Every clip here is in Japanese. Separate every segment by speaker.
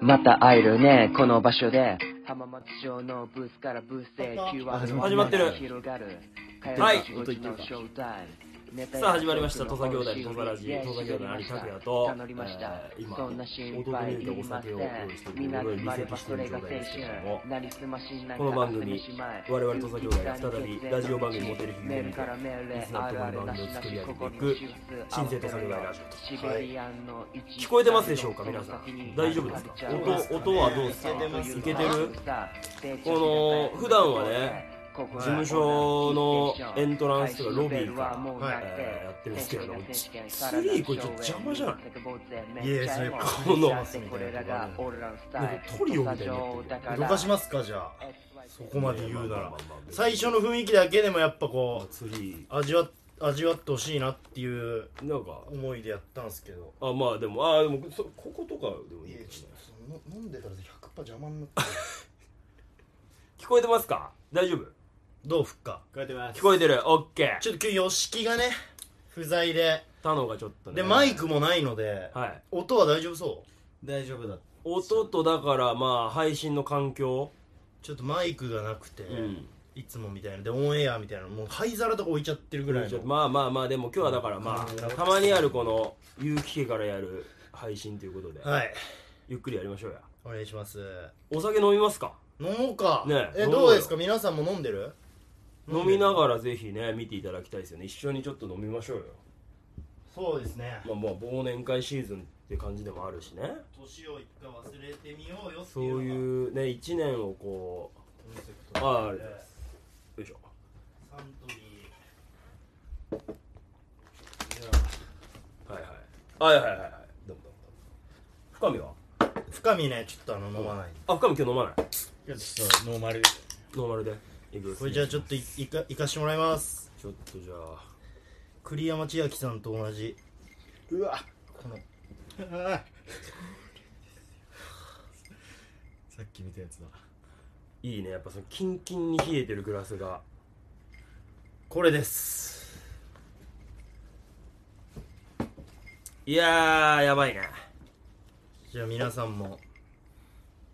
Speaker 1: また会えるね、この場所で。浜松町のブースからブースへ
Speaker 2: あ
Speaker 1: QR
Speaker 3: 始
Speaker 2: まってる
Speaker 1: 広がる。
Speaker 2: はい
Speaker 1: 火曜日のショータイムネタや
Speaker 2: さあ始まりました
Speaker 1: ト
Speaker 2: 土
Speaker 1: ーク
Speaker 2: 佐
Speaker 1: の
Speaker 2: 兄弟の土佐ラジ
Speaker 1: 美味しい
Speaker 2: 土佐兄弟の有田拓也と
Speaker 1: 頼りました
Speaker 2: えー今
Speaker 1: そんな心配いりません
Speaker 2: お得にお酒を用意して
Speaker 1: みんなでれ
Speaker 2: いろいろ
Speaker 1: ば
Speaker 2: 見せて
Speaker 1: そ
Speaker 2: いる
Speaker 1: れが青
Speaker 2: 状態ですけども
Speaker 1: 春なりすましなんか
Speaker 2: この番組
Speaker 1: 汗しまい
Speaker 2: 我々土佐兄弟が再びラジオ番組モテる日々
Speaker 1: メールからメール
Speaker 2: リ
Speaker 1: へ
Speaker 2: スナ
Speaker 1: あ
Speaker 2: ーと
Speaker 1: るある
Speaker 2: 共に番
Speaker 1: なしな
Speaker 2: 組を作
Speaker 1: し
Speaker 2: り上げ
Speaker 1: こ
Speaker 2: て
Speaker 1: こ
Speaker 2: い
Speaker 1: に
Speaker 2: く
Speaker 1: 周波数
Speaker 2: 新生土佐兄弟ラジオ
Speaker 1: シ
Speaker 2: と
Speaker 1: ベリアンの一
Speaker 2: 聞こえてますでしょうか皆さん大丈夫ですか音音はどうですかいけてるこの普段はね
Speaker 1: 事
Speaker 2: 務所のエントランスとかロビーから
Speaker 1: はい
Speaker 2: えーやってるんですけれども
Speaker 1: スリーこれちょっと邪魔じゃない
Speaker 3: いやそれこ
Speaker 2: の
Speaker 1: なんか
Speaker 2: トリオみたいになって
Speaker 3: どかしますかじゃあそこまで言うな
Speaker 2: まあまあ
Speaker 3: ら
Speaker 2: まあまあ
Speaker 3: 最初の雰囲気だけでもやっぱこ
Speaker 2: ツリ
Speaker 3: う味わ味わってほしいなっていう
Speaker 2: ーなんか
Speaker 3: 思いでやったんですけど
Speaker 2: あまあでもあでもそこことかでもいいですね
Speaker 3: ょっと飲んでたら100%邪魔になって
Speaker 2: 聞こえてますか大丈夫
Speaker 3: どうふっか
Speaker 4: こうやってます
Speaker 2: 聞こえてるオッケー
Speaker 3: ちょっと今日吉木がね不在で
Speaker 2: 他のがちょっとね
Speaker 3: でマイクもないので
Speaker 2: はい
Speaker 3: 音は大丈夫そう
Speaker 4: 大丈夫だ
Speaker 2: 音とだからまあ配信の環境
Speaker 3: ちょっとマイクがなくて、
Speaker 2: うん
Speaker 3: いつもみたいなでオンエアみたいなもう灰皿とか置いちゃってるぐらいの
Speaker 2: まあまあまあでも今日はだからまあたまにあるこの結城家からやる配信ということで
Speaker 3: はい
Speaker 2: ゆっくりやりましょうや
Speaker 3: お願いします
Speaker 2: お酒飲みますか
Speaker 3: 飲もうか、
Speaker 2: ねえ
Speaker 3: え
Speaker 2: 飲もうよ
Speaker 3: どうですか皆さんも飲んでる
Speaker 2: 飲みながらぜひね見ていただきたいですよね一緒にちょっと飲みましょうよ
Speaker 3: そうですね
Speaker 2: まあまあ忘年会シーズンって感じでもあるしね
Speaker 3: 年を一回忘れてみようよって
Speaker 2: そう
Speaker 3: いうう
Speaker 2: いうね1年を
Speaker 3: コ
Speaker 2: こ
Speaker 3: ンセプ
Speaker 2: う
Speaker 3: ト
Speaker 2: ああ
Speaker 3: で
Speaker 2: よいしょ
Speaker 3: サントリー
Speaker 2: はいはいはいはいはいはいどうもどうもどうも深見は
Speaker 3: 深みねちょっとあの飲まない、
Speaker 2: あ深見今日飲まない
Speaker 3: いやちょっとノーマル
Speaker 2: ノーマルでいく
Speaker 3: これじゃあちょっといいかいかしてもらいます
Speaker 2: ちょっとじゃあ
Speaker 3: 栗山千明さんと同 じ
Speaker 4: うわ
Speaker 3: この
Speaker 4: さっき見たやつだ
Speaker 2: いいねやっぱそのキンキンに冷えてるグラスが
Speaker 3: これです
Speaker 2: いやーやばいね
Speaker 3: じゃあ皆さんも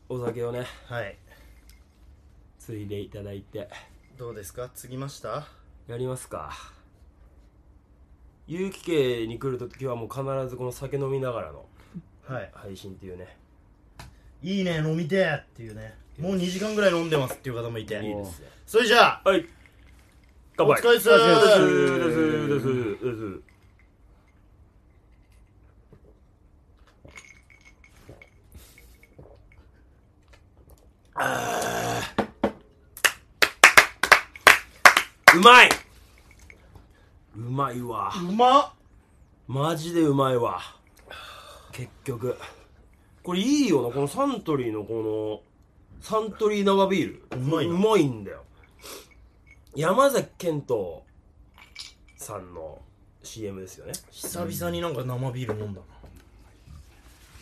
Speaker 2: お酒をね
Speaker 3: はい
Speaker 2: ついでいただいて
Speaker 3: どうですか継ぎました
Speaker 2: やりますか結城家に来るときはもう必ずこの酒飲みながらの
Speaker 3: はい
Speaker 2: 配信っていうね
Speaker 3: いいね飲みてえっていうねもう2時間ぐらい飲んでますっていう方もいて
Speaker 2: いいですね
Speaker 3: それじゃあ
Speaker 2: はい乾
Speaker 3: お
Speaker 2: 杯
Speaker 3: 疲れっす
Speaker 2: ですですですですあーうまいうまいわ
Speaker 3: うまっ
Speaker 2: マジでうまいわ結局これいいよなこのサントリーのこのサントリー生ビール
Speaker 3: うまいな
Speaker 2: うんだよ山崎賢人さんの CM ですよね
Speaker 3: 久々になんか生ビール飲んだ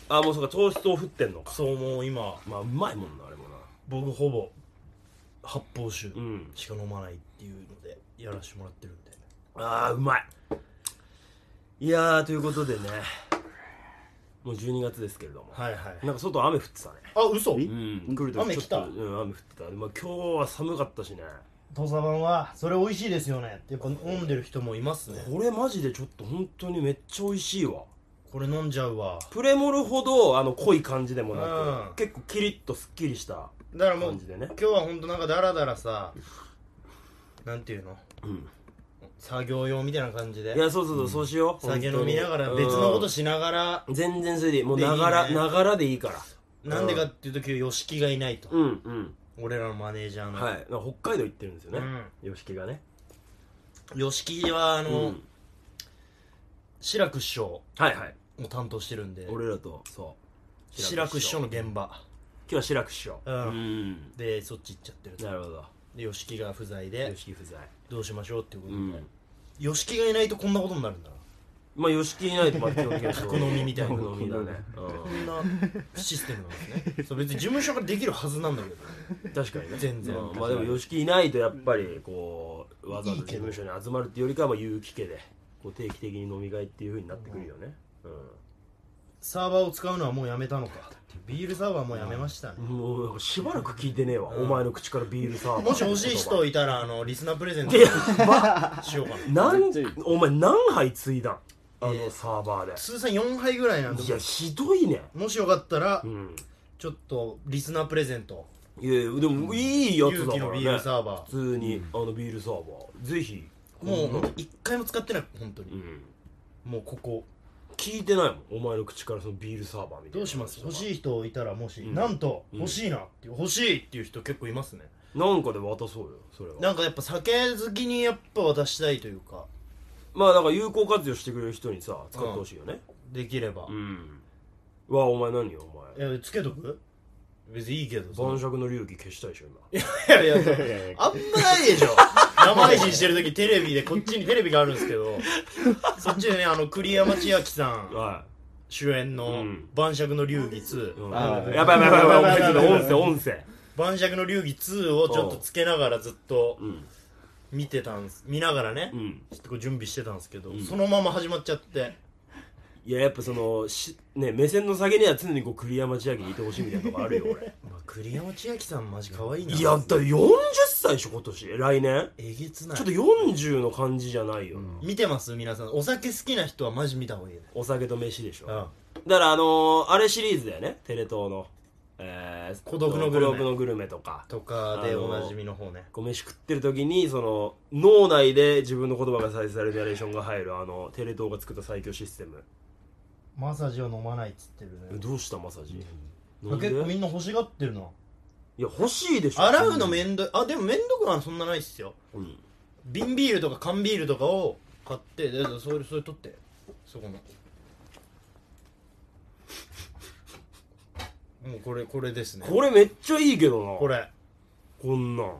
Speaker 2: あもうそうか糖質を振ってんの
Speaker 3: な
Speaker 2: か
Speaker 3: そうもう今
Speaker 2: まあうまいもんなあれもな
Speaker 3: 僕ほぼ発泡酒
Speaker 2: うん
Speaker 3: しか飲まないっていうのでやらしてもらってるんで
Speaker 2: あーうまいいやーということでねもう12月ですけれども
Speaker 3: はいはい
Speaker 2: なんか外雨降ってたね
Speaker 3: あ嘘
Speaker 2: うん、来る時
Speaker 3: 雨
Speaker 2: ちょっ
Speaker 3: 来た
Speaker 2: とうん、雨降ってた、まあ、今日は寒かったしね
Speaker 3: 土佐版はそれ美味しいですよねってやっぱ飲んでる人もいますね
Speaker 2: これマジでちょっと本当にめっちゃ美味しいわ
Speaker 3: これ飲んじゃうわ
Speaker 2: プレモルほどあの濃い感じでもなく、
Speaker 3: うん
Speaker 2: 結構キリッとすっきりした
Speaker 3: だからもう
Speaker 2: 感じでね
Speaker 3: 今日はほんとなんかダラダラさなんていうの
Speaker 2: うん
Speaker 3: 作業用みたいな感じで
Speaker 2: いやそうそうそう、そうしよう
Speaker 3: 酒飲みながら別のこと
Speaker 2: し、
Speaker 3: しながら
Speaker 2: うん全然それでいいもう
Speaker 3: でいい
Speaker 2: な
Speaker 3: ね
Speaker 2: がらながらでいいから
Speaker 3: なんでかっていうと今日吉木がいないと
Speaker 2: うんうん
Speaker 3: 俺らのマネージャーの
Speaker 2: はいなんか北海道行ってるんですよね吉木、がね
Speaker 3: 吉木はあ
Speaker 2: う
Speaker 3: の
Speaker 2: ん
Speaker 3: 志らく師匠
Speaker 2: はいはい
Speaker 3: を担当してるんで
Speaker 2: 俺らとそう
Speaker 3: 志らく師匠
Speaker 2: 今
Speaker 3: の現場
Speaker 2: 日は志らく師匠
Speaker 3: うん
Speaker 2: ん
Speaker 3: でそっち行っちゃってる
Speaker 2: なるほど
Speaker 3: で吉木が不在で
Speaker 2: 吉木不在
Speaker 3: どうしましょうっていうこ
Speaker 2: う
Speaker 3: と
Speaker 2: ん
Speaker 3: で吉木がいないとこんなことになるんだな
Speaker 2: まあ、吉木いないと、まあ、基本的に
Speaker 3: 宅飲みみたいな
Speaker 2: 宅飲みだね。
Speaker 3: こんなシステムなんです ねそう別に事務所ができるはずなんだけど
Speaker 2: うん確かにね。
Speaker 3: 全然
Speaker 2: うんまあ、でも、吉木いないと、やっぱり、こう、わざわざ事務所に集まるっていうよりかは、まあ、結城家で。こう、定期的に飲み会っていう風になってくるよね。うん。
Speaker 3: サーバーを使うのはもうやめたのかビールサーバーもうやめましたね
Speaker 2: もうなんかしばらく聞いてねえわ、お前の口からビールサーバー
Speaker 3: もし欲しい人いたらあのリスナープレゼント
Speaker 2: いや
Speaker 3: しようかな
Speaker 2: なんお前何杯継いだんあのサーバーで、
Speaker 3: 通算4杯ぐらいなんで
Speaker 2: いやひどいね
Speaker 3: もしよかったら
Speaker 2: うん
Speaker 3: ちょっとリスナープレゼント
Speaker 2: いやいやでもいいやつ
Speaker 3: 勇
Speaker 2: だ
Speaker 3: 気
Speaker 2: か
Speaker 3: の
Speaker 2: ら
Speaker 3: ビール
Speaker 2: ね
Speaker 3: サーバ
Speaker 2: 普通に、あのビールサーバーぜひ
Speaker 3: ーもうほんと一回も使ってない本当
Speaker 2: う
Speaker 3: に
Speaker 2: ん
Speaker 3: もうここ
Speaker 2: 聞いてないもんお前の口からそのビールサーバーみたいな
Speaker 3: どうします欲
Speaker 2: い
Speaker 3: しい人いたらもし
Speaker 2: ん
Speaker 3: なんと
Speaker 2: うん
Speaker 3: 欲しいなっていう欲しいっていう人結構いますね
Speaker 2: なんかで渡そうよそれは
Speaker 3: なんかやっぱ酒好きにやっぱ渡したいというか
Speaker 2: まあなんか有効活用してくれる人にさ使ってほしいよね
Speaker 3: できれば
Speaker 2: うんうわお前何よお前
Speaker 3: えつけとく別にいいけど
Speaker 2: 晩
Speaker 3: い
Speaker 2: 酌の隆起消したでしょ今
Speaker 3: やい や
Speaker 4: いやいや
Speaker 3: あんまないでしょ生配信してる時テレビでこっちにテレビがあるんですけ どそっちでねあの栗山千明さん
Speaker 2: は
Speaker 3: 主演の
Speaker 2: うん
Speaker 3: 「晩酌の流儀2」
Speaker 2: い、うん、
Speaker 4: あー
Speaker 2: やばいやばいやばいやばいやばい音声音声
Speaker 3: 晩酌の流儀2をちょっとつけながらずっと
Speaker 2: うん
Speaker 3: 見てたんす見ながらね、
Speaker 2: うん
Speaker 3: ちょっとこう準備してたんですけど、
Speaker 2: ん
Speaker 3: そのまま始まっちゃって
Speaker 2: いややっぱそのしね目線の下げには常にこう栗山千明にいてほしいみたいなとこあるよ俺
Speaker 3: まあ、栗山千明さんマジ可愛いない
Speaker 2: やだって40歳でしょ今年来年
Speaker 3: えげつない
Speaker 2: ちょっと40の感じじゃないよ、
Speaker 3: 見てます皆さんお酒好きな人はマジ見た方がいいね
Speaker 2: お酒と飯でしょ、
Speaker 3: うん
Speaker 2: だからあのーあれシリーズだよねテレ東の、えー
Speaker 3: 孤独のグルメ
Speaker 2: 孤独のグルメとか
Speaker 3: とかでおなじみの方ね
Speaker 2: こう飯食ってる時にその脳内で自分の言葉が再生されるナレーションが入るあのテレ東が作った最強システム
Speaker 3: マサジを飲まないっつってる
Speaker 2: え
Speaker 3: ね
Speaker 2: どうしたマサジ、なんで
Speaker 3: 結構みんな欲しがってるない
Speaker 2: や欲しいでしょ
Speaker 3: 洗うのめんどいあでもめんどくはそんなないっすよ
Speaker 2: うん
Speaker 3: 瓶ビールとか缶ビールとかを買ってでそれそれ取ってそ このもうこれこれですね
Speaker 2: これめっちゃいいけどな
Speaker 3: これ
Speaker 2: こんなん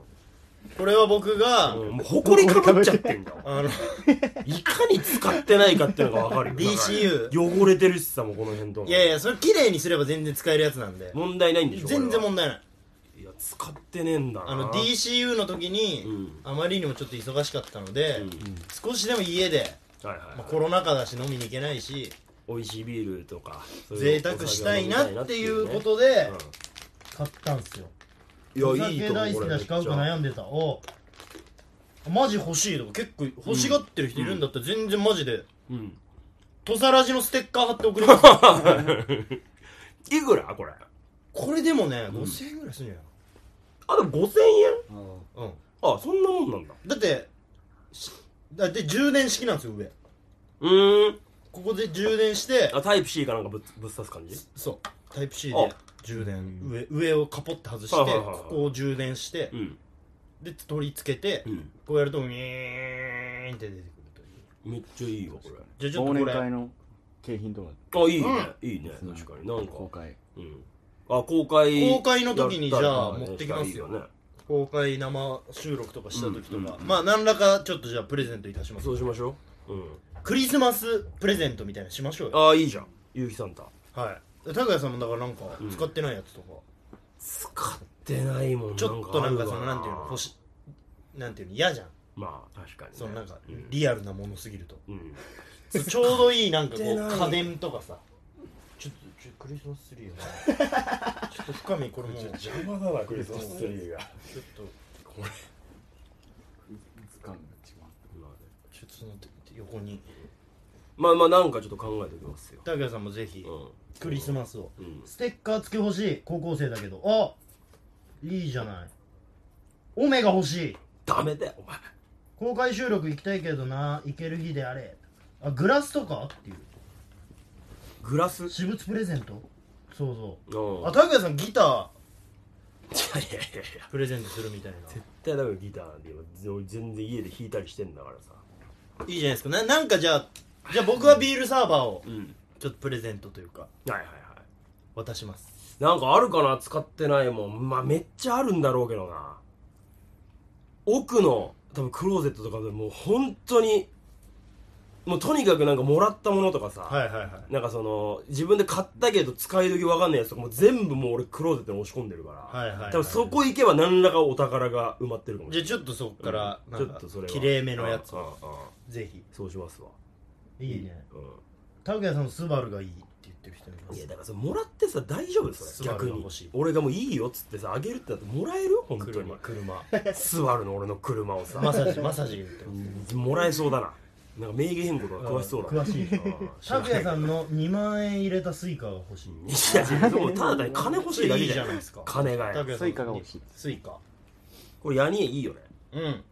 Speaker 3: これは僕が、
Speaker 2: うんもう埃かぶっちゃってんだ
Speaker 3: あの
Speaker 2: いかに使ってないかっていうのが分かるよ
Speaker 3: DCU
Speaker 2: 汚れてるしさもうこの辺とか
Speaker 3: いやいやそれ綺麗にすれば全然使えるやつなんで
Speaker 2: 問題ないんでしょ
Speaker 3: 全然
Speaker 2: こ
Speaker 3: 問題ない
Speaker 2: れはいや使ってねえんだな
Speaker 3: あの DCU の時に、
Speaker 2: うん
Speaker 3: あまりにもちょっと忙しかったので、
Speaker 2: うん
Speaker 3: 少しでも家で、
Speaker 2: はいはいはい、
Speaker 3: まあ、コロナ禍だし飲みに行けないし
Speaker 2: 美味しいビールとかそうい
Speaker 3: 贅
Speaker 2: う
Speaker 3: 沢したいなっていうこと
Speaker 2: で
Speaker 3: で買ったんすよお
Speaker 2: いやいい
Speaker 3: 酒
Speaker 2: と思う
Speaker 3: 大好きだし
Speaker 2: こ
Speaker 3: 買
Speaker 2: れめっ
Speaker 3: う
Speaker 2: ち
Speaker 3: か
Speaker 2: ゃ
Speaker 3: 悩んでたおマジ欲しいとか結構欲しがってる人いるんだったら全然マジで
Speaker 2: うん
Speaker 3: 土佐ラジのステッカー貼って送ります
Speaker 2: いくらこれ
Speaker 3: これでもね5000円ぐらいするんじゃない
Speaker 2: あでも5000円
Speaker 3: か
Speaker 4: あ
Speaker 3: なうん
Speaker 2: あそんなもんなんだ
Speaker 3: だってしだって充電式なんですよ上
Speaker 2: うーん
Speaker 3: ここで充電して
Speaker 2: あタイプ C かなんかぶっぶっ刺す感じ
Speaker 3: そうタイプ C
Speaker 2: あ
Speaker 3: で充電上上をカポッて外して
Speaker 2: はいはいはいはい
Speaker 3: ここを充電して
Speaker 2: うん
Speaker 3: で取り付けて
Speaker 2: うん
Speaker 3: こうやるとウィーンって出てくるという
Speaker 2: めっちゃいいわこ
Speaker 3: じゃあちょっ
Speaker 4: 忘
Speaker 3: とこ
Speaker 4: 年
Speaker 3: れ
Speaker 4: 会の景品とか
Speaker 2: れあいいね、いいね確かになんか
Speaker 4: 公開
Speaker 2: うんあ公開
Speaker 3: 公開の時にじゃあ
Speaker 2: やったらね
Speaker 3: 持ってきますよ
Speaker 2: いいね
Speaker 3: 公開生収録とかした時と
Speaker 2: うん
Speaker 3: か、
Speaker 2: うん
Speaker 3: まあ何らかちょっとじゃあプレゼントいたします
Speaker 2: そうしましょううん
Speaker 3: クリスマスプレゼントみたいなのしましょうよ
Speaker 2: あいいじゃんゆうきサンタ
Speaker 3: はいで拓哉さんもだからなんか
Speaker 2: うん
Speaker 3: 使ってないやつとか、
Speaker 2: 使ってないもん
Speaker 3: ちょっとなんかその
Speaker 2: ある
Speaker 3: な
Speaker 2: わ
Speaker 3: んていうの星なんていうの嫌じゃん
Speaker 2: まあ確かにね
Speaker 3: そのなんか
Speaker 2: うん
Speaker 3: リアルなものすぎると、
Speaker 2: うん
Speaker 3: そうちょうどいいなんかこ
Speaker 2: 使っ
Speaker 3: う
Speaker 2: てない
Speaker 3: 家電とかさちょっとちょクリスマスツリーよな ちょっと深見これもうちょっ
Speaker 2: 邪魔だなクリスマスツリーが
Speaker 3: と
Speaker 2: これ
Speaker 4: 使うのが一番
Speaker 3: ちょっとその横に
Speaker 2: まあまあなんかちょっと考えておきますよ
Speaker 3: 拓哉さんもぜひ
Speaker 2: う
Speaker 3: クリスマスを
Speaker 2: んうん
Speaker 3: ステッカー付け欲しい高校生だけどあいいじゃないオメが欲しい
Speaker 2: ダメだよお前
Speaker 3: 公開収録行きたいけどな行ける日であれあグラスとかっていう
Speaker 2: グラスうん
Speaker 3: 私物プレゼントそうそ
Speaker 2: いや
Speaker 3: うあ拓哉さんギター
Speaker 2: いやいやいや
Speaker 3: プレゼントするみたいな
Speaker 2: 絶対ダメよギターで俺全然家で弾いたりしてんだからさ
Speaker 3: いいじゃないですかななんかじゃあじゃあ僕はビールサーバーを
Speaker 2: うん
Speaker 3: ちょっとプレゼントというか
Speaker 2: はいはいはい
Speaker 3: 渡します
Speaker 2: なんかあるかな使ってないもんまあめっちゃあるんだろうけどな奥の多分クローゼットとかでもう本当にもうとにかくなんかもらったものとかさ
Speaker 3: はいはいはい
Speaker 2: なんかその自分で買ったけど使い時わかんないやつとかも全部もう俺クローゼットに押し込んでるから、
Speaker 3: はいはいはい
Speaker 2: 多分そこ行けば何らかお宝が埋まってるかもし
Speaker 3: じゃあ
Speaker 2: れない
Speaker 3: ちょっとそこから
Speaker 2: うん
Speaker 3: なん
Speaker 2: ちょっ
Speaker 3: か
Speaker 2: とそれは
Speaker 3: きれいめのやつ
Speaker 2: うんうん
Speaker 3: を
Speaker 2: うん
Speaker 3: ぜひ
Speaker 2: そうしますわ
Speaker 3: いいね
Speaker 2: うん
Speaker 3: 拓哉さんのスバルがいいって言ってる人いま
Speaker 2: い
Speaker 3: す
Speaker 2: やだからそれもらってさ大丈夫そ
Speaker 3: ス
Speaker 2: れ
Speaker 3: バル
Speaker 2: 逆
Speaker 3: が
Speaker 2: に
Speaker 3: 欲しい
Speaker 2: 俺がもういいよっつってさあげるってなってもらえる本当に
Speaker 3: 車車
Speaker 2: スバルの俺の車をさ
Speaker 3: マサジマサジが言ってます
Speaker 2: もらえそうだななんか名義変更とか詳しそうだな
Speaker 3: 詳しい拓哉さんの2万円入れたスイカが欲しい
Speaker 2: いやでもただ単に金欲しいだけ
Speaker 3: それ
Speaker 2: じゃ
Speaker 3: いいじゃない
Speaker 2: ん
Speaker 3: ですか
Speaker 2: 金がや
Speaker 3: 拓哉さ
Speaker 4: ス
Speaker 3: ん
Speaker 4: イカが欲しい
Speaker 3: スイカ
Speaker 2: これヤニエいいよね
Speaker 3: うん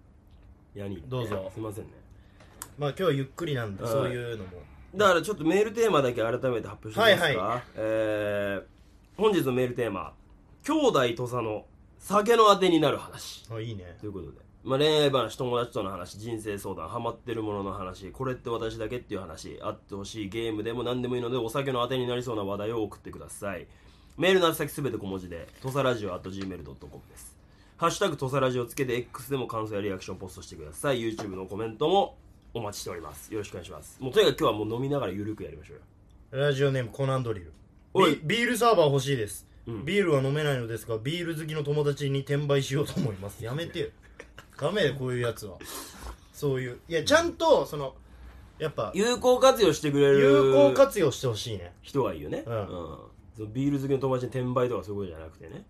Speaker 2: ヤニエ
Speaker 3: どうぞ
Speaker 2: いやすいませんね
Speaker 3: まあ今日はゆっくりなんで
Speaker 2: はい
Speaker 3: そういうのも
Speaker 2: だからちょっとメールテーマだけ改めて発表していいですか、
Speaker 3: はい
Speaker 2: えー、本日のメールテーマ「兄弟土佐の酒のあてになる話
Speaker 3: あいいね」
Speaker 2: ということで、まあ、恋愛話友達との話人生相談ハマってるものの話これって私だけっていう話あってほしいゲームでも何でもいいのでお酒のあてになりそうな話題を送ってくださいメールの宛先すべて小文字で土佐ラジオ at gmail.com ですハッシュタグ土佐ラジオつけて X でも感想やリアクションポストしてください YouTube のコメントもお待ちしておりますよろしくお願いしますもうとにかく今日はもう飲みながらゆるくやりましょうよ
Speaker 3: ラジオネームコナンドリル
Speaker 2: お
Speaker 3: ビ
Speaker 2: い
Speaker 3: ビールサーバー欲しいです、
Speaker 2: ん
Speaker 3: ビールは飲めないのですがビール好きの友達に転売しようと思いますやめてよダメだよこういうやつはそういういやちゃんとそのやっぱ
Speaker 2: 有効活用してくれる
Speaker 3: 有効活用してほしいね
Speaker 2: 人がいいよね、
Speaker 3: うん
Speaker 2: そのビール好きの友達に転売とかそういうことじゃなくてね、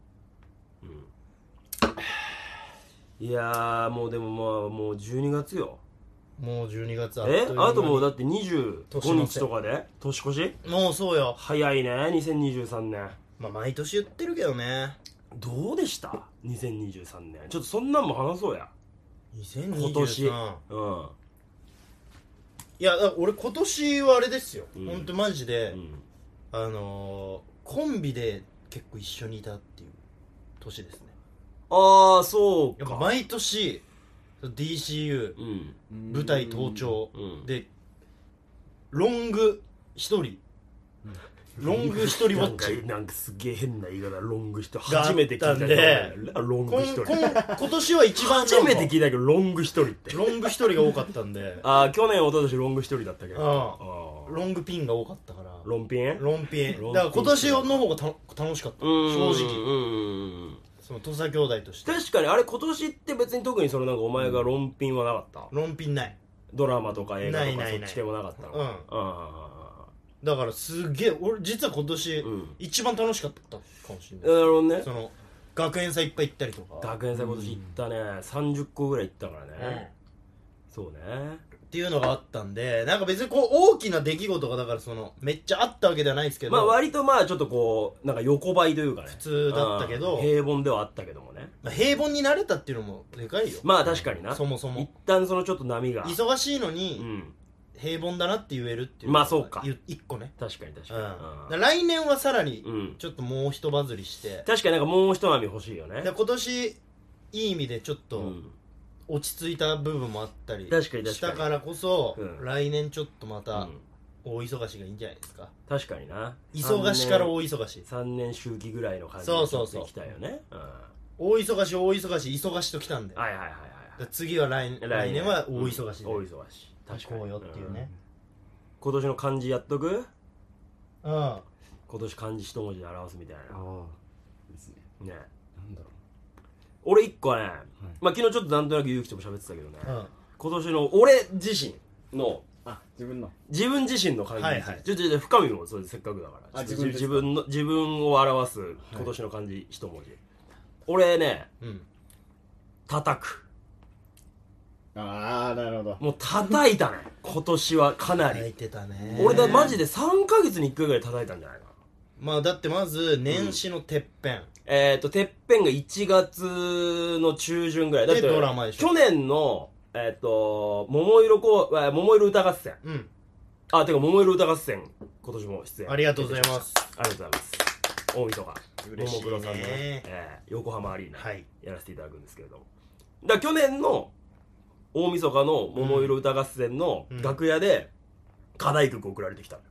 Speaker 2: うん、いやーもうでもまあもう12月よ
Speaker 3: もう12月あ
Speaker 2: え
Speaker 3: いう間に
Speaker 2: あともうだって25日とかで年越し
Speaker 3: もうそうよ
Speaker 2: 早いね2023年
Speaker 3: まあ毎年言ってるけどね
Speaker 2: どうでした2023年ちょっとそんなんも話そうや
Speaker 3: 2023
Speaker 2: 今年うん
Speaker 3: いやだから俺今年はあれですよ、
Speaker 2: うん
Speaker 3: ほんとマジで、
Speaker 2: うん
Speaker 3: あのー、コンビで結構一緒にいたっていう年ですね
Speaker 2: ああそう
Speaker 3: やっぱ
Speaker 2: か
Speaker 3: 毎年 DCU
Speaker 2: うん
Speaker 3: 舞台登頂
Speaker 2: うん
Speaker 3: でロング一人ロング一人ぼ
Speaker 2: な
Speaker 3: っ
Speaker 2: んか
Speaker 3: ち
Speaker 2: なんかすげえ変な言い方ロング人
Speaker 3: があった
Speaker 2: 初
Speaker 3: んで
Speaker 2: めて聞いたけどロン
Speaker 3: こ
Speaker 2: グ
Speaker 3: ん
Speaker 2: 一人
Speaker 3: こん今年は一番
Speaker 2: 初めて聞いたけどロング一人って
Speaker 3: ロング一人が多かったんで
Speaker 2: ああ去年一昨年ロング一人だったけど
Speaker 3: ああ
Speaker 2: あ
Speaker 3: ロングピンが多かったから
Speaker 2: あロンピン
Speaker 3: ロンピ
Speaker 2: ロンピ
Speaker 3: ン
Speaker 2: ン
Speaker 3: だから今年の方がた楽しかった正直
Speaker 2: 直
Speaker 3: その土佐兄弟として
Speaker 2: 確かにあれ今年って別に特にそのなんかお前がロンピンはなかった
Speaker 3: ロンピンない
Speaker 2: ドラマとか映画と
Speaker 3: ない
Speaker 2: か
Speaker 3: な
Speaker 2: そ
Speaker 3: い
Speaker 2: っ
Speaker 3: ない
Speaker 2: ち系もなかったの
Speaker 3: うん
Speaker 2: あ
Speaker 3: だからすげえ俺実は今
Speaker 2: あ
Speaker 3: 年
Speaker 2: うん
Speaker 3: 一番楽しかったかもしれ
Speaker 2: な
Speaker 3: ない
Speaker 2: るほどね
Speaker 3: その学園祭いっぱい行ったりとか
Speaker 2: 学園祭今年行ったね30個ぐらい行ったから
Speaker 3: うん
Speaker 2: ねそうね
Speaker 3: っていうのがあったんでなんか別にこう大きな出来事がだからそのめっちゃあったわけではないですけど、
Speaker 2: まあ割とまあちょっとこうなんか横ばいというかね普
Speaker 3: 通だったけど
Speaker 2: 平凡ではあったけどもね
Speaker 3: まあ平凡になれたっていうのもでかいよ、
Speaker 2: まあ確かにな
Speaker 3: そもそも
Speaker 2: 一旦そのちょっと波が
Speaker 3: 忙しいの
Speaker 2: う
Speaker 3: に
Speaker 2: ん
Speaker 3: 平凡だなって言えるっていう
Speaker 2: まあそうか
Speaker 3: ゆ一個ね、
Speaker 2: 確かに確
Speaker 3: うん、
Speaker 2: か
Speaker 3: だ
Speaker 2: に
Speaker 3: から来年はさらに
Speaker 2: うんうん
Speaker 3: ちょっともう一バズりして、
Speaker 2: 確かになんかもう一波欲しいよね
Speaker 3: で今年いい意味でちょっ
Speaker 2: う
Speaker 3: と
Speaker 2: ん
Speaker 3: 落ち着いた部分もあったり
Speaker 2: 確かに確かに
Speaker 3: したからこそ、
Speaker 2: うん
Speaker 3: 来年ちょっとま
Speaker 2: う
Speaker 3: た
Speaker 2: ん
Speaker 3: 大忙しがいいんじゃないですか
Speaker 2: 確かにな
Speaker 3: 忙しから大忙し
Speaker 2: 3年周期ぐらいの感じ
Speaker 3: そうそうそう
Speaker 2: きたよねうん
Speaker 3: 大忙し大忙し忙しときたんで
Speaker 2: はいはいはい
Speaker 3: だから次は来
Speaker 2: はい
Speaker 3: 来年は大忙しで、
Speaker 2: うん大忙し確かに
Speaker 3: こうよっていうね
Speaker 2: ん今年の漢字やっとく
Speaker 3: うん、
Speaker 2: 今年漢字一文字で表すみたい
Speaker 4: ああですね
Speaker 2: なね
Speaker 4: なんだろ
Speaker 2: 俺一個ねまあ昨日ちょっとなんとなく勇気とも喋ってたけどね
Speaker 3: うん、
Speaker 2: 今年の俺自身の
Speaker 4: うあ自分の
Speaker 2: 自分自身の漢字
Speaker 3: はいはい
Speaker 2: ちょちょちょ深みもそれせっかくだから
Speaker 4: あ
Speaker 2: ちょ
Speaker 4: 自分ですか
Speaker 2: 自分の自分を表す今年の漢字一文字、俺ね
Speaker 3: うん、
Speaker 2: 叩く
Speaker 4: ああなるほど
Speaker 2: もう叩いたね今年はかな
Speaker 3: 泣い
Speaker 2: り
Speaker 3: てたね
Speaker 2: 俺だマジで3ヶ月に1回ぐらい叩いたんじゃないかな
Speaker 3: まあだってまず年始のてっぺん、
Speaker 2: えっ、とてっぺんが1月の中旬ぐらいだって
Speaker 3: でドラマでしょ
Speaker 2: 去年のえっ、と桃色こうえー桃色歌合戦
Speaker 3: うん、
Speaker 2: あてか桃色歌合戦今年も出演
Speaker 3: ありがとうございます
Speaker 2: ありがとうございます大晦日
Speaker 3: 嬉しいね
Speaker 2: ももクロさんのね、えー横浜アリーナ
Speaker 3: はい
Speaker 2: やらせていただくんですけれどもだから去年の大晦日の「桃色歌合戦」の
Speaker 3: うん
Speaker 2: 楽屋で課題曲送られてきたのよ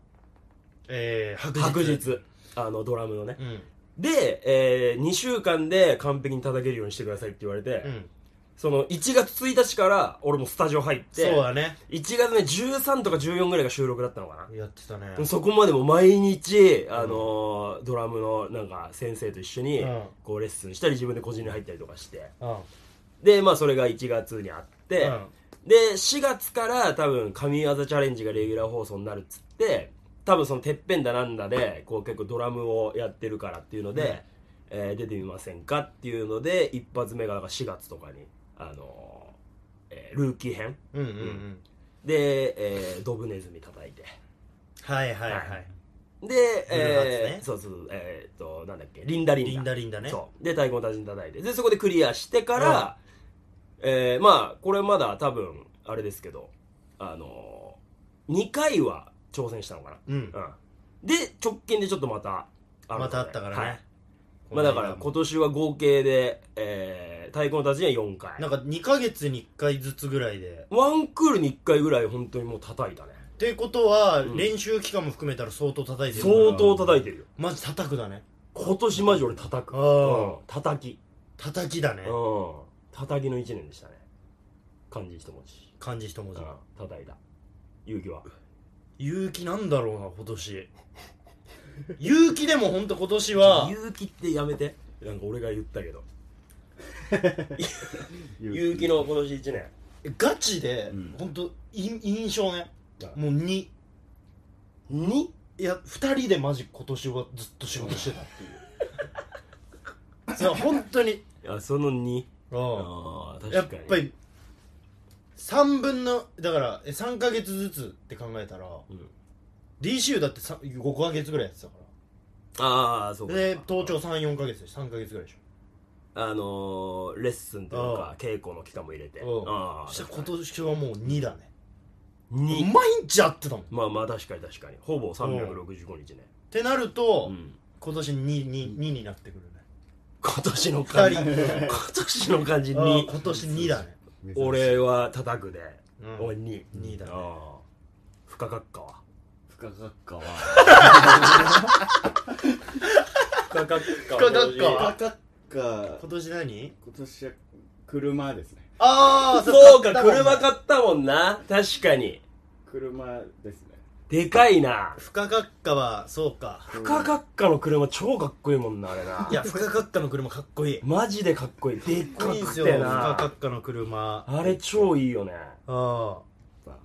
Speaker 3: えー、白日
Speaker 2: 白日あのドラムのね
Speaker 3: うん
Speaker 2: で、え2週間で完璧に叩けるようにしてくださいって言われて、
Speaker 3: うん
Speaker 2: その1月1日から俺もスタジオ入っ
Speaker 3: そう
Speaker 2: て
Speaker 3: だね
Speaker 2: 1月ね13とか14ぐらいが収録だったのかな
Speaker 3: やってたね
Speaker 2: そこまでも毎日、あのードラムのなんか先生と一緒に
Speaker 3: うん
Speaker 2: こうレッスンしたり自分で個人に入ったりとかして
Speaker 3: うん
Speaker 2: でまあそれが1月にあって、
Speaker 3: うん
Speaker 2: で4月から多分神業チャレンジがレギュラー放送になるっつって多分そのてっぺんだなんだでこう結構ドラムをやってるからっていうので、えー出てみませんかっていうので一発目がなんか4月とかに、あのーえールーキー編
Speaker 3: うんうんうん
Speaker 2: で、えードブネズミ叩いて
Speaker 3: はいはいは
Speaker 2: はい
Speaker 3: い
Speaker 2: で、
Speaker 3: ブルーハーツ
Speaker 2: え
Speaker 3: ね
Speaker 2: ー、そうそうえーっとなんだっけリンダリンダ
Speaker 3: リンダリンダね
Speaker 2: そうで太鼓の達人叩いてでそこでクリアしてから、えーまあこれまだ多分あれですけどあのー、2回は挑戦したのかな
Speaker 3: うん
Speaker 2: うん、で直近でちょっとまたあるので
Speaker 3: またあったからね
Speaker 2: はいまあ、だから今年は合計で、えー、太鼓の達人は4回
Speaker 3: なんか2ヶ月に1回ずつぐらいで
Speaker 2: ワンクールに1回ぐらい本当にもう叩いたね
Speaker 3: ってことは、
Speaker 2: ん
Speaker 3: 練習期間も含めたら相当叩いてるから
Speaker 2: 相当叩いてるよ
Speaker 3: マジ叩くだね
Speaker 2: 今年マジ俺叩く、
Speaker 3: あ
Speaker 2: うん
Speaker 3: ー、
Speaker 2: 叩き
Speaker 3: 叩きだね
Speaker 2: うん叩きの1年でしたね漢字一文字、
Speaker 3: 漢字一文
Speaker 2: う
Speaker 3: 字
Speaker 2: ん、叩いた勇気は
Speaker 3: 勇気なんだろうな今年 勇気でも本当今年は
Speaker 2: 勇気ってやめてなんか俺が言ったけど
Speaker 4: 勇
Speaker 2: 勇気の今年1年
Speaker 3: ガチで
Speaker 4: うん
Speaker 3: 本当い印象ね
Speaker 2: うん
Speaker 3: もう2
Speaker 2: 2?
Speaker 3: いや2人でマジ今年はずっと仕事してたっ ていうそう本当に
Speaker 2: あその2
Speaker 3: うん
Speaker 2: ああ
Speaker 3: やっ
Speaker 2: 確かに
Speaker 3: ぱり3分のだからえ3ヶ月ずつって考えたら
Speaker 2: うん
Speaker 3: DCU だってさ5ヶ月ぐらいやってたか
Speaker 2: ああそうから
Speaker 3: で東京34ヶ月で3ヶ月ぐらいでし
Speaker 2: あのーレッスンという
Speaker 3: う
Speaker 2: か
Speaker 3: ん
Speaker 2: 稽古の期間も入れて
Speaker 3: ょうん
Speaker 2: ああ
Speaker 3: そしたら今年はもう2だね
Speaker 2: 2
Speaker 3: 毎日会ってたもんっ
Speaker 2: まあまあ確かに確かにほぼ365日ね
Speaker 3: てなる
Speaker 2: う
Speaker 3: と
Speaker 2: ん
Speaker 3: 今年 2, 2, 2になってくるね
Speaker 2: 今年の感じ今
Speaker 3: 2人
Speaker 2: 年の感じ
Speaker 3: あー
Speaker 2: に
Speaker 3: 今年2だね
Speaker 2: 俺は叩くで
Speaker 3: うん
Speaker 2: 俺2
Speaker 3: 2だね
Speaker 2: 不可格かは
Speaker 4: 深かっかは
Speaker 3: 不可格か
Speaker 4: 深
Speaker 2: 不可格か
Speaker 4: かっか
Speaker 3: 今年何
Speaker 4: 今年は車ですね
Speaker 3: ああ
Speaker 2: そうか車買ったもんな確かに
Speaker 4: 車ですね
Speaker 2: でかいな
Speaker 3: 不可学科はそうか
Speaker 2: 不可格かの車超かっこいいもんなあれない
Speaker 3: や不可学科の車かっこいい
Speaker 2: マジでかっこいいでっ
Speaker 3: かっ
Speaker 2: か
Speaker 3: こいいで
Speaker 2: く
Speaker 3: すよ
Speaker 2: て
Speaker 3: 不可
Speaker 2: な
Speaker 3: 学科の車あ
Speaker 2: あれ超いいよね
Speaker 3: あ
Speaker 4: やっぱ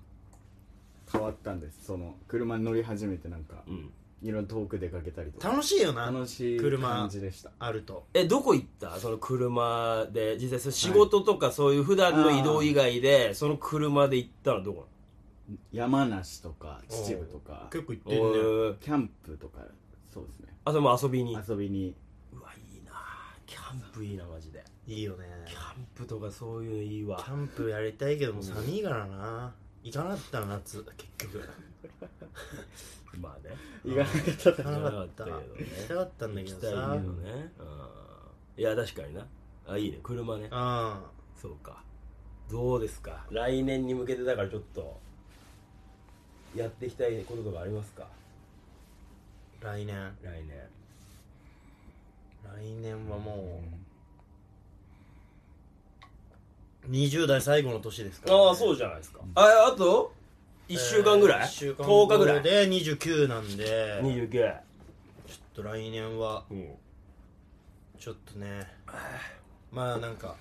Speaker 4: 変わったんですその車に乗り始めてなんか
Speaker 2: うん
Speaker 4: いろんな遠く出かけたりとか
Speaker 3: 楽しいよな
Speaker 4: 楽しい
Speaker 3: 車
Speaker 4: 感じでした
Speaker 3: あると
Speaker 2: えどこ行ったその車で実際その仕事とかそういう普段の移動以外でその車で行ったのはどこ
Speaker 4: 山梨とか秩父とか
Speaker 3: 結構行っ
Speaker 2: な
Speaker 3: てんね
Speaker 2: の
Speaker 4: キャンプとかそうですね
Speaker 2: あそれも遊びにう
Speaker 4: 遊びに
Speaker 2: わいいなキャンプいいなマジで
Speaker 3: いいよね
Speaker 2: キャンプとかそういうのいいわ
Speaker 3: キャンプやりたいけども寒いからな行かなかったな夏結局
Speaker 2: まあね
Speaker 4: 行かなかった
Speaker 3: 行かなかった行
Speaker 2: 行かなかったけどね
Speaker 3: きたかったんだ
Speaker 2: 行
Speaker 3: け
Speaker 2: き
Speaker 3: ど
Speaker 2: たいけ
Speaker 3: さ
Speaker 2: どねうんいや確かになあいいね車ね
Speaker 3: あ
Speaker 2: そうかどうですか来年に向けてだからちょっとやっていきたいこととかありますか
Speaker 3: あ来年
Speaker 2: 来年
Speaker 3: 来年はもう20代最後の年ですから、
Speaker 2: ああそうじゃないですかああと1週間ぐらい、
Speaker 3: えー一週間
Speaker 2: 10日ぐらい
Speaker 3: で29なんでちょっ
Speaker 2: 29
Speaker 3: と来年は
Speaker 2: うん
Speaker 3: ちょっとねまあなんか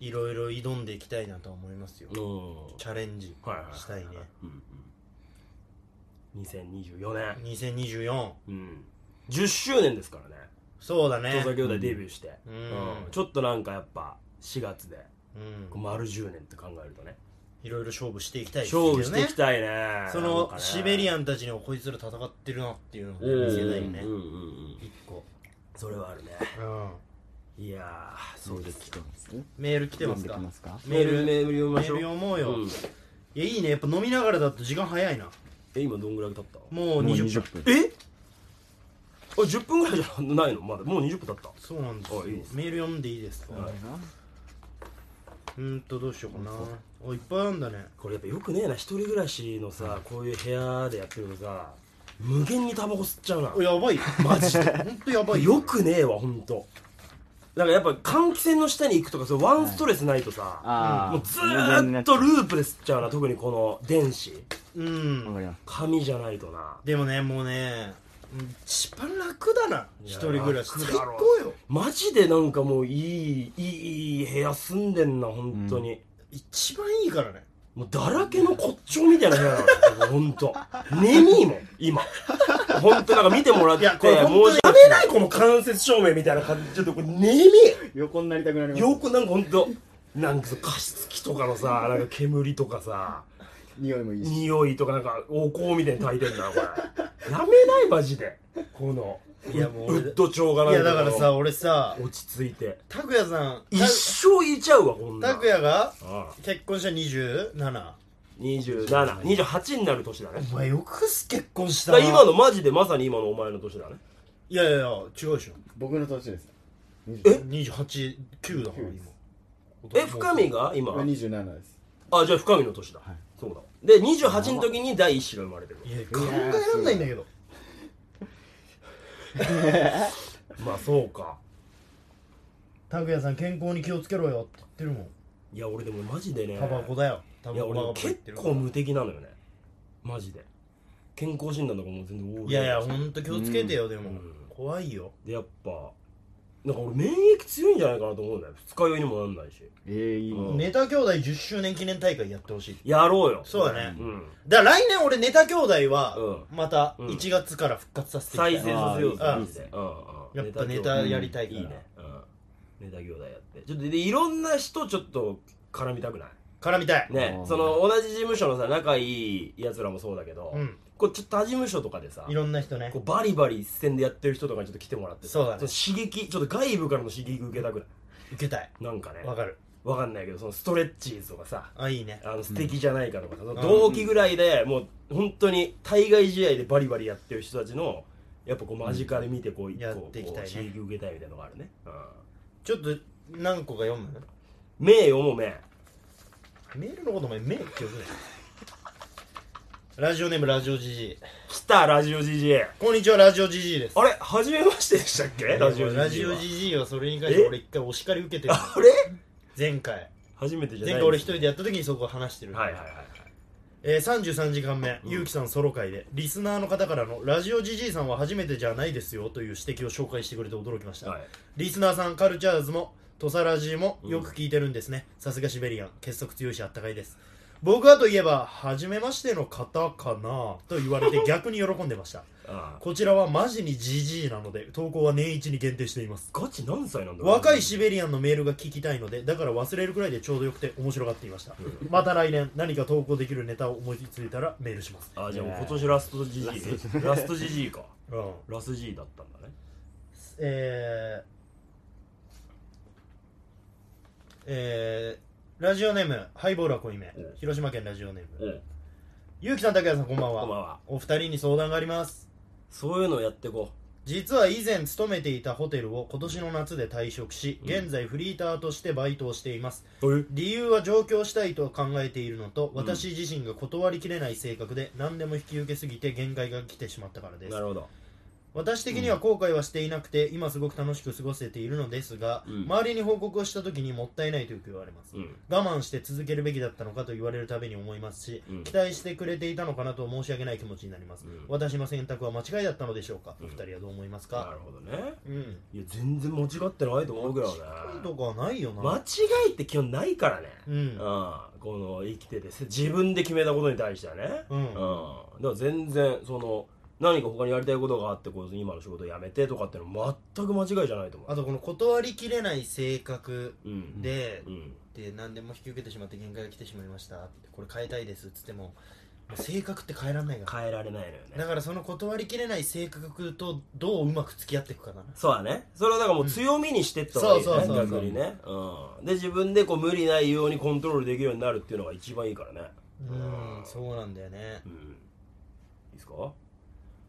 Speaker 3: いろいろ挑んでいきたいなとは思いますよチャレンジ
Speaker 2: はいはいはい
Speaker 3: したいね
Speaker 2: うんうん2024年
Speaker 3: 2024
Speaker 2: うん10周年ですからね
Speaker 3: そうだね
Speaker 2: 調査兄弟デビューして、
Speaker 3: うん
Speaker 2: うんちょっとなんかやっぱ4月で
Speaker 3: うん
Speaker 2: こう丸10年って考えるとね
Speaker 3: いろいろ勝負していきたいですよね
Speaker 2: 勝負していきたいね
Speaker 3: そ
Speaker 2: なん
Speaker 3: の
Speaker 2: かね
Speaker 3: シベリアンたちにこいつら戦ってるなっていうのを
Speaker 2: うんうん
Speaker 3: 見せたいね
Speaker 2: うんうんうん
Speaker 3: 一個
Speaker 2: それはあるね
Speaker 3: うん
Speaker 2: いやーそうですよ
Speaker 3: メール来て
Speaker 4: 読
Speaker 3: ま
Speaker 4: ん
Speaker 3: す
Speaker 4: でき
Speaker 3: か
Speaker 4: ますか
Speaker 2: メールメール
Speaker 3: メ
Speaker 2: 読みま
Speaker 3: ー
Speaker 2: しょう
Speaker 3: ル読もうよ
Speaker 2: うん
Speaker 3: いやいいねやっぱ飲みながらだと時間早いな
Speaker 2: え今どんぐらい経った
Speaker 3: もう
Speaker 4: もう
Speaker 3: 20分
Speaker 4: 分
Speaker 2: えあ10分ぐらいじゃないのまだもう20分経った
Speaker 3: そうなんですよ
Speaker 2: あいいです
Speaker 3: メール読んでいいですか
Speaker 2: は
Speaker 3: うーんとどうしようかなおいっぱいあるんだね
Speaker 2: これやっぱよくねえな一人暮らしのさこういう部屋でやってるとさ無限にタバコ吸っちゃうな
Speaker 3: おやばいマジ で本当やばい
Speaker 2: よくねえわほんとなんかやっぱ換気扇の下に行くとかそうワンストレスないとさ、
Speaker 4: ああ
Speaker 2: もうずーっとループで吸っちゃうな特にこの電子
Speaker 3: う
Speaker 4: わか
Speaker 3: ん
Speaker 4: ります
Speaker 2: 紙じゃないとな
Speaker 3: でもねもうねうん一番楽だない一
Speaker 2: や
Speaker 3: 人暮らし
Speaker 2: 楽
Speaker 3: 最
Speaker 2: だろ
Speaker 3: 高よ
Speaker 2: マジでなんかもういいいいいい部屋住んでんな本当に、
Speaker 3: 一番いいからね
Speaker 2: もうだらけの骨頂みたいな部屋なのよ ほんと眠いもん今ほんとなんか見てもらって
Speaker 3: いやこれほんとに
Speaker 2: もうやめないこの間接照明みたいな感じちょっとこれ眠
Speaker 4: 横になりたくなりま
Speaker 2: い
Speaker 4: す
Speaker 2: よくなんかほんとなんか加湿器とかのさなんか煙とかさ
Speaker 4: 匂いもいいし
Speaker 2: 匂いとかなんかお香みたいに炊いてんだよこれやめないマジでこの
Speaker 3: いやもう
Speaker 2: ウ
Speaker 3: 俺
Speaker 2: ッド調がなん
Speaker 3: いやだからさ俺さ
Speaker 2: 落ち着いて
Speaker 3: 拓也さん
Speaker 2: 一生いちゃうわこんなん
Speaker 3: 拓也が
Speaker 2: ああ
Speaker 3: 結婚した 27?
Speaker 2: 2728になる年だね
Speaker 3: お前よくす結婚し
Speaker 2: だ
Speaker 3: た
Speaker 2: か
Speaker 3: な
Speaker 2: ら今のマジでまさに今のお前の年だね
Speaker 3: いやいやいや違うでしょ
Speaker 4: 僕の年です
Speaker 3: 289だから
Speaker 4: 29です
Speaker 3: 今
Speaker 2: え深見が今
Speaker 4: 今27です
Speaker 2: あじゃあ深見の年だ、
Speaker 4: はい
Speaker 2: そうだで28の時に第一子が生まれてる
Speaker 3: いや考えらんないんだけど
Speaker 2: まあそうか
Speaker 3: 拓也さん健康に気をつけろよって言ってるもん
Speaker 2: いや俺でもマジでね
Speaker 3: タバコだよタ
Speaker 2: い
Speaker 3: バ
Speaker 2: や
Speaker 3: コバカバ
Speaker 2: 俺
Speaker 3: カ言っ
Speaker 2: 結
Speaker 3: てるから
Speaker 2: 構無敵なのよねマジで健康診断とかも全然オール
Speaker 3: いやいやほんと気をつけてよでも怖いよ
Speaker 2: でやっぱなんか俺免疫強いんじゃないかなと思うんだよ二日酔いにもなんないし
Speaker 4: ええいい
Speaker 2: うん
Speaker 3: ネタ兄弟10周年記念大会やってほしい
Speaker 2: やろうよ
Speaker 3: そうだね
Speaker 2: うん
Speaker 3: だから来年俺ネタ兄弟は
Speaker 2: う
Speaker 3: また
Speaker 2: うん
Speaker 3: 1月から復活させてい
Speaker 2: 再
Speaker 3: き
Speaker 2: 生
Speaker 3: たい
Speaker 2: させようぜ
Speaker 3: あー
Speaker 2: マジでうんうん
Speaker 3: やっぱネ
Speaker 2: 業
Speaker 3: タ
Speaker 2: 界
Speaker 3: やりたいから
Speaker 2: いいねうんネタ業態やってちょっとでいろんな人ちょっと絡みたくない
Speaker 3: 絡みたい
Speaker 2: ね
Speaker 4: あー
Speaker 2: その同じ事務所のさ仲いいやつらもそうだけど、
Speaker 3: うん
Speaker 2: こうちょっと他事務所とかでさ
Speaker 3: いろんな人ね
Speaker 2: こうバリバリ一戦でやってる人とかにちょっと来てもらってさ
Speaker 3: そうだね
Speaker 2: その刺激ちょっと外部からの刺激受けたくない
Speaker 3: 受けたい
Speaker 2: なんかね
Speaker 3: わかる
Speaker 2: わかんないけどそのストレッチーズとかさ
Speaker 3: あいいね
Speaker 2: あの素敵じゃないかとかさ、その同期ぐらいでもう本当に対外試合でバリバリやってる人たちのやっぱこう間近で見てこう一個
Speaker 3: やっ
Speaker 2: こう
Speaker 3: ていきたいね
Speaker 2: 刺激受けたいみたいなのがあるね、うん、
Speaker 3: ちょっと何個か読む
Speaker 2: 名誉も名
Speaker 3: メールのことお前目って呼ぶねラジオネームラジオジジイ
Speaker 2: 来たラジオ GG
Speaker 3: こんにちはラジオジジイです
Speaker 2: あれ初めましてでしたっけラジオ GG は
Speaker 3: ラジオジジイはそれに関して俺一回お叱り受けてる
Speaker 2: あれ
Speaker 3: 前回
Speaker 2: 初めてじゃ
Speaker 3: 前
Speaker 2: ない
Speaker 3: 回俺一人でやった時にそこ話してる
Speaker 2: はいはいはいはい
Speaker 3: えー、33時間目、ゆうきさんソロ会でリスナーの方からの「ラジオじじいさんは初めてじゃないですよ」という指摘を紹介してくれて驚きました、
Speaker 2: はい
Speaker 3: リスナーさんカルチャーズも土佐ラジもよく聞いてるんですねさすがシベリアン結束強いしあったかいです僕はといえば初めましての方かなと言われて逆に喜んでました
Speaker 2: あ
Speaker 3: こちらはマジにじじいなので投稿は年一に限定しています
Speaker 2: ガチ何歳なんだろう
Speaker 3: 若いシベリアンのメールが聞きたいのでだから忘れるくらいでちょうどよくて面白がっていましたまた来年何か投稿できるネタを思いついたらメールします、
Speaker 2: あじゃあもう今年ラスト GG ラスト GG か
Speaker 3: うん
Speaker 2: ラス G だったんだね
Speaker 3: えーえーラジオネームハイボールは濃いめ
Speaker 2: うん
Speaker 3: 広島県ラジオネーム
Speaker 2: うん
Speaker 3: ゆうきさん拓也さんこんばんは
Speaker 2: こんばんは
Speaker 3: お二人に相談があります
Speaker 2: そういうのをやってこ
Speaker 3: 実は以前勤めていたホテルを今年の夏で退職し現在フリーターとしてバイトをしています
Speaker 2: うえ
Speaker 3: 理由は上京したいと考えているのと私自身が断りきれない性格で何でも引き受けすぎて限界が来てしまったからです
Speaker 2: なるほど
Speaker 3: 私的には後悔はしていなくて今すごく楽しく過ごせているのですが、
Speaker 2: うん
Speaker 3: 周りに報告をした時にもったいないとよく言われます、
Speaker 2: うん
Speaker 3: 我慢して続けるべきだったのかと言われるたびに思いますし、
Speaker 2: うん
Speaker 3: 期待してくれていたのかなと申し訳ない気持ちになります、
Speaker 2: うん
Speaker 3: 私の選択は間違いだったのでしょうか、
Speaker 2: うん
Speaker 3: お二人はどう思います
Speaker 2: なる
Speaker 3: か
Speaker 2: ほどね
Speaker 3: うん
Speaker 2: いや全然間違ってないと思うけどね
Speaker 3: とかはないよな、
Speaker 2: 間違いって基本ないからね
Speaker 3: う
Speaker 2: うん
Speaker 3: ん
Speaker 2: この生きててせ自分で決めたことに対してはね
Speaker 3: うん
Speaker 2: うんだから全然その何か他にやりたいことがあってこう今の仕事辞めてとかってのは全く間違いじゃないと思
Speaker 3: あとこの断りきれない性格
Speaker 2: ううん
Speaker 3: で、
Speaker 2: うん
Speaker 3: で何でも引き受けてしまって限界が来てしまいましたってこれ変えたいですっつってももう性格って変えられないから
Speaker 2: 変えられないのよね
Speaker 3: だからその断りきれない性格とどううまく付き合っていくかだな
Speaker 2: そうだねそれはだからもう強みにしてった方がいいよ
Speaker 3: そ
Speaker 2: ね
Speaker 3: うそうそうそう
Speaker 2: 逆にねうんで自分でこう無理ないようにコントロールできるようになるっていうのが一番いいからね
Speaker 3: うんそうなんだよね
Speaker 2: うんいいですか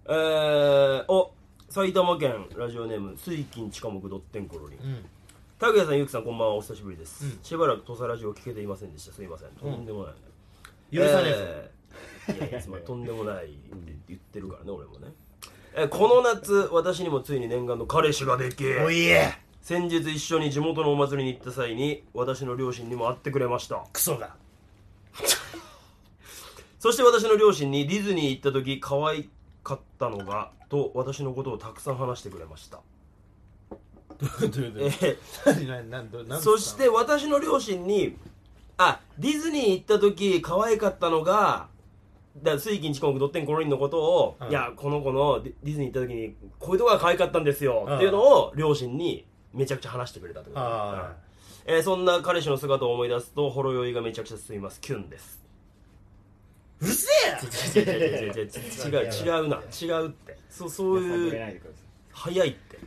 Speaker 2: えー、お埼玉県ラジオネーム水金近木ドッテンコロリン
Speaker 3: うん
Speaker 2: 拓也さんゆうきさんこんばんはお久しぶりです、
Speaker 3: うん
Speaker 2: しばらく土佐ラジオ聞けていませんでしたすいませんとんでもない、
Speaker 3: 許さね
Speaker 2: えーいやいやつまりとんでもないって言ってるからね俺もねえーこの夏私にもついに念願の彼氏ができ
Speaker 3: えぞおいえ
Speaker 2: 先日一緒に地元のお祭りに行った際に私の両親にも会ってくれました
Speaker 3: クソが
Speaker 2: そして私の両親にディズニー行った時可愛かったのがと私のことをたくさん話してくれました、
Speaker 3: どういう
Speaker 2: えー
Speaker 3: 何何何どう何
Speaker 2: そして私の両親にあディズニー行った時可愛かったのがだ水金地国ドッテンコロリンのことを、
Speaker 3: うん
Speaker 2: いやこの子のディディズニー行った時にこういうとこが可愛かったんですよ、
Speaker 3: うん
Speaker 2: っていうのを両親にめちゃくちゃ話してくれたってこと
Speaker 3: あ
Speaker 2: うんえーそんな彼氏の姿を思い出すとほろ酔いがめちゃくちゃ進みますキュンです
Speaker 3: うるせ
Speaker 2: 違う違う違う
Speaker 3: え
Speaker 2: 違うな違うってそうそう
Speaker 4: 触れ
Speaker 2: い
Speaker 4: な
Speaker 2: う
Speaker 4: いでください
Speaker 2: 早いって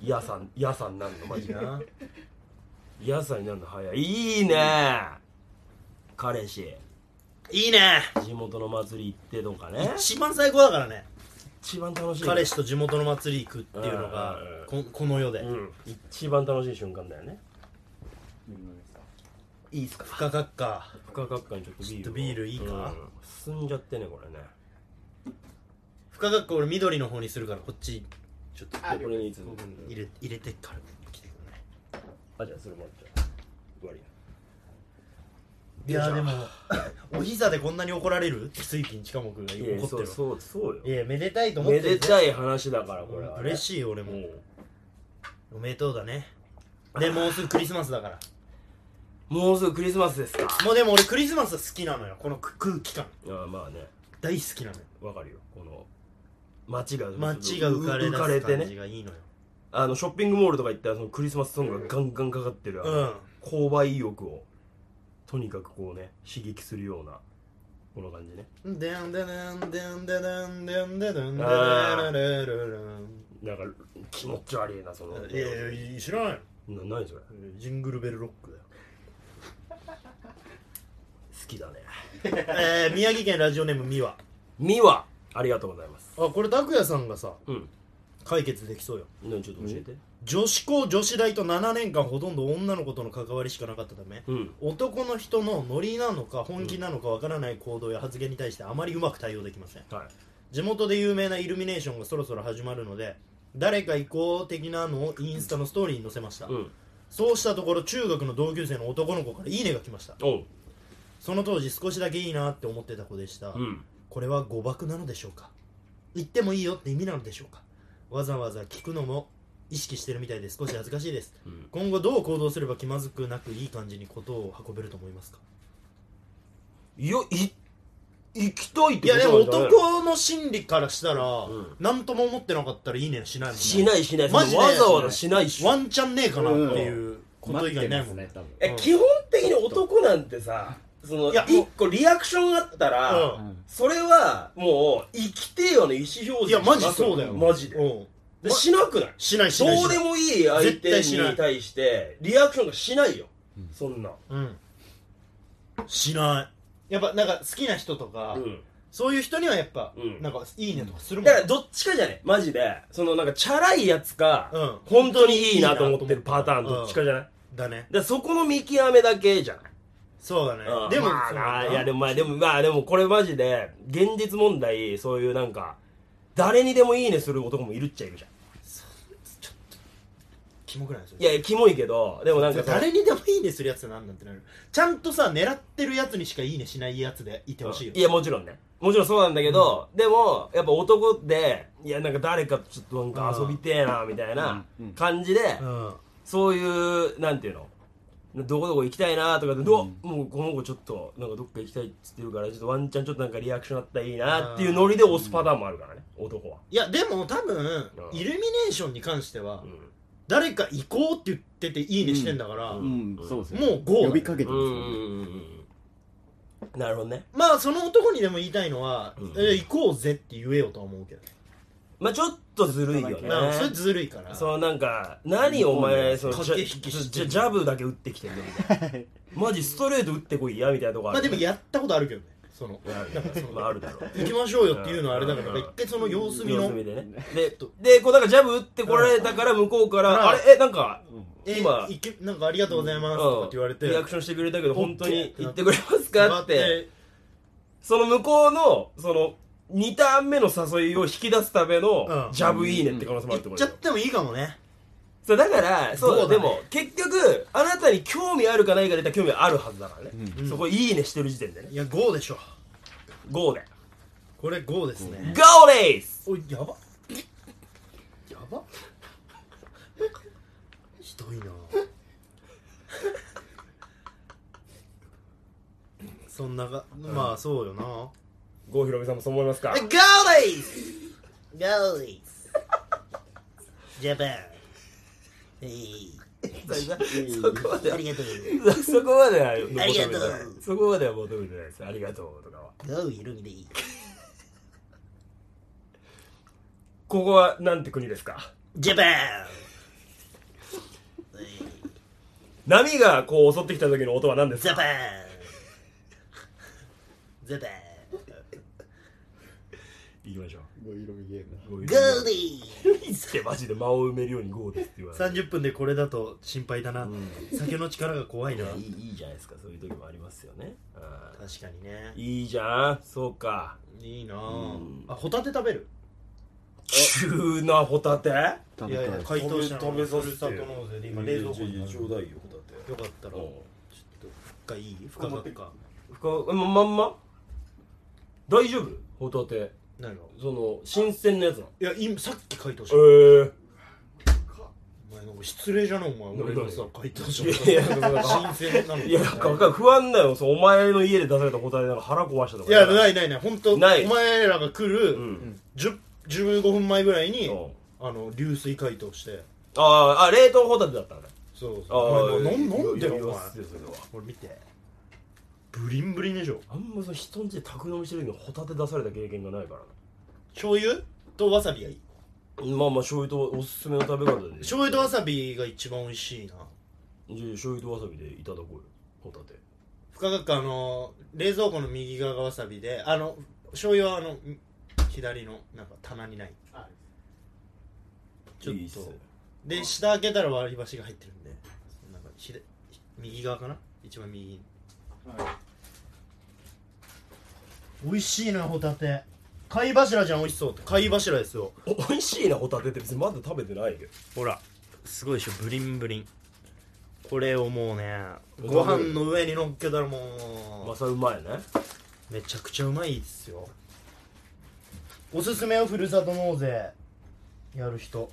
Speaker 2: 嫌さん嫌さんなんのマジ
Speaker 3: いい
Speaker 2: で
Speaker 3: な
Speaker 2: 嫌さんになるの早いいいね彼氏
Speaker 3: いいね
Speaker 2: 地元の祭り行ってとかね
Speaker 3: 一番最高だからね
Speaker 2: 一番楽しい
Speaker 3: 彼氏と地元の祭り行くっていうのがここの世で
Speaker 2: うん一番楽しい瞬間だよね
Speaker 4: いいのですか
Speaker 2: いいっすか
Speaker 3: 不可学か
Speaker 2: 深かっかにちょっとビ
Speaker 3: ちょ
Speaker 2: ール
Speaker 3: っと
Speaker 2: を
Speaker 3: ビールいいか
Speaker 2: うん進んじゃってねこれね
Speaker 3: 不可学か俺緑の方にするからこっちちょっと
Speaker 4: あ
Speaker 2: これにいつも
Speaker 3: 入れ入れてから来てくれない
Speaker 2: あじゃあそれもらっちゃう終わり
Speaker 3: いやでもお膝でこんなに怒られる水金近本が
Speaker 2: いや
Speaker 3: 怒っ
Speaker 2: そ
Speaker 3: て
Speaker 2: う
Speaker 3: る
Speaker 2: そうそうよ
Speaker 3: いやめでたいと思って
Speaker 2: め
Speaker 3: る
Speaker 2: でたい話だからこれは
Speaker 3: 俺
Speaker 2: ね
Speaker 3: 嬉しい俺も
Speaker 2: うん
Speaker 3: おめでとうだねでもうすぐクリスマスだから
Speaker 2: もうすぐクリスマスですか
Speaker 3: もうでも俺クリスマス好きなのよこのく空気感
Speaker 2: いやまあね
Speaker 3: 大好きなのよ
Speaker 2: わかるよこの街が
Speaker 3: 街が浮かれ
Speaker 2: 浮か
Speaker 3: 出
Speaker 2: れ
Speaker 3: す
Speaker 2: て
Speaker 3: 感じ
Speaker 2: ね
Speaker 3: がいいのよ、
Speaker 2: あのショッピングモールとか行ったらそのクリスマスソングがガンガンかかってる、あの購買意欲をとにかくこうね刺激するようなこの感じね
Speaker 3: うんでんでんでんでんでんでんでんでんでんでんでんでん
Speaker 2: あ
Speaker 3: で
Speaker 2: なんか気持ち悪いなその
Speaker 3: んいやいや知らないよ
Speaker 2: な何それ好
Speaker 3: ジングルベルロックだよ
Speaker 2: きだね
Speaker 3: えー、宮城県ラジオネームみわ
Speaker 2: ミワありがとうございます
Speaker 3: あこれ拓哉さんがさ
Speaker 2: うん
Speaker 3: 解決できそうよ
Speaker 2: ねちょっと教えて
Speaker 3: 女子校女子大と7年間ほとんど女の子との関わりしかなかったため
Speaker 2: うん
Speaker 3: 男の人のノリなのか本気なのかわからない行動や発言に対してあまりうまく対応できません
Speaker 2: はい
Speaker 3: 地元で有名なイルミネーションがそろそろ始まるので誰か行こう的なのをインスタのストーリーに載せました、
Speaker 2: うん
Speaker 3: そうしたところ中学の同級生の男の子から「いいね」が来ました
Speaker 2: おう
Speaker 3: その当時少しだけいいなって思ってた子でした、
Speaker 2: うん
Speaker 3: これは誤爆なのでしょうか言ってもいいよって意味なのでしょうかわざわざ聞くのも意識してるみたいで少し恥ずかしいです
Speaker 2: うん
Speaker 3: 今後どう行動すれば気まずくなくいい感じにことを運べると思いますか
Speaker 2: いやい行きたいっ
Speaker 3: い
Speaker 2: て
Speaker 3: や
Speaker 2: こと
Speaker 3: で
Speaker 2: な
Speaker 3: も
Speaker 2: んじゃない
Speaker 3: 男の心理からしたら、
Speaker 2: ん
Speaker 3: 何とも思ってなかったらいいねしないもんね
Speaker 2: しないしない
Speaker 3: マジで
Speaker 2: わざわざしないっしょ
Speaker 3: ワンチャンねえかなっていうこと以外ないもん
Speaker 4: 待
Speaker 3: ね
Speaker 4: ってますね
Speaker 2: え基本的に男なんてさその
Speaker 3: いや
Speaker 2: 一個リアクションあったら、
Speaker 3: うん
Speaker 4: 多分うん
Speaker 2: それはもう生きてよの意思表示
Speaker 3: いやマジそうだよ
Speaker 2: マジで,、
Speaker 3: うん
Speaker 2: でしなくない
Speaker 3: しないしないし
Speaker 2: ど
Speaker 3: な
Speaker 2: う
Speaker 3: い
Speaker 2: でもいい相
Speaker 3: 絶
Speaker 2: 手
Speaker 3: 対しない
Speaker 2: に対してリアクションがしないよ、
Speaker 4: うん
Speaker 2: そんな、
Speaker 3: うんしないやっぱなんか好きな人とか、
Speaker 2: うん、
Speaker 3: そういう人にはやっぱ、
Speaker 2: うん
Speaker 3: なんかいいねとかするも
Speaker 2: だ
Speaker 3: ん
Speaker 2: からどっちかじゃねマジでそのなんかチャラいやつか、
Speaker 3: うん
Speaker 2: 本当にいいなと思ってるパターン
Speaker 3: うん
Speaker 2: どっちかじゃない、だか
Speaker 3: だね
Speaker 2: らそこの見極めだけじゃない
Speaker 3: そうだね、
Speaker 2: うん
Speaker 3: でも、
Speaker 2: まあ
Speaker 3: そう
Speaker 2: な
Speaker 3: だない
Speaker 2: やでもまあでもまあでもこれマジで現実問題そういうなんか誰にでもいいねする男もいるっちゃいるじゃん
Speaker 3: キモくないです
Speaker 2: いやいやキモいけどでもなんかさ
Speaker 3: 誰にでもいいねするやつなんなんてなるちゃんとさ狙ってるやつにしかいいねしないやつでいてほしいよ、
Speaker 2: やもちろんねもちろんそうなんだけど、でもやっぱ男でいやなんか誰かちょっとなんか遊びてえなみたいな
Speaker 4: うん
Speaker 2: 感じで、
Speaker 3: うん
Speaker 2: そういうなんていうのどこどこ行きたいなとかで、どうもうこの子ちょっとなんかどっか行きたいっつってるからちょっとワンチャンちょっとなんかリアクションあったらいいなっていうノリで押すパターンもあるからね男は、
Speaker 3: いやでも多分
Speaker 2: うん
Speaker 3: イルミネーションに関しては
Speaker 2: うん
Speaker 3: 誰か行こうって言ってていいねしてんだから、
Speaker 2: う
Speaker 4: うんそうですね
Speaker 3: もうゴーだね
Speaker 4: 呼びかけて
Speaker 2: う
Speaker 4: ますよ
Speaker 2: ん
Speaker 4: ね
Speaker 2: うんなるほどね
Speaker 3: まあその男にでも言いたいのは、
Speaker 2: うん
Speaker 3: えー行こうぜって言えよとは思うけど、
Speaker 2: まあちょっとずるいよね
Speaker 3: うんそれずるいから
Speaker 2: そのなんか何お前そのジ
Speaker 3: 駆け
Speaker 2: ャ
Speaker 3: 引きして
Speaker 2: ジャジャブだけ打ってきてるのみたいなマジストレート打ってこいやみたいなとこあ
Speaker 3: まあ
Speaker 2: る
Speaker 3: でもやったことあるけどねその
Speaker 2: ある
Speaker 3: なんかその
Speaker 2: まああるだろう
Speaker 3: 行きましょうよっていうのはあれだから
Speaker 2: うん
Speaker 3: 一回その様子見
Speaker 2: 様
Speaker 3: の
Speaker 2: 子見でね
Speaker 3: ち
Speaker 2: で
Speaker 3: ょっ
Speaker 2: でこうなんかジャブ打ってこられたから向こうから、
Speaker 3: うん
Speaker 2: あれえなんか
Speaker 3: えー
Speaker 2: 今
Speaker 3: 行けなんかありがとうございますとかって言われて、
Speaker 2: リアクションしてくれたけど本当に
Speaker 3: オッケー
Speaker 2: 言ってくれますかってその向こうのその2ターン目の誘いを引き出すための
Speaker 3: うん
Speaker 2: ジャブいいねって可能性もあ
Speaker 3: 行
Speaker 2: るって
Speaker 3: っ
Speaker 2: こ
Speaker 3: ちゃ
Speaker 2: と
Speaker 3: っ
Speaker 2: だよ
Speaker 3: てもいいかもね
Speaker 2: そうだからそうだ
Speaker 3: そうだね
Speaker 2: でも結局あなたに興味あるかないかで言ったら興味あるはずだからね、
Speaker 3: うん
Speaker 2: そこいいねしてる時点でね
Speaker 3: いや GO でしょ
Speaker 2: GO で
Speaker 3: これ GO ですね
Speaker 2: GO でーす
Speaker 3: おいやばやばひどいなそんなが、まあそうよな
Speaker 2: 郷ひろみさんもそう思いますか
Speaker 3: ゴーリースゴーリースジャパンえい
Speaker 2: そこまで
Speaker 3: あ
Speaker 2: は
Speaker 3: りがとう
Speaker 2: そこまでは求
Speaker 3: あ
Speaker 2: め
Speaker 3: り
Speaker 2: て
Speaker 3: が
Speaker 2: ない
Speaker 3: とう
Speaker 2: そこまでは求めてないですありがとうとかは
Speaker 3: ゴーヒロミでいい
Speaker 2: ここはなんて国ですか
Speaker 3: ジャパンえい
Speaker 2: 波がこう襲ってきた時の音は何です
Speaker 3: ザ
Speaker 2: か
Speaker 3: パンザパン
Speaker 2: 行きましょ
Speaker 4: ご色味ゲーム
Speaker 2: うゴ
Speaker 3: ゴ
Speaker 2: ー
Speaker 3: ーリー
Speaker 2: いつけマジで間を埋めるようにゴーですって言われて
Speaker 3: 30分でこれだと心配だな、酒の力が怖いな
Speaker 2: うんいいいいじゃないですかそういう時もありますよねうん
Speaker 3: 確かにね
Speaker 2: いいじゃんそうか
Speaker 3: いいな
Speaker 2: うん
Speaker 3: ああホタテ食べる
Speaker 2: 急なホタテ
Speaker 4: 食
Speaker 3: い
Speaker 4: べ
Speaker 3: やい
Speaker 4: た
Speaker 3: や
Speaker 4: い
Speaker 3: 解凍したの
Speaker 2: 食べさせて
Speaker 3: ふるさと納税で今冷蔵庫にある
Speaker 2: ちょうだいよホタテ
Speaker 3: よかったらちょっと深いいい深かっか
Speaker 2: 深えままんま大丈夫ホタテ
Speaker 3: 何が
Speaker 2: その新鮮なやつない
Speaker 3: や今さっき解凍した
Speaker 2: え
Speaker 3: お前なんか失礼じゃないお前俺のさ解凍した
Speaker 2: いやいやなんか
Speaker 3: 新鮮なの
Speaker 2: えいやなんかわかる不安だよそうお前の家で出されたホタテなんか腹壊したとか
Speaker 3: いや
Speaker 2: い
Speaker 3: ないないない本当お
Speaker 2: ない
Speaker 3: 前らが来
Speaker 2: う
Speaker 3: る
Speaker 2: ん
Speaker 3: 10 15分前ぐらいに
Speaker 2: うん
Speaker 3: あの流水解凍して
Speaker 2: あああ冷凍ホタテだったんだ
Speaker 3: そう
Speaker 2: あ
Speaker 3: そうお前ななんで
Speaker 2: い
Speaker 3: お前
Speaker 2: やいやいやそれは
Speaker 3: これ見てブリンブリンでしょ
Speaker 2: あんまその人んちで宅飲みしてる時にホタテ出された経験がないからな
Speaker 3: 醤油とわさびがいい
Speaker 2: まあまあ醤油とおすすめの食べ方で
Speaker 3: 醤油とわさびが一番美味しいな
Speaker 2: じゃあ醤油とわさびでいただこうよホタテ
Speaker 3: 深川君あの冷蔵庫の右側がわさびであの醤油はあのん左のなんか棚にないちょっと
Speaker 2: いいっすね
Speaker 3: で下開けたら割り箸が入ってるんでそのなんか左右側かな一番右美味しいなホタテ貝柱じゃん美味しそうって貝柱ですよ
Speaker 2: お美味しいなホタテって別にまだ食べてないけど
Speaker 3: ほらすごいでしょブリンブリンこれをもうね
Speaker 2: ご
Speaker 3: ご
Speaker 2: 飯
Speaker 3: 飯の上に乗っけたらもう
Speaker 2: まあそれうまいね
Speaker 3: めちゃくちゃうまいですよおすすめはふるさと納税やる人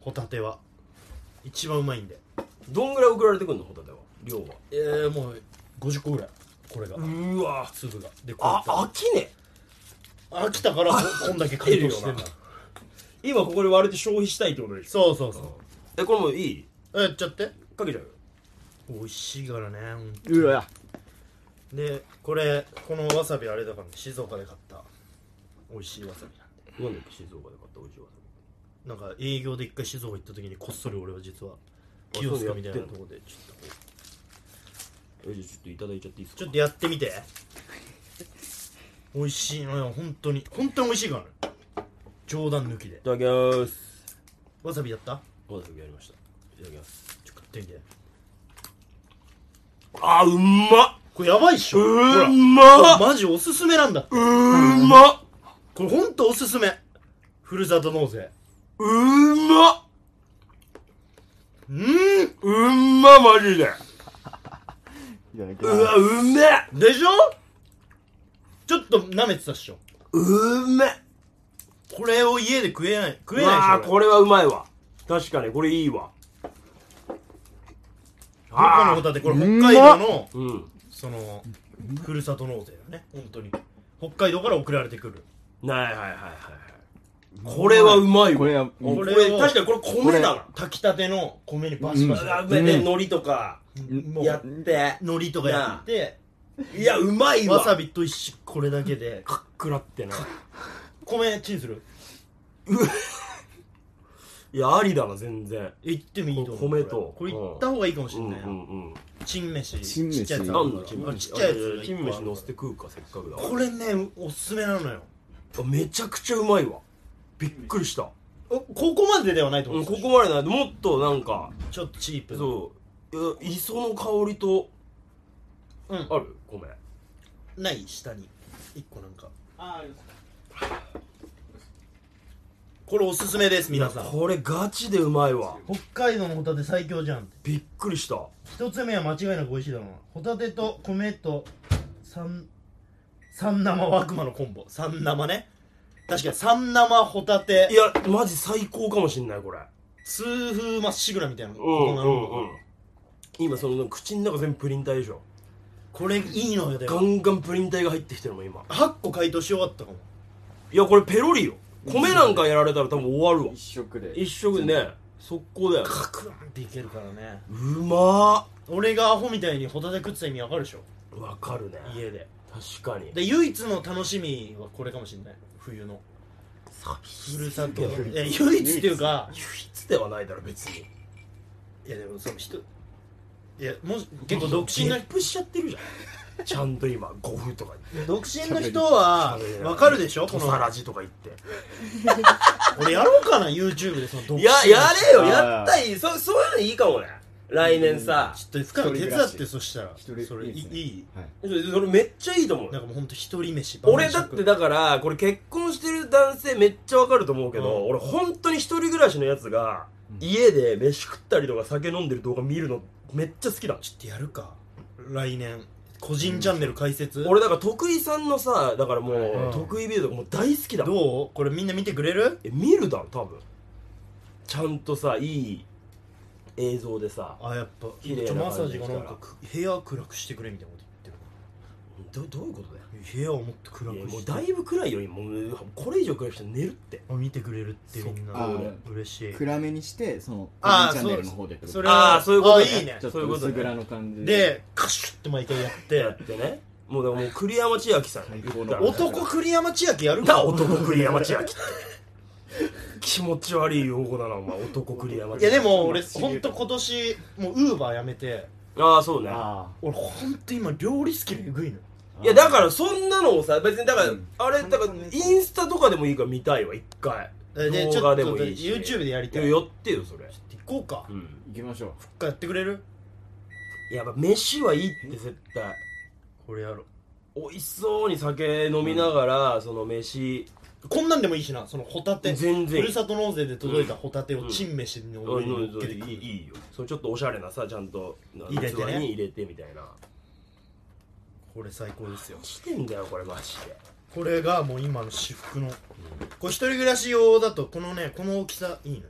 Speaker 3: ホタテは一番うまいんで
Speaker 2: どんぐらい送られてくるのホタテは量は
Speaker 3: えー、もう50個ぐらいこれが
Speaker 2: うわ
Speaker 3: 粒がでこうや
Speaker 2: あ
Speaker 3: っ
Speaker 2: 飽きね
Speaker 3: て飽きたから ここんだけ解凍してん
Speaker 2: 飽きてるよ
Speaker 3: だ
Speaker 2: な今ここで割れて消費したいってことでしょ
Speaker 3: そうそうそ
Speaker 2: えこれもういいう
Speaker 3: やっちゃって
Speaker 2: かけちゃうよ
Speaker 3: 美味しいからねほんと
Speaker 4: うわ
Speaker 3: でこれこのわさびあれだからね静岡で買った美味しいわさびなんで
Speaker 2: なんだっけ静岡で買ったおいしいわさ
Speaker 3: なんか営業で一回静岡行った時にこっそり俺は実はキオスクみたいなとこでちょっとこう
Speaker 2: びえじゃあちょっといただいちゃっていいですか
Speaker 3: ちょっとやってみて美味しいのよ本当に本当に美味しいからね冗談抜きで
Speaker 2: いただきます
Speaker 3: わさびやった
Speaker 2: まだやりましたいただきます
Speaker 3: ちょっと食ってみて
Speaker 2: あうんまっ
Speaker 3: これやばいっしょほら
Speaker 2: んまっ
Speaker 3: マジおすすめなんだ
Speaker 2: うーまっ
Speaker 3: これ本当おすすめふるさと納税
Speaker 2: うーまっ
Speaker 3: うーん
Speaker 2: うんまマジで
Speaker 4: いただき
Speaker 2: う
Speaker 4: ます
Speaker 2: わうめえ
Speaker 3: でしょちょっと舐めてたっしょ
Speaker 2: うめえ
Speaker 3: これを家で食えない食え
Speaker 2: う
Speaker 3: ないでし
Speaker 2: わあ
Speaker 3: ょ
Speaker 2: これはうまいわ確かにこれいいわ
Speaker 3: これどこのホタテこれ北海道の
Speaker 2: ーうん
Speaker 3: そのふるさと納税だね本当に北海道から送られてくる
Speaker 2: はいはいはいはいはいこれはうまいわ
Speaker 4: これは
Speaker 2: これ
Speaker 3: これを
Speaker 2: 確かにこれ米だな
Speaker 3: 炊きたての米にバシバシ
Speaker 2: うわうめえね
Speaker 4: うん
Speaker 2: 海苔とか
Speaker 3: もう
Speaker 2: やって
Speaker 3: 海苔とかやって
Speaker 2: いやうまいわ
Speaker 3: わさびと一緒これだけで
Speaker 2: かっくらってな
Speaker 3: 米チンする
Speaker 2: いやありだな全然
Speaker 3: いってもいいと思う
Speaker 2: こ
Speaker 3: これ
Speaker 2: 米と
Speaker 3: これいった方がいいかもし
Speaker 2: う
Speaker 3: れ
Speaker 2: んう
Speaker 3: ないな、
Speaker 2: んうん
Speaker 3: チン飯
Speaker 4: チン飯
Speaker 3: ちっちゃいやつ
Speaker 2: なんだチン
Speaker 3: あ
Speaker 2: 飯
Speaker 3: ちっちゃいやつ
Speaker 2: チン飯乗せて食うかせっかくだ
Speaker 3: これねおすすめなのよ
Speaker 2: あめちゃくちゃうまいわびっくりした
Speaker 3: おここまでではないと思
Speaker 2: う
Speaker 3: うんんです
Speaker 2: こ
Speaker 3: よ
Speaker 2: こまでないもっとなんか
Speaker 3: ちょっとチープな
Speaker 2: そういや磯の香りと
Speaker 3: うん
Speaker 2: ある米
Speaker 3: ない下に一個なんかこれおすすめです皆さん
Speaker 2: これガチでうまいわ
Speaker 3: 北海道のホタテ最強じゃんって
Speaker 2: びっくりした
Speaker 3: 一つ目は間違いなく美味しいだろうなホタテと米と三三生ワクマのコンボ三生ね確かに三生ホタ
Speaker 2: い
Speaker 3: テ
Speaker 2: やマジ最高かもしんないこれ
Speaker 3: 痛風まっしぐらみたいな
Speaker 2: うんうんうん今その口の中全部プリン体でしょ
Speaker 3: これいいのよで
Speaker 2: ガ
Speaker 3: も
Speaker 2: ンガンプリン体が入ってきてるもん今
Speaker 3: 8個解凍し終わったかも
Speaker 2: いやこれペロリよ米なんかやられたら多分終わるわ
Speaker 4: 一食で
Speaker 2: 一食でね速攻だよ
Speaker 3: カクンっていけるからね
Speaker 2: うまー
Speaker 3: 俺がアホみたいにホタテ食ってた意味わかるでしょ
Speaker 2: わかるね
Speaker 3: 家で
Speaker 2: 確かに
Speaker 3: で唯一の楽しみはこれかもしれない冬のふるさと
Speaker 2: いや唯
Speaker 3: いや唯一っていうか
Speaker 2: 一ではないだろ別に
Speaker 3: いやでもその人いやもし結構独身
Speaker 2: ゲ
Speaker 3: の
Speaker 2: ップしちゃってるじゃんちゃんと今五分とか
Speaker 3: 独身の人はわかるでしょ
Speaker 2: こ
Speaker 3: こ
Speaker 2: のさ
Speaker 3: の
Speaker 2: らじとか言って
Speaker 3: 俺やろうかな YouTube でその独身の
Speaker 2: いややれよ
Speaker 4: あー
Speaker 2: やったらいいそそういうのいいかもね来年さ
Speaker 3: ちょっと深野手伝ってそしたら
Speaker 4: 一人
Speaker 3: それい
Speaker 4: いいですね
Speaker 3: い
Speaker 4: はい
Speaker 2: それそれめっちゃいいと思う
Speaker 3: なんかもうほんと一人飯
Speaker 2: 俺だってだからこれ結婚してる男性めっちゃわかると思うけど、
Speaker 3: うん
Speaker 2: 俺本当に一人暮らしのやつが
Speaker 4: うん
Speaker 2: 家で飯食ったりとか酒飲んでる動画見るのめっちゃ好きだ
Speaker 3: ちょっとやるか来年個人チャンネル開設、
Speaker 2: 俺だから徳井さんのさだからもう、
Speaker 3: うん
Speaker 2: 徳井ビデオとかもう大好きだもん
Speaker 3: どうこれみんな見てくれる
Speaker 2: え見るだろ多分ちゃんとさいい映像でさ
Speaker 3: あやっぱ
Speaker 2: 綺麗な
Speaker 3: ちょマッサージがなん
Speaker 2: 感
Speaker 3: か部屋暗くしてくれみたいなこと言って
Speaker 2: どどういうことだよ
Speaker 3: る部屋をもっと暗
Speaker 2: いや
Speaker 3: く
Speaker 2: もう
Speaker 3: し
Speaker 2: だ
Speaker 3: て
Speaker 2: いぶ暗いよ今もうこれ以上暗くしたら寝るって
Speaker 3: あ見てくれるってみんな
Speaker 4: そう
Speaker 3: あー嬉しい
Speaker 4: 暗めにしてその個
Speaker 3: あ
Speaker 4: 人
Speaker 3: ー
Speaker 4: チャンネルの方でってこと
Speaker 3: それ
Speaker 2: ああそういうことね
Speaker 3: あいいね
Speaker 4: ちょっ
Speaker 2: そういう
Speaker 4: と
Speaker 2: こと
Speaker 4: 薄
Speaker 2: ね
Speaker 4: 暗の感じ
Speaker 3: でカシュッて毎回やって
Speaker 2: やってねもうでももう栗山千明さん
Speaker 4: 最
Speaker 2: 言
Speaker 4: 高
Speaker 2: っ
Speaker 4: の
Speaker 2: たら
Speaker 3: 男栗山千明やる
Speaker 2: な
Speaker 3: か
Speaker 2: 男栗山千明って気持ち悪い用語だなお前男栗山
Speaker 3: いや
Speaker 2: 千
Speaker 3: で
Speaker 2: 明
Speaker 3: も俺ほんと今年もうウーバーやめて
Speaker 2: ああそうね
Speaker 4: あ
Speaker 3: 俺ほんと今料理スキルえぐいの
Speaker 4: ー
Speaker 2: いやだからそんなのをさ別にだから、
Speaker 4: うん
Speaker 2: あれだからインスタとかでもいいから見たいわ一回
Speaker 3: えでち
Speaker 2: 動
Speaker 3: ょ
Speaker 2: 画
Speaker 3: っ
Speaker 2: で
Speaker 3: と
Speaker 2: もいいし
Speaker 3: YouTube でやり
Speaker 2: い
Speaker 3: た
Speaker 2: や
Speaker 3: い
Speaker 2: や
Speaker 3: 行
Speaker 2: ってよそれ、
Speaker 3: こうか
Speaker 2: うん、
Speaker 4: 行きましょ
Speaker 3: 復活やってくれる
Speaker 2: やっぱ飯はいいって絶対
Speaker 3: これやろう
Speaker 2: 美味しそうに酒飲みながら、その飯
Speaker 3: こんなんでもいいしなそのホタテ
Speaker 2: 全
Speaker 3: ふ
Speaker 2: 然い
Speaker 3: る
Speaker 2: い
Speaker 3: さと納税で届いたホタテをチン飯の
Speaker 2: う
Speaker 3: 上
Speaker 2: ん
Speaker 3: に乗っけて
Speaker 2: い
Speaker 3: く
Speaker 2: い
Speaker 3: る
Speaker 2: いいよそれちょっとおしゃれなさちゃんと
Speaker 3: 入れてね
Speaker 2: 器に入れてみたいな
Speaker 3: これ最高ですよ
Speaker 2: 何してんだよこれマジで
Speaker 3: これがもう今の私服のこれ一人暮らし用だとこのねこの大きさいいの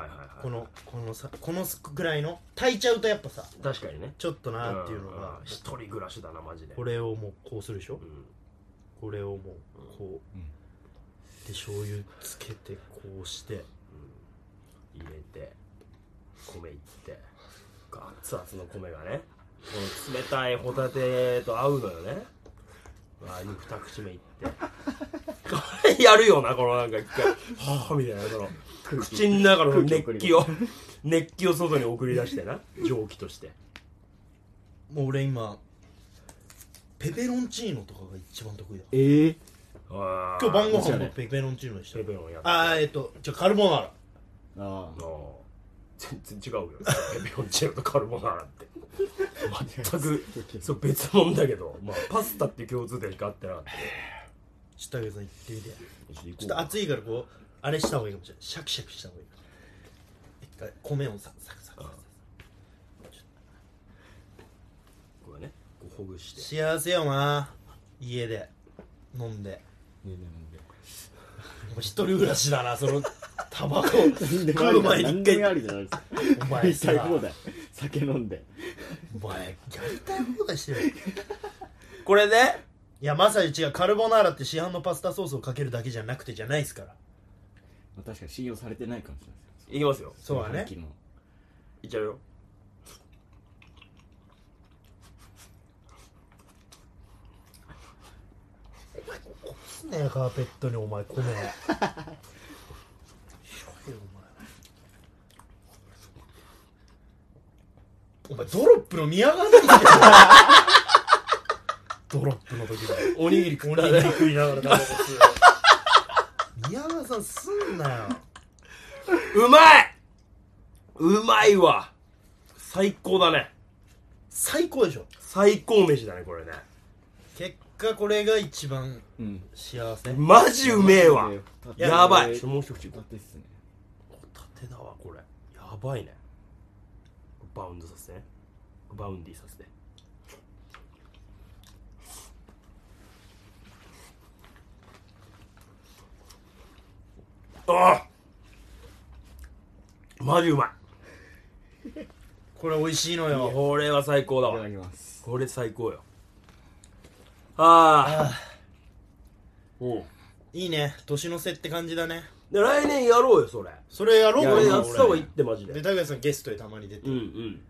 Speaker 2: はいはいはい
Speaker 3: このこのさこのぐらいの炊いちゃうとやっぱさ
Speaker 2: 確かにね
Speaker 3: ちょっとなーっていうのが
Speaker 2: ん一人暮らしだなマジで
Speaker 3: これをもうこうするでしょ
Speaker 2: うん
Speaker 3: これをもうこう
Speaker 4: うん
Speaker 3: で醤油つけてこうして
Speaker 2: 入れて米いって熱々の米がねこの冷たいホタテと合うのよねああいう二口目いってこれやるよなこのなんか一回はあみたいなこの
Speaker 4: う
Speaker 2: 口の中の熱気
Speaker 4: 空
Speaker 2: を熱気を外に送り出してな蒸気として
Speaker 3: もう俺今ペペロンチーノとかが一番得意だ
Speaker 4: ええ
Speaker 2: 今
Speaker 3: 今日晩ご
Speaker 4: おし
Speaker 3: 飯も
Speaker 4: ゃれ
Speaker 3: ペペロンチーノでした
Speaker 2: ペペロンやって
Speaker 3: あーえっとじゃあカルボナーラ
Speaker 4: ああ
Speaker 2: の全然違うよペペロンチーノとカルボナーラって全くそう別物だけど、まあ、パスタっていう共通点しかあってなかった
Speaker 3: ちょっと竹さん行ってみて
Speaker 2: ちょ
Speaker 3: ちょっと
Speaker 2: あ
Speaker 3: 暑いからこうあれした方がいいかもしれないシャキシャキした方がいい一回米をサクサクサクサク
Speaker 2: これねこうほぐして
Speaker 3: 幸せよな家で飲んで
Speaker 4: ねえねえ
Speaker 3: もう一人暮らしだなそのタバコ
Speaker 4: なんで
Speaker 3: 食う前に
Speaker 4: 何
Speaker 3: 一
Speaker 4: でも
Speaker 3: 回
Speaker 4: ありじゃない ですか
Speaker 3: お前
Speaker 4: 大体
Speaker 3: さ
Speaker 4: 放題酒飲んで
Speaker 3: お前やりたい放題してる
Speaker 2: これね
Speaker 3: いやまさに違うカルボナーラって市販のパスタソースをかけるだけじゃなくてじゃないですから
Speaker 4: まあ確かに信用されてないかもしれないですよ
Speaker 2: いきますよ
Speaker 3: そうだね
Speaker 4: さっきの
Speaker 2: いっちゃうよ
Speaker 3: ねえカーペットにお前米広いよ お前お前ドロップの宮川なんだよドロップの時だ
Speaker 2: おにぎり食
Speaker 3: 俺に食いながらタバコ吸う宮川さんすんなよ
Speaker 2: うまいうまいわ最高だね
Speaker 3: 最高でしょ
Speaker 2: 最高飯だねこれね
Speaker 3: 結果これが一番
Speaker 4: うん
Speaker 3: 幸せ
Speaker 2: マジうめえわ
Speaker 3: や
Speaker 2: やばい
Speaker 4: ちょっ
Speaker 2: もう一口
Speaker 4: と待ってっすね
Speaker 2: ホタテだわこれやばいねバウンドさせてねバウンディさせてああマジうまい
Speaker 3: これ美味しいのよ
Speaker 2: これは最高だ
Speaker 4: いた
Speaker 2: わ
Speaker 4: だきます
Speaker 2: これ最高よ
Speaker 3: あ
Speaker 2: ああうん
Speaker 3: いいね年の瀬って感じだね
Speaker 2: で来年やろうよそれ
Speaker 3: それやろう
Speaker 2: これ
Speaker 3: 俺
Speaker 2: や
Speaker 3: や
Speaker 2: った方がいいってマジ
Speaker 3: で
Speaker 2: で
Speaker 3: 高橋さんゲストでたまに出て、
Speaker 2: うんうん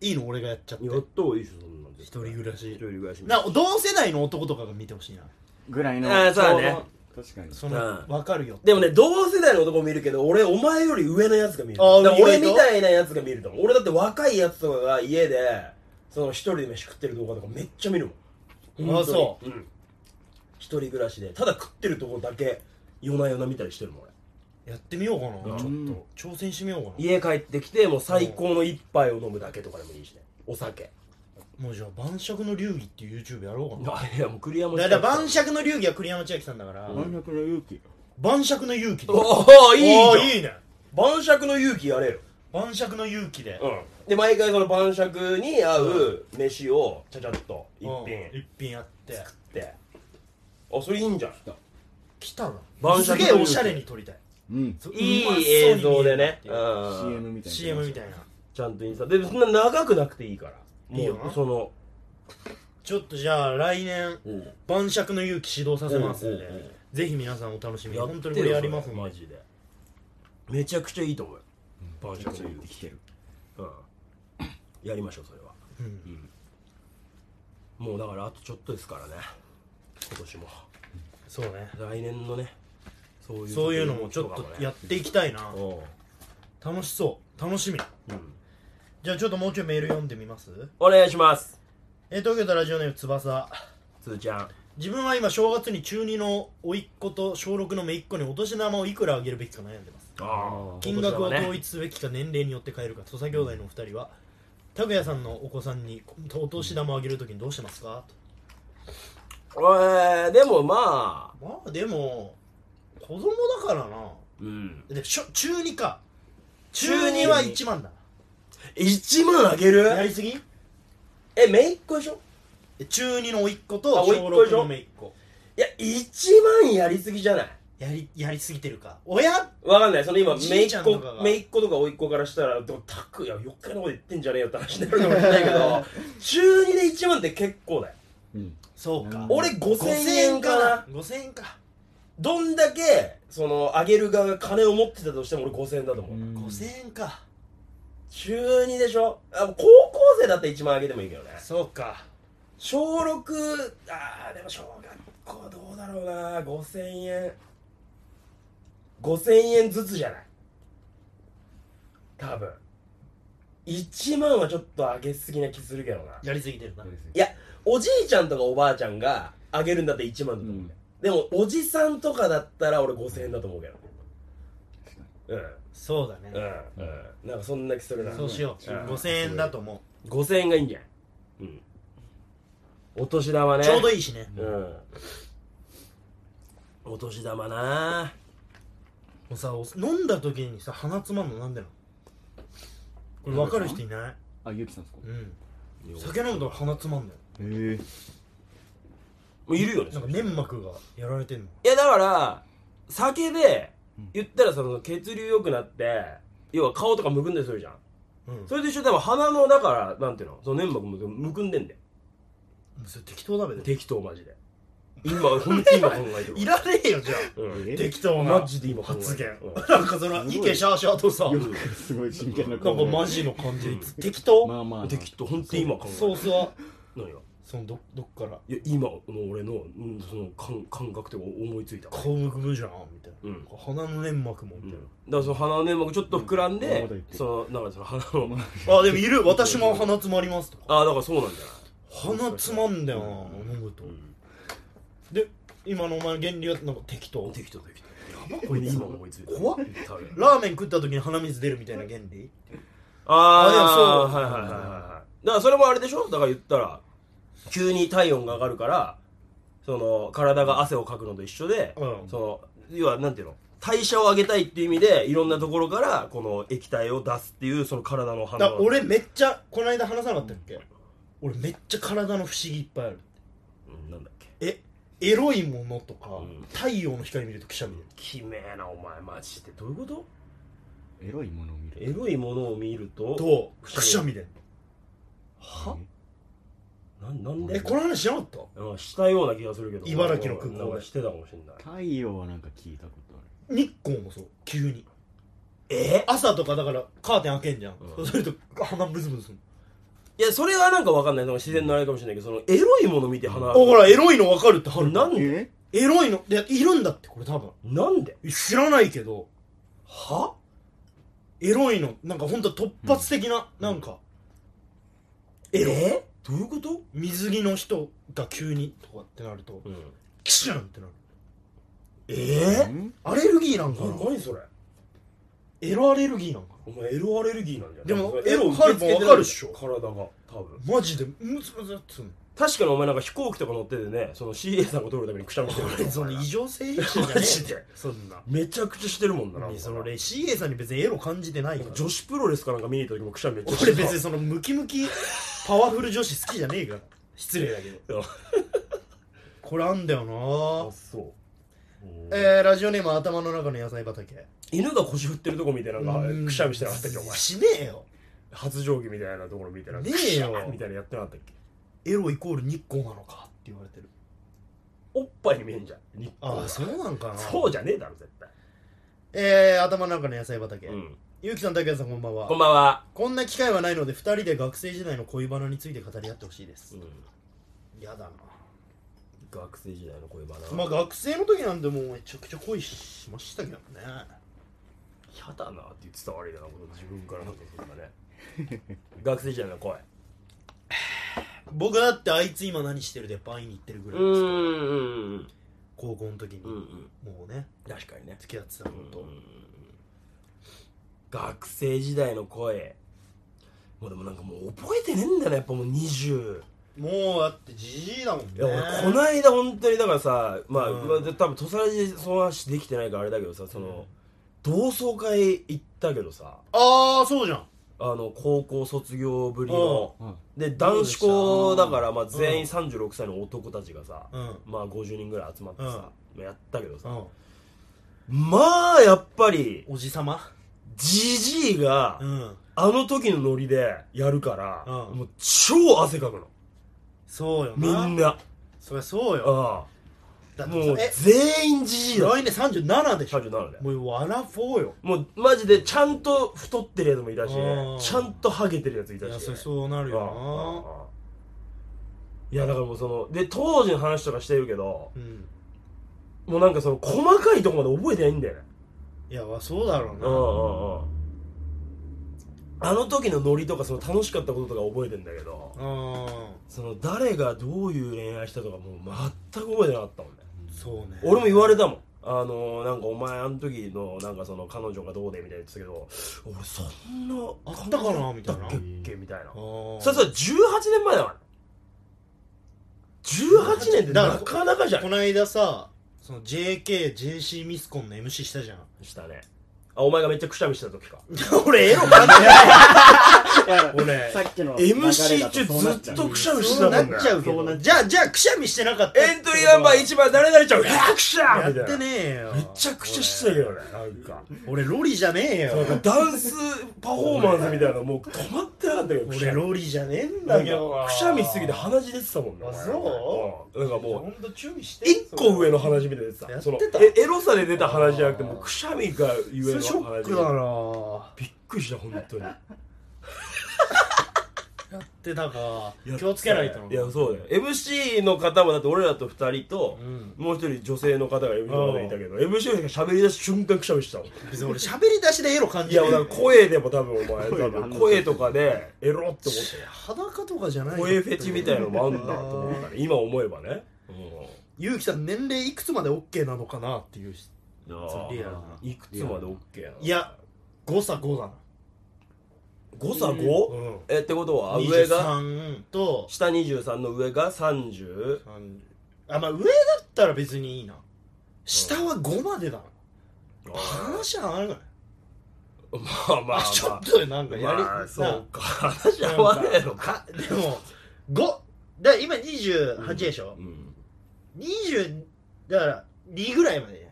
Speaker 3: いいの俺がやっちゃって
Speaker 2: やった方がいいでしょそんなんで
Speaker 3: 一人暮ら
Speaker 2: 一
Speaker 3: し
Speaker 2: 人暮らし
Speaker 3: な同世代の男とかが見てほしいな
Speaker 4: ぐらいの
Speaker 2: あーそうだね
Speaker 4: ちょうど確かに
Speaker 3: その、
Speaker 2: うん
Speaker 3: わかるよ
Speaker 2: でもね同世代の男も見るけど俺お前より上のやつが見る
Speaker 3: あー
Speaker 2: だから俺
Speaker 3: 意外と
Speaker 2: みたいなやつが見ると思う俺だって若いやつとかが家でその一人で飯食ってる動画とかめっちゃ見るもん、
Speaker 3: あーそう
Speaker 2: うん、一人暮らしでただ食ってるとこだけ夜な夜な見たりしてるもん俺
Speaker 3: やってみようかな、
Speaker 4: う
Speaker 3: ちょっ
Speaker 4: ん
Speaker 3: と挑戦してみようかな
Speaker 2: 家帰ってきてもう最高の一杯を飲むだけとかでもいいしねお酒
Speaker 3: もうじゃあ晩酌の流儀っていう YouTube やろうかな
Speaker 2: あいやもうクリアも
Speaker 3: だから晩酌の流儀は栗山千明さんだから、
Speaker 4: 万力の勇気
Speaker 3: 晩酌の勇気で
Speaker 2: おおいいじゃん
Speaker 3: おーいいね
Speaker 2: 晩酌の勇気やれよ
Speaker 3: 晩酌の勇気で、
Speaker 2: で毎回その晩酌に合う飯をちゃちゃっと一
Speaker 3: うん
Speaker 2: 品
Speaker 3: 一品やって
Speaker 2: 作ってあそれいいんじゃん
Speaker 3: 来たな
Speaker 2: 晩酌
Speaker 3: す
Speaker 2: の勇気
Speaker 3: げえおしゃれに撮りたい
Speaker 4: うん
Speaker 2: いい映像でね
Speaker 3: うまそうに見えるっていう CM
Speaker 4: CM みたいな
Speaker 3: みたいな
Speaker 2: ちゃんとインスタでそんな長くなくていいから
Speaker 3: いいよ
Speaker 2: も
Speaker 3: な
Speaker 2: うその
Speaker 3: ちょっとじゃあ来年晩酌の勇気指導させますんで、
Speaker 2: うんうんうん
Speaker 3: ぜひ皆さんお楽しみに
Speaker 2: やって
Speaker 3: 本当にこれやりますん
Speaker 2: マ
Speaker 3: で
Speaker 2: ジでめちゃくちゃいいと思うよ晩
Speaker 4: ちょっと
Speaker 2: 酌の
Speaker 4: 言って
Speaker 2: 勇
Speaker 4: き
Speaker 2: 気
Speaker 4: てる
Speaker 2: うんやりましょうそれは
Speaker 3: うん
Speaker 2: もうだからあとちょっとですからね今年も
Speaker 3: そうね
Speaker 2: 来年のねそういう
Speaker 3: そういうのもちょっとやっていきたいな
Speaker 2: おう
Speaker 3: 楽しそう楽しみ
Speaker 2: うん
Speaker 3: じゃあちょっともうちょいメール読んでみます
Speaker 2: お願いします
Speaker 3: えー東京都ラジオネーム翼
Speaker 2: つーちゃん
Speaker 3: 自分は今正月に中2の甥っ子と小6の姪っ子にお年玉をいくらあげるべきか悩んでます
Speaker 2: あー
Speaker 3: 金額を統
Speaker 2: ね
Speaker 3: 一すべきか年齢によって変えるか土佐兄弟のお二人は拓也さんのお子さんにお年玉をあげるときにどうしてますか
Speaker 2: えーでもまあ
Speaker 3: まあでも子供だからな
Speaker 2: うん
Speaker 3: でしょ中2か中
Speaker 2: 中二
Speaker 3: 2は1万だ
Speaker 2: 1万あげる
Speaker 3: やりすぎ
Speaker 2: えめいっ子でしょ
Speaker 3: え中2の甥っ子
Speaker 2: あ
Speaker 3: と
Speaker 2: 甥っ
Speaker 3: 小
Speaker 2: 子で
Speaker 3: 6
Speaker 2: しょ
Speaker 3: の姪っ子
Speaker 2: いや1万やりすぎじゃない
Speaker 3: やりやりすぎてるか親
Speaker 2: わかんないその今め
Speaker 3: じ
Speaker 2: い
Speaker 3: い
Speaker 2: っ
Speaker 3: ちゃんと
Speaker 2: 子
Speaker 3: かが
Speaker 2: めいっ子とかおいっ子からしたらでもたくや余計なこと言ってんじゃねえよって話になるかもしれない けど中2で1万って結構だよ
Speaker 4: うん
Speaker 3: そうか
Speaker 2: 俺5000円かな
Speaker 3: 5000円か
Speaker 2: どんだけそのあげる側が金を持ってたとしても俺5000円だと思う、
Speaker 3: 5000円か
Speaker 2: 中2でしょあ高校生だったら1万あげてもいいけどね
Speaker 3: そうか
Speaker 2: 小6あーでも小学校どうだろうな5000円5000円ずつじゃない多分1万はちょっと上げすぎな気するけどな
Speaker 3: やりすぎてるな
Speaker 2: やおじいちゃんとかおばあちゃんが上げるんだって1万だと思う、ねでもおじさんとかだったら俺5000円だと思うけどうん
Speaker 3: そうだ
Speaker 2: う
Speaker 3: ね
Speaker 2: んうんなんかそんな気するな
Speaker 3: そうしよう
Speaker 2: うん
Speaker 3: 5000円だと思
Speaker 2: 5000円がいいんじゃないうんお年玉
Speaker 3: う
Speaker 2: ね
Speaker 3: ちょうどいいしね
Speaker 2: うんお年玉な
Speaker 3: もうさお飲んだ時にさ鼻つまんのなんでなのこれ分かる人いない
Speaker 4: あゆきさんですか
Speaker 3: うん酒飲むと鼻つまんだよ
Speaker 4: へえ
Speaker 2: もういるよね
Speaker 3: なんか粘膜がやられてんの
Speaker 2: いやだから酒で言ったらその血流良くなって要は顔とかむくんだりするじゃん
Speaker 3: うん
Speaker 2: それと一緒でも鼻のだからなんていうのその粘膜むくむくんでんだよ
Speaker 3: それ適当だべで
Speaker 2: 適当マジで今本当に今考えて る
Speaker 3: いらねえよじゃ
Speaker 2: うん
Speaker 3: あ
Speaker 4: え
Speaker 3: 適当な
Speaker 2: マジで今考えてる
Speaker 3: 発言
Speaker 2: うん
Speaker 3: なんかその意見シャーシャーとさなんか
Speaker 4: すごい真剣な
Speaker 3: マジの感じで適当
Speaker 4: まあまあ
Speaker 2: 適当本当に今考えてる
Speaker 3: ソースは
Speaker 2: 何が
Speaker 3: そのどどっから
Speaker 2: いや今の俺のうんその感感覚というか思いついた
Speaker 3: 顔むくむじゃんみたいな、
Speaker 2: うん
Speaker 3: 鼻の粘膜もみたい
Speaker 2: だからその鼻の粘膜ちょっと膨らん
Speaker 4: うんま
Speaker 2: で
Speaker 4: だ言っ、てる
Speaker 2: そのなんかその鼻の
Speaker 3: な、あでもいる私も鼻詰まりますとか
Speaker 2: ああだからそうなんじゃない
Speaker 3: 鼻詰まんだよな、飲むと、で今のお前の原理はなんか適当
Speaker 2: 適当適
Speaker 3: やば
Speaker 2: 当これ今思いついた
Speaker 3: 怖っ
Speaker 2: 多分
Speaker 3: ラーメン食った時に鼻水出るみたいな原理
Speaker 2: ああ
Speaker 3: あで
Speaker 2: はいは
Speaker 3: もそう
Speaker 2: いはいはいはいだからそれもあれでしょだから言ったら急に体温が上がるからその体が汗をかくのと一緒で、
Speaker 3: うん
Speaker 2: その要はなんていうの代謝を上げたいっていう意味でいろんなところからこの液体を出すっていうその体の反
Speaker 3: だから
Speaker 2: 応
Speaker 3: 俺めっちゃこの間話さなかったっけ俺めっちゃ体の不思議いっぱいある
Speaker 2: うんなんだっけ
Speaker 3: えエロいものとか、
Speaker 2: ん
Speaker 3: 太陽の光見るとくしゃみ出る
Speaker 2: きめえなお前マジでどういうこと
Speaker 4: エロいものを見る
Speaker 2: エロいものを見ると
Speaker 3: とくしゃみで
Speaker 2: はなんなんで
Speaker 3: えこの話しなかった
Speaker 2: うんしたような気がするけど
Speaker 3: 茨城の空港で
Speaker 2: なんかしてたかもしれない
Speaker 4: 太陽はなんか聞いたことある
Speaker 3: 日光もそう急に
Speaker 2: え
Speaker 3: 朝とかだからカーテン開けんじゃん、
Speaker 2: うん
Speaker 3: そうすると鼻ブズブズする
Speaker 2: いやそれはなんかわかんないなんか自然のあれかもしれないけどそのエロいもの見て鼻
Speaker 3: あほらエロいの分かるってはる
Speaker 2: なんで
Speaker 4: え
Speaker 3: エロいのいやいるんだってこれ多分
Speaker 2: なんで
Speaker 3: 知らないけど
Speaker 2: は
Speaker 3: エロいのなんかほんと突発的な、なんか
Speaker 2: エロどういうこと
Speaker 3: 水着の人が急にとかってなると
Speaker 2: うん
Speaker 3: キシャンってなる
Speaker 2: え
Speaker 4: ん
Speaker 3: アレルギーなん
Speaker 2: え
Speaker 3: かな
Speaker 2: 何それ
Speaker 3: エロアレルギーなんか
Speaker 2: お前エロアレルギーなんじゃない
Speaker 3: でも
Speaker 2: エロ
Speaker 3: カルボンわかるっしょ
Speaker 2: 体が多分
Speaker 3: なマジでムズムズってする
Speaker 2: 確かにお前なんか飛行機とか乗っててねその CA さんが通るためにくしゃみしてる
Speaker 3: の その異常性意識じゃね
Speaker 2: マジで
Speaker 3: そんな
Speaker 2: めちゃくちゃしてるもんななんか
Speaker 3: その俺 CA さんに別にエロ感じてないから
Speaker 2: 女子プロレスかなんか見に行った時もくしゃみめっちゃして
Speaker 3: 俺別にそのムキムキパワフル女子好きじゃねえから失礼だけ
Speaker 2: い
Speaker 3: ど
Speaker 2: や
Speaker 3: これあんだ
Speaker 2: あ
Speaker 3: よ
Speaker 2: そう
Speaker 3: なえー、ラジオネーム頭の中の野菜畑
Speaker 2: 犬が腰振ってるとこ見てなんか
Speaker 3: うん
Speaker 2: くしゃみしてなかったっけお前
Speaker 3: しねえよ
Speaker 2: 発情期みたいなところ見てなんか
Speaker 3: ねえよ
Speaker 2: くしゃーみたいなやってなかったっけ
Speaker 3: エロイコール日光なのかって言われてる
Speaker 2: おっぱいに見えんじゃん日光
Speaker 3: あ
Speaker 2: が
Speaker 3: あそうなんかな
Speaker 2: そうじゃねえだろ絶対
Speaker 3: えー、頭の中の野菜畑、
Speaker 2: うん
Speaker 3: ゆうきさん竹谷さんこんばんは
Speaker 2: こんばんは
Speaker 3: こんな機会はないので2人で学生時代の恋バナについて語り合ってほしいです、やだな
Speaker 2: 学生時代の恋バナ
Speaker 3: まあ学生の時なんてもうめちゃくちゃ恋しましたけどね
Speaker 2: 嫌だなって言ってた悪いなこと自分からなんかするかね 学生時代の声
Speaker 3: 僕だってあいつ今何してるで会いに行ってるぐらいですから
Speaker 2: ん
Speaker 3: 高校の時に、
Speaker 2: うん
Speaker 3: もうね
Speaker 2: 確かにね
Speaker 3: 付き合ってたのと、
Speaker 2: 学生時代の声もうでもなんかもう覚えてねえんだなやっぱもう20
Speaker 3: もうだってじじいだもんね
Speaker 2: いや俺こないだ本当にだからさまあ、
Speaker 3: うん
Speaker 2: まあ多分土佐でその話できてないからあれだけどさその、同窓会行ったけどさ
Speaker 3: ああそうじゃん
Speaker 2: あの高校卒業ぶりの
Speaker 4: あ
Speaker 2: で男子校だから、まあ、
Speaker 3: ん
Speaker 2: 全員36歳の男たちがさ、
Speaker 3: うんうん
Speaker 2: まあ50人ぐらい集まってさ、やったけどさ、まあやっぱり
Speaker 3: おじさま
Speaker 2: じじいが
Speaker 3: うん
Speaker 2: あの時のノリでやるから、
Speaker 3: うん
Speaker 2: もう超汗かくの
Speaker 3: そうよ
Speaker 2: み
Speaker 3: なん
Speaker 2: な、
Speaker 3: そりゃそうよ
Speaker 2: あ
Speaker 3: だ
Speaker 2: あ
Speaker 3: って
Speaker 2: もう
Speaker 3: え
Speaker 2: 全員じじいだ
Speaker 3: 来年37でしょ
Speaker 2: 37だよ
Speaker 3: もう笑フォーよ
Speaker 2: もうマジでちゃんと太ってるやつもいたし
Speaker 3: うん
Speaker 2: ちゃんとハゲてるやつい
Speaker 3: い
Speaker 2: た
Speaker 3: や
Speaker 2: し
Speaker 3: そりゃそうなるよ
Speaker 2: ああいやだからもうそので当時の話とかしてるけど
Speaker 3: なうん
Speaker 2: もうなんかその細かいとこまで覚えてないんだよね
Speaker 3: いやまあそうだろ
Speaker 2: うんうんうんあの時のノリとかその楽しかったこととか覚えてんだけど
Speaker 3: うなうん
Speaker 2: その誰がどういう恋愛したとかもう全く覚えてなかったもんね
Speaker 3: そうね
Speaker 2: 俺も言われたもんあのなんかお前あの時のなんかその彼女がどうでみたいな言ってたけど俺そんな
Speaker 3: あったかなみたいな
Speaker 2: だっけっけみたいなそ
Speaker 3: そ
Speaker 2: れさ18年前だから18年ってなかなかじゃ
Speaker 3: こ
Speaker 2: ん
Speaker 3: の間さその JKJC ミスコンの MC したじゃん
Speaker 2: したねあお前がめっちゃくしゃみしてた時か
Speaker 3: 俺エロ感じない俺
Speaker 4: 俺さっきの流れだと
Speaker 2: MC 中
Speaker 4: そうな
Speaker 2: ず
Speaker 4: ちゃう
Speaker 2: っとくしゃみして
Speaker 3: そ
Speaker 2: た
Speaker 3: う
Speaker 2: も
Speaker 3: なん
Speaker 2: ね
Speaker 3: っちゃうけ
Speaker 4: そ
Speaker 3: ど
Speaker 4: うなっ
Speaker 3: じゃあじゃあくしゃみしてなかった
Speaker 2: エントリーナンバー1番誰々ちゃん100しゃ
Speaker 3: や
Speaker 2: ー
Speaker 3: っ
Speaker 2: みた
Speaker 3: て
Speaker 2: いな
Speaker 3: ねえよ
Speaker 2: めちゃくちゃしてたけどねなんか
Speaker 3: 俺ロリじゃねえよ
Speaker 2: ダンスパフォーマンスみたいなのもう止まってなかったけどくし
Speaker 3: 俺
Speaker 2: ゃみ
Speaker 3: ロリじゃねえん
Speaker 2: な
Speaker 3: だ
Speaker 2: ん
Speaker 3: けど
Speaker 2: かくしゃみしすぎて鼻血出てたもんね
Speaker 3: あ
Speaker 2: お前
Speaker 3: そう
Speaker 2: うんなんかもう
Speaker 3: ほんと注意して
Speaker 2: 一個上の鼻血みたいな出て
Speaker 3: や
Speaker 2: た
Speaker 3: って
Speaker 2: その
Speaker 3: た
Speaker 2: えエロさで出た鼻血じゃなくてもうくしゃみがゆえ
Speaker 3: そ
Speaker 2: の
Speaker 3: れ
Speaker 2: 鼻血
Speaker 3: ショックだな
Speaker 2: びっくりした本当に
Speaker 3: でだか気をつけないと
Speaker 2: いやそうだよ MC の方もだって俺らと2人と、
Speaker 3: うん
Speaker 2: もう一人女性の方が MC の方でいたけど MC の人が喋り出す瞬間くしゃみしてたもん
Speaker 3: 別に俺喋り出しでエロ感
Speaker 2: い
Speaker 3: じ
Speaker 2: や
Speaker 3: てる
Speaker 2: だから声でも多分お
Speaker 4: 声
Speaker 2: 前
Speaker 4: で反
Speaker 2: 多
Speaker 4: 応
Speaker 2: 分
Speaker 4: する
Speaker 2: 声とかでエロって思って
Speaker 3: 裸とかじゃない
Speaker 2: 声フェチみたいなのもあんだと思ったね今思えばね
Speaker 3: ゆうきさん年齢いくつまで OK なのかなっていうし
Speaker 2: うん
Speaker 3: それリアルない
Speaker 2: くつまで OK なの
Speaker 3: いや誤差5だな
Speaker 2: 誤差 5?
Speaker 3: ん
Speaker 2: えってことは上が
Speaker 3: 23と
Speaker 2: 下23の上が30
Speaker 3: 30あまあ上だったら別にいいな下は5までだな話はあるか
Speaker 2: まあまあま
Speaker 3: あ
Speaker 2: あ
Speaker 3: ちょっとなんかやり
Speaker 2: まあそ
Speaker 3: な
Speaker 2: うか話合わねえのか
Speaker 3: でも5だ今28でしょ、
Speaker 2: うん
Speaker 3: 20だから2ぐらいまで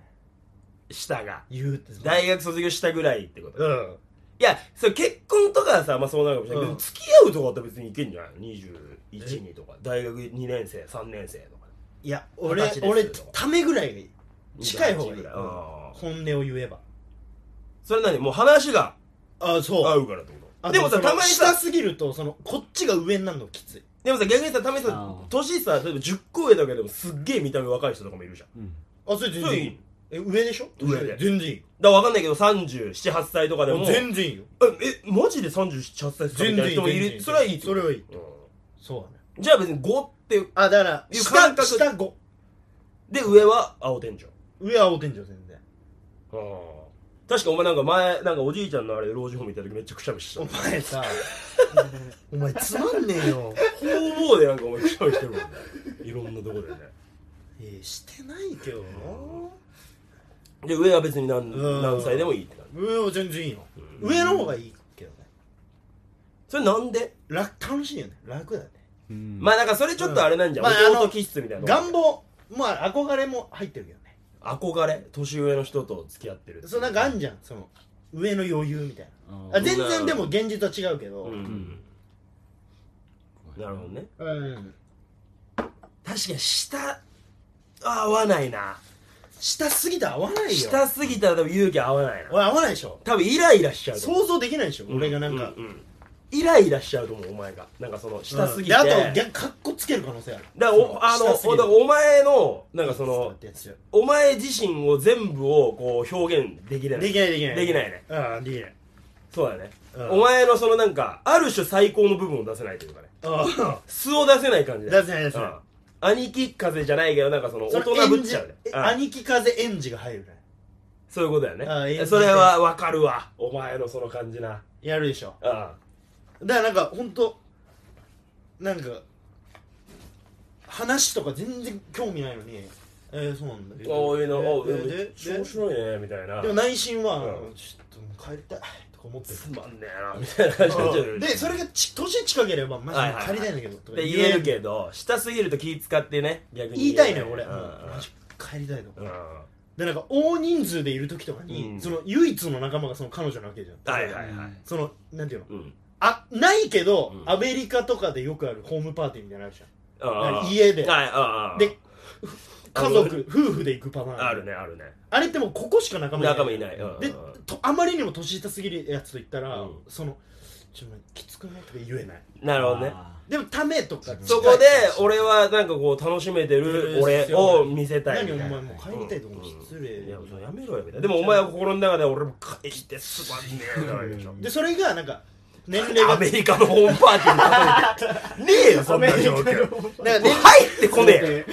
Speaker 2: したが
Speaker 3: 言うって
Speaker 2: 大学卒業したぐらいってこと
Speaker 3: うん
Speaker 2: いやそれ結婚とかはさ、まあ、そうなるかもしれないけど、
Speaker 3: うん
Speaker 2: 付き合うとかって別にいけんじゃない21にとか大学2年生3年生とか
Speaker 3: いや俺
Speaker 2: 二十歳
Speaker 3: 俺
Speaker 2: ですよ
Speaker 3: ためぐらいがいい近い方がいい
Speaker 2: ぐらあー
Speaker 3: 本音を言えば
Speaker 2: それ何もう話が
Speaker 3: あそう
Speaker 2: 合うからってこと
Speaker 3: あ
Speaker 2: でも
Speaker 3: そ
Speaker 2: さ
Speaker 3: の
Speaker 2: たまに
Speaker 3: 下
Speaker 2: さ
Speaker 3: すぎるとそのこっちが上になるのきつい
Speaker 2: でもさ逆にさたまに
Speaker 4: あ
Speaker 2: さ
Speaker 4: ー
Speaker 2: 年さ例えば10個上だけでもすっげえ見た目若い人とかもいるじゃん
Speaker 4: うん
Speaker 3: あそれ全
Speaker 2: そ
Speaker 3: 然
Speaker 2: れ
Speaker 3: い
Speaker 2: い
Speaker 3: い
Speaker 2: い
Speaker 3: よ
Speaker 2: の
Speaker 3: え上でしょ
Speaker 2: 上で
Speaker 3: 全然いい
Speaker 2: だから分かんないけど378歳とかで
Speaker 3: よ
Speaker 2: も
Speaker 3: 全然いいよ
Speaker 2: ええマジで378歳っすかみたいな人もい
Speaker 3: 全然いい全然いい
Speaker 2: るそれはいいってこと
Speaker 3: それはいい
Speaker 2: うん
Speaker 3: そうだね
Speaker 2: じゃあ別に5って
Speaker 3: あだから
Speaker 2: いう
Speaker 3: 下
Speaker 2: 感覚
Speaker 3: 下5
Speaker 2: で上は青天井
Speaker 3: 上は青天井全然
Speaker 2: 確かお前なんか前なんかおじいちゃんのあれで老人ホーム行った時めっちゃくしゃみしてた
Speaker 3: お前さ お前つまんねえよ
Speaker 2: 方々でなんかお前くしゃみしてるもんねいろんなとこでね
Speaker 3: えーしてないけどな
Speaker 2: で上は別に何
Speaker 3: うん
Speaker 2: 何歳でもいいって感じ
Speaker 3: 上は全然いいの上の方がいいけどね
Speaker 2: それなんで
Speaker 3: 楽楽しいよね楽だね
Speaker 4: うん
Speaker 2: まあなんかそれちょっとあれなんじゃん、
Speaker 3: うんまああの
Speaker 2: 弟気質みたいな
Speaker 3: 願望まあ憧れも入ってるけどね
Speaker 2: 憧れ年上の人と付き合ってるってい
Speaker 3: そうなんかあんじゃんその上の余裕みたい
Speaker 4: あ
Speaker 3: なあ
Speaker 4: ー
Speaker 3: 全然でも現実は違うけど
Speaker 2: うん、なるほどね
Speaker 3: うん
Speaker 2: 確かに下は合わないな
Speaker 3: 下すぎたら合わないよ
Speaker 2: 下すぎたら多分勇気合わないな
Speaker 3: 俺合わないでしょ
Speaker 2: 多分イライラしちゃうと思う
Speaker 3: 想像できないでしょ俺がなんか
Speaker 2: ううイライラしちゃうと思うお前がなんかその下すぎて、
Speaker 3: うんであと
Speaker 2: だか
Speaker 3: 逆かっこつける可能性ある
Speaker 2: らおあの
Speaker 3: 下すぎ
Speaker 2: お
Speaker 3: る
Speaker 2: だからお前のなんかそ
Speaker 3: ちょっと
Speaker 2: の
Speaker 3: 待ってやつ
Speaker 2: お前自身を全部をこう表現できない
Speaker 3: できないできない
Speaker 2: できないね
Speaker 3: うんできない
Speaker 2: そうだね、
Speaker 3: うん
Speaker 2: お前のそのなんかある種最高の部分を出せないというかね
Speaker 3: あ
Speaker 2: 素を出せない感じだよ
Speaker 3: 出せない出せない
Speaker 2: うん兄貴風じゃないけどなんかその
Speaker 3: そ
Speaker 2: 大
Speaker 3: れ
Speaker 2: 人ぶっちゃうね
Speaker 3: 演じえ
Speaker 2: うん
Speaker 3: 兄貴風エンジが入るね
Speaker 2: そういうことだよ
Speaker 3: あ演じ
Speaker 2: ね
Speaker 3: て
Speaker 2: それはわかるわお前のその感じな
Speaker 3: やるでしょ
Speaker 2: うん
Speaker 3: だからなんかほんとなんか話とか全然興味ないのにえー、そうなんだえ
Speaker 2: こういうのお
Speaker 3: でで
Speaker 2: めっちゃ面白いねみたいな
Speaker 3: でも内心は、
Speaker 2: うん
Speaker 3: ちょっともう帰りたいとか思ってる
Speaker 2: つまんねえなみたいな感じになっちゃ
Speaker 3: う
Speaker 2: うん
Speaker 3: でそれがち年近ければマジ
Speaker 2: はいはいは
Speaker 3: で
Speaker 2: い
Speaker 3: 帰りたいんだけどとか
Speaker 2: で言えるけど下すぎると気使ってね逆に
Speaker 3: 言いたいね俺、
Speaker 2: うん
Speaker 3: もうマジ帰りたいとか、
Speaker 2: うん
Speaker 3: でなんか大人数でいる時とかに、
Speaker 2: うん
Speaker 3: その唯一の仲間がその彼女なわけじゃん
Speaker 2: はいはいはい
Speaker 3: そのなんていうの
Speaker 2: うん
Speaker 3: あないけど、
Speaker 2: うん
Speaker 3: アメリカとかでよくあるホームパーティーみたいなのあるじゃ
Speaker 2: ああ
Speaker 3: 家で
Speaker 2: はいああ
Speaker 3: んで
Speaker 2: あ
Speaker 3: 家族夫婦で行くパターン
Speaker 2: あるねあるね
Speaker 3: あれってもうここしか仲間
Speaker 2: 仲間いないうん
Speaker 3: でとあまりにも年下すぎるやつと言ったら、
Speaker 2: うん
Speaker 3: そのちょっと待ってきつくないとか言えない
Speaker 2: なるほどね
Speaker 4: あ
Speaker 3: でもためとか
Speaker 2: そこで俺はなんかこう楽しめてる俺を見せたい
Speaker 3: 何
Speaker 2: み
Speaker 3: お
Speaker 2: た
Speaker 3: 前
Speaker 2: いな
Speaker 3: もう帰りたいと思う失
Speaker 2: いや
Speaker 3: 礼
Speaker 2: それやめろよみたいなでもお前は心の中で俺も帰ってすまんねえなでしょ
Speaker 3: でそれがなんか年齢
Speaker 2: ア
Speaker 3: が
Speaker 2: メリカのホームパ ーティーに例えてねえよそんな状況
Speaker 3: なんかね
Speaker 2: 入ってこねえ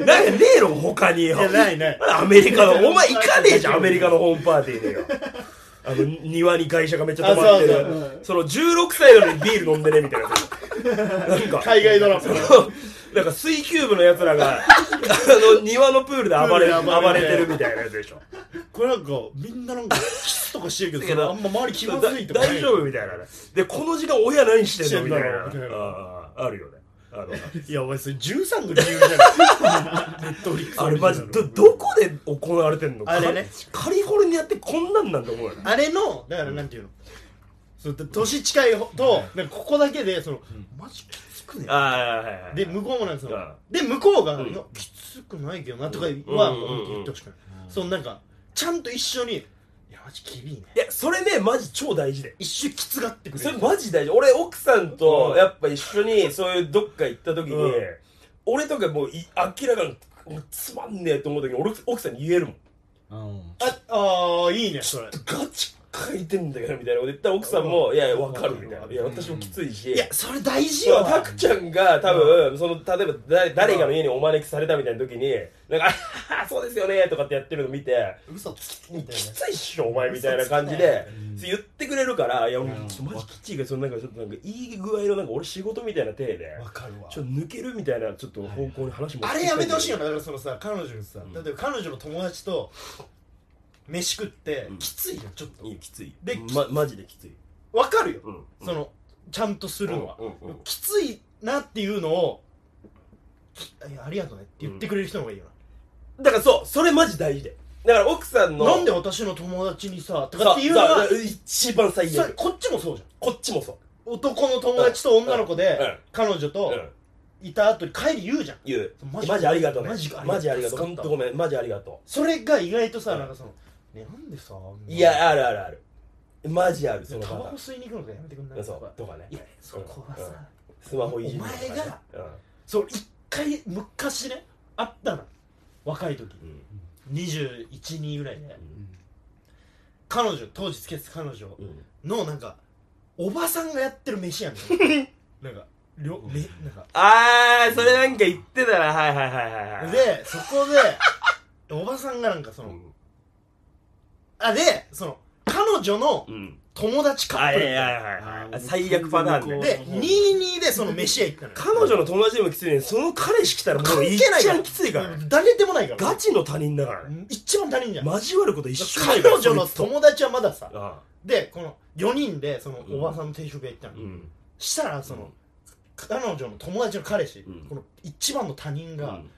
Speaker 2: よなんかねえの他によ
Speaker 3: いやないない
Speaker 2: アメリカのお前行かねえ じゃんアメリカのホームパーティーでよあの庭に会社がめっちゃ止まってる
Speaker 3: あ
Speaker 2: そ
Speaker 3: そうそう
Speaker 2: の16歳なのにビール飲んでねみたいななんか
Speaker 3: 海外ドラマ
Speaker 2: なんか水球部のやつらがあの庭のプールで暴れ
Speaker 3: プールで暴
Speaker 2: 暴
Speaker 3: れて
Speaker 2: れてるみたいなやつでしょ
Speaker 3: これなんかみんななんかキスとかしてるけ
Speaker 2: け
Speaker 3: ど
Speaker 2: ど
Speaker 3: あんま周り気まずいとかない
Speaker 2: 大丈夫みたいなねでこの時間親何してんのみたい
Speaker 3: してんだろみたい
Speaker 2: な
Speaker 3: な
Speaker 2: あああるよねあ の
Speaker 3: いやお前それ13の理由じ ゃないネットフリックス
Speaker 2: あれマジどどこで行われてんの
Speaker 3: あれね
Speaker 2: カリフォルニアってこんなんなんだ思うよね
Speaker 3: あれのだからなんていうのそう年近いほとなんかここだけでそのマジきつくね
Speaker 2: ああはいはいはい
Speaker 3: で向こうもなんですよ
Speaker 2: ああ
Speaker 3: で向こうが「
Speaker 2: うん
Speaker 3: いやきつくないけどな」とかは
Speaker 2: うんうんうんうん
Speaker 3: 言ってほしくないそのなんかちゃんと一緒に「いやマジきびいね
Speaker 2: いやそれねマジ超大事で」
Speaker 3: 一瞬きつがってくれ
Speaker 2: それ
Speaker 3: る
Speaker 2: マジ大事俺奥さん
Speaker 3: う
Speaker 2: と
Speaker 3: ん
Speaker 2: やっぱ一緒にそういうどっか行った時に、
Speaker 3: うん
Speaker 2: 俺とかもうい明らかにもうつまんねえと思う時に俺奥さんに言えるもん
Speaker 4: ーうん
Speaker 3: ああーいいねそれ
Speaker 2: ガチ書いてんだけどみたいなこと言ったら奥さんも「いやいや分かる」みたいな「いや私もきついし」
Speaker 3: いやそれ大事
Speaker 2: そう
Speaker 3: よ
Speaker 2: タクちゃんが多分その例えば誰誰かの家にお招きされたみたいな時に「なんかあそうですよね」とかってやってるの見て
Speaker 3: 嘘つき
Speaker 2: もう
Speaker 3: みたい
Speaker 2: き
Speaker 3: な
Speaker 2: ついっしょお前みたいな感じでそう言ってくれるからいやもうちょっとマジきっちいからそのなんかちょっとなんかいい具合のなんか俺仕事みたいな体で
Speaker 3: わかるわ
Speaker 2: ちょっと抜けるみたいなちょっと方向に話も
Speaker 3: あれやめてほしいよなだからそのさ彼女がさ例えば彼女の友達と飯食って
Speaker 2: うん
Speaker 3: きついよちょっと
Speaker 2: いいきつい
Speaker 3: で
Speaker 2: まマジできつい
Speaker 3: わかるよ
Speaker 2: うん
Speaker 3: そのちゃんとするのは
Speaker 2: うんうんうん
Speaker 3: きついなっていうのをきいやありがとうねって言ってくれる人の方がいいよな
Speaker 2: だからそうそれマジ大事でだから奥さんの
Speaker 3: なんで私の友達にさとか
Speaker 2: さ
Speaker 3: っていうのは
Speaker 2: さ一番最
Speaker 3: それ
Speaker 2: 悪
Speaker 3: こっちもそうじゃん
Speaker 2: こっちもそう
Speaker 3: 男の友達と女の子
Speaker 2: うんうん
Speaker 3: で彼女
Speaker 2: う
Speaker 3: と
Speaker 2: ん
Speaker 3: いた後に帰り言うじゃん
Speaker 2: 言う
Speaker 3: マ
Speaker 2: マ
Speaker 3: ジ
Speaker 2: ジありがとうね
Speaker 3: マジありがとう
Speaker 2: マジありがと
Speaker 3: 助
Speaker 2: う
Speaker 3: か
Speaker 2: 本
Speaker 3: った
Speaker 2: 当ごめんマジありがと
Speaker 3: それが意外とさ
Speaker 2: うん
Speaker 3: なんかそのねなんでさあんな
Speaker 2: ういやあるあるあるマジある
Speaker 3: タ
Speaker 2: その
Speaker 3: バ
Speaker 2: パタ
Speaker 3: コ
Speaker 2: ーン
Speaker 3: 吸いに行くのかやめてくんない
Speaker 2: そうとかね
Speaker 3: いやそこはさ
Speaker 2: うんスマホいじるとかね
Speaker 3: お前がそう一回昔ねあったの若い時
Speaker 2: うんうん
Speaker 3: 212ぐらいで彼女当時付き合ってた彼女
Speaker 2: うん
Speaker 3: のなんかおばさんがやってる飯やん ねなんかりょめなんか
Speaker 2: あーそれなんか言ってたなはいはいはいはいはい
Speaker 3: でそこでおばさんがなんかそうの
Speaker 2: ん
Speaker 3: あでその彼女の
Speaker 2: うん
Speaker 3: 友達カッ
Speaker 2: あ
Speaker 3: プ
Speaker 2: い
Speaker 3: ル
Speaker 2: やい
Speaker 3: みたい
Speaker 2: やいやいや最悪パターン
Speaker 3: なで
Speaker 2: ね
Speaker 3: 22でその飯屋行ったのよ
Speaker 2: 彼女の友達でもきついねその彼氏来たらも
Speaker 3: 関
Speaker 2: う
Speaker 3: 係
Speaker 2: 一
Speaker 3: ないから
Speaker 2: 番きついからね
Speaker 3: 誰でもないから
Speaker 2: ガチの他人だからね
Speaker 3: 一番他人じゃん
Speaker 2: 交わること一緒だ
Speaker 3: 彼
Speaker 2: から
Speaker 3: 女の
Speaker 2: そいつと
Speaker 3: 友達はまださ
Speaker 2: あ
Speaker 3: でこの4人でその
Speaker 2: うん
Speaker 3: おばさんの定食屋行ったの、
Speaker 2: あうん
Speaker 3: したらその、彼女の友達の彼氏、
Speaker 2: うん
Speaker 3: この一番の他人が、
Speaker 2: う
Speaker 3: なん
Speaker 2: ん
Speaker 3: か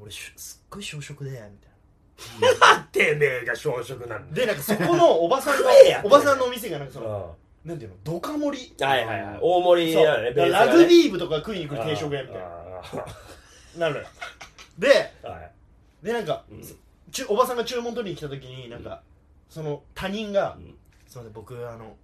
Speaker 3: 俺しゅすっごい小食でみたい
Speaker 2: あてめえが小食なん
Speaker 3: な
Speaker 2: だ
Speaker 3: でなんかそこのおばさんの
Speaker 2: 食えや
Speaker 3: おばさんのお店がなんかその
Speaker 2: は
Speaker 3: なんていうのドカ盛り
Speaker 2: いはいはい大盛り
Speaker 3: そう
Speaker 2: だねベースが
Speaker 3: ラ
Speaker 2: ね
Speaker 3: グビー部とか食いに来る定食屋みたいななるのよで
Speaker 2: ああはい
Speaker 3: でなんか、
Speaker 2: うん
Speaker 3: ちゅおばさんが注文取りに来た時になんか、その他人が
Speaker 2: うん
Speaker 3: 「すいません僕あの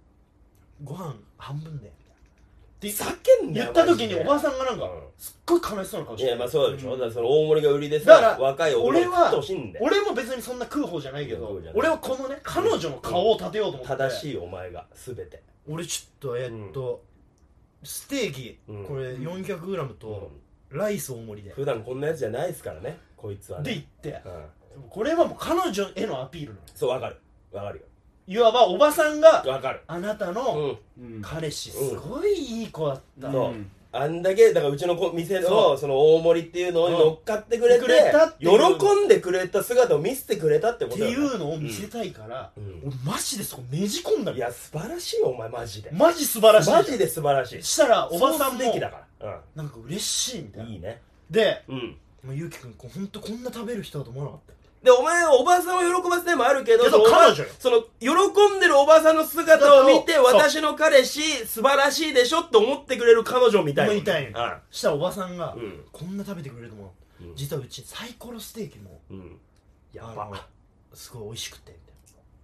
Speaker 3: ご飯半分で」みたいなって
Speaker 2: 叫んだ
Speaker 3: 言
Speaker 2: よ
Speaker 3: った時
Speaker 2: マジ
Speaker 3: に
Speaker 2: で
Speaker 3: おばさんがなんか
Speaker 2: うん
Speaker 3: すっごい悲しそうな顔し
Speaker 2: い
Speaker 3: て
Speaker 2: やまあそうでしょ
Speaker 3: ん
Speaker 2: だからその大盛りが売りで
Speaker 3: だから
Speaker 2: さ若い
Speaker 3: 俺は
Speaker 2: 食ってほしいんだよ
Speaker 3: 俺も別にそんな食う方じゃないけ
Speaker 2: 食う
Speaker 3: ど
Speaker 2: 方じゃない
Speaker 3: 俺はこのね彼女の顔を立てようと思って
Speaker 2: 正しいお前が全て
Speaker 3: 俺ちょっとえっとステーキ
Speaker 2: うん
Speaker 3: これ 400g とライス大盛りで
Speaker 2: 普段こんなやつじゃないですからねこいつは
Speaker 3: で
Speaker 2: ね
Speaker 3: 行って
Speaker 2: うん
Speaker 3: これはもう彼女へのアピールなの
Speaker 2: そうわかるわかる
Speaker 3: いわばおばさんが
Speaker 2: よわかる
Speaker 3: あなた
Speaker 2: う
Speaker 3: の
Speaker 2: ん
Speaker 4: うん
Speaker 3: 彼氏すごいいい子だった
Speaker 2: そ
Speaker 4: うん
Speaker 2: あんだけだからうちのこ店
Speaker 3: そ
Speaker 2: のその大盛りっていうのに乗っかってくれて
Speaker 3: くれたって
Speaker 2: 喜
Speaker 3: いうん
Speaker 2: でくれた姿を見せてくれたって
Speaker 3: っ
Speaker 2: こと
Speaker 3: て
Speaker 2: だ
Speaker 3: い
Speaker 2: よね
Speaker 3: うのを見せたいから
Speaker 2: うん
Speaker 3: 俺マジでそこねじ込んだの
Speaker 2: いや素晴らしいよお前マジで
Speaker 3: マジ素晴らしい
Speaker 2: マジで素晴らしい
Speaker 3: したらおばさん
Speaker 2: そうすべ
Speaker 3: も
Speaker 2: きだから
Speaker 3: なんか嬉しいみ
Speaker 2: う
Speaker 3: たい
Speaker 2: ん
Speaker 3: ない
Speaker 2: いね
Speaker 3: で
Speaker 2: うん
Speaker 3: もうゆうきくんこうほんとこんな食べる人だと思わなかった
Speaker 2: でお前はおばさんを喜ばせてもあるけど
Speaker 3: けど
Speaker 2: その
Speaker 3: 彼女よ
Speaker 2: その喜んでるおばさんの姿を見て
Speaker 3: そう
Speaker 2: 私の彼氏素晴らしいでしょって思ってくれる彼女みたいな
Speaker 3: みたい
Speaker 2: な
Speaker 3: したらおばさんが、
Speaker 2: うん
Speaker 3: こんな食べてくれると思う、
Speaker 2: うん
Speaker 3: 実はうちサイコロステーキも
Speaker 2: うんや
Speaker 3: あ
Speaker 2: ば
Speaker 3: のすごい美味しくて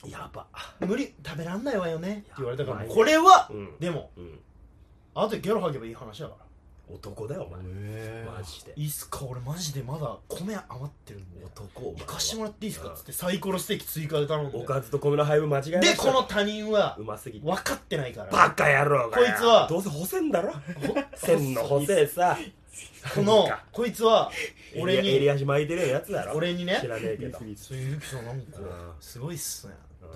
Speaker 3: みたい
Speaker 2: やば
Speaker 3: な無理食べらんないわよねって言われたから
Speaker 2: やばいね
Speaker 3: これは、
Speaker 2: うん
Speaker 3: でも
Speaker 2: うん
Speaker 3: あとゲロ吐けばいい話だから
Speaker 2: 男だよお前マジで
Speaker 3: いいっすか俺マジでまだ米余ってるんで
Speaker 2: 男お前
Speaker 3: 行
Speaker 2: は
Speaker 3: かしてもらっていいっすかっつってサイコロステーキ追加で頼んで
Speaker 2: おかずと米の配分間違えま
Speaker 3: で
Speaker 2: した
Speaker 3: この他人は
Speaker 2: うますぎて
Speaker 3: 分かってないから
Speaker 2: バカ野郎がよ
Speaker 3: こいつは
Speaker 2: どうせ補せんだろ
Speaker 3: ほ
Speaker 2: 線の補正さ
Speaker 3: このこいつは俺
Speaker 2: 俺に襟
Speaker 3: に
Speaker 2: 足巻いてるやつだろ
Speaker 3: 俺にね
Speaker 2: 知らねえけど
Speaker 4: 言い過ぎ
Speaker 3: そうゆうきさんなんか
Speaker 2: うん
Speaker 3: すごいっすねとか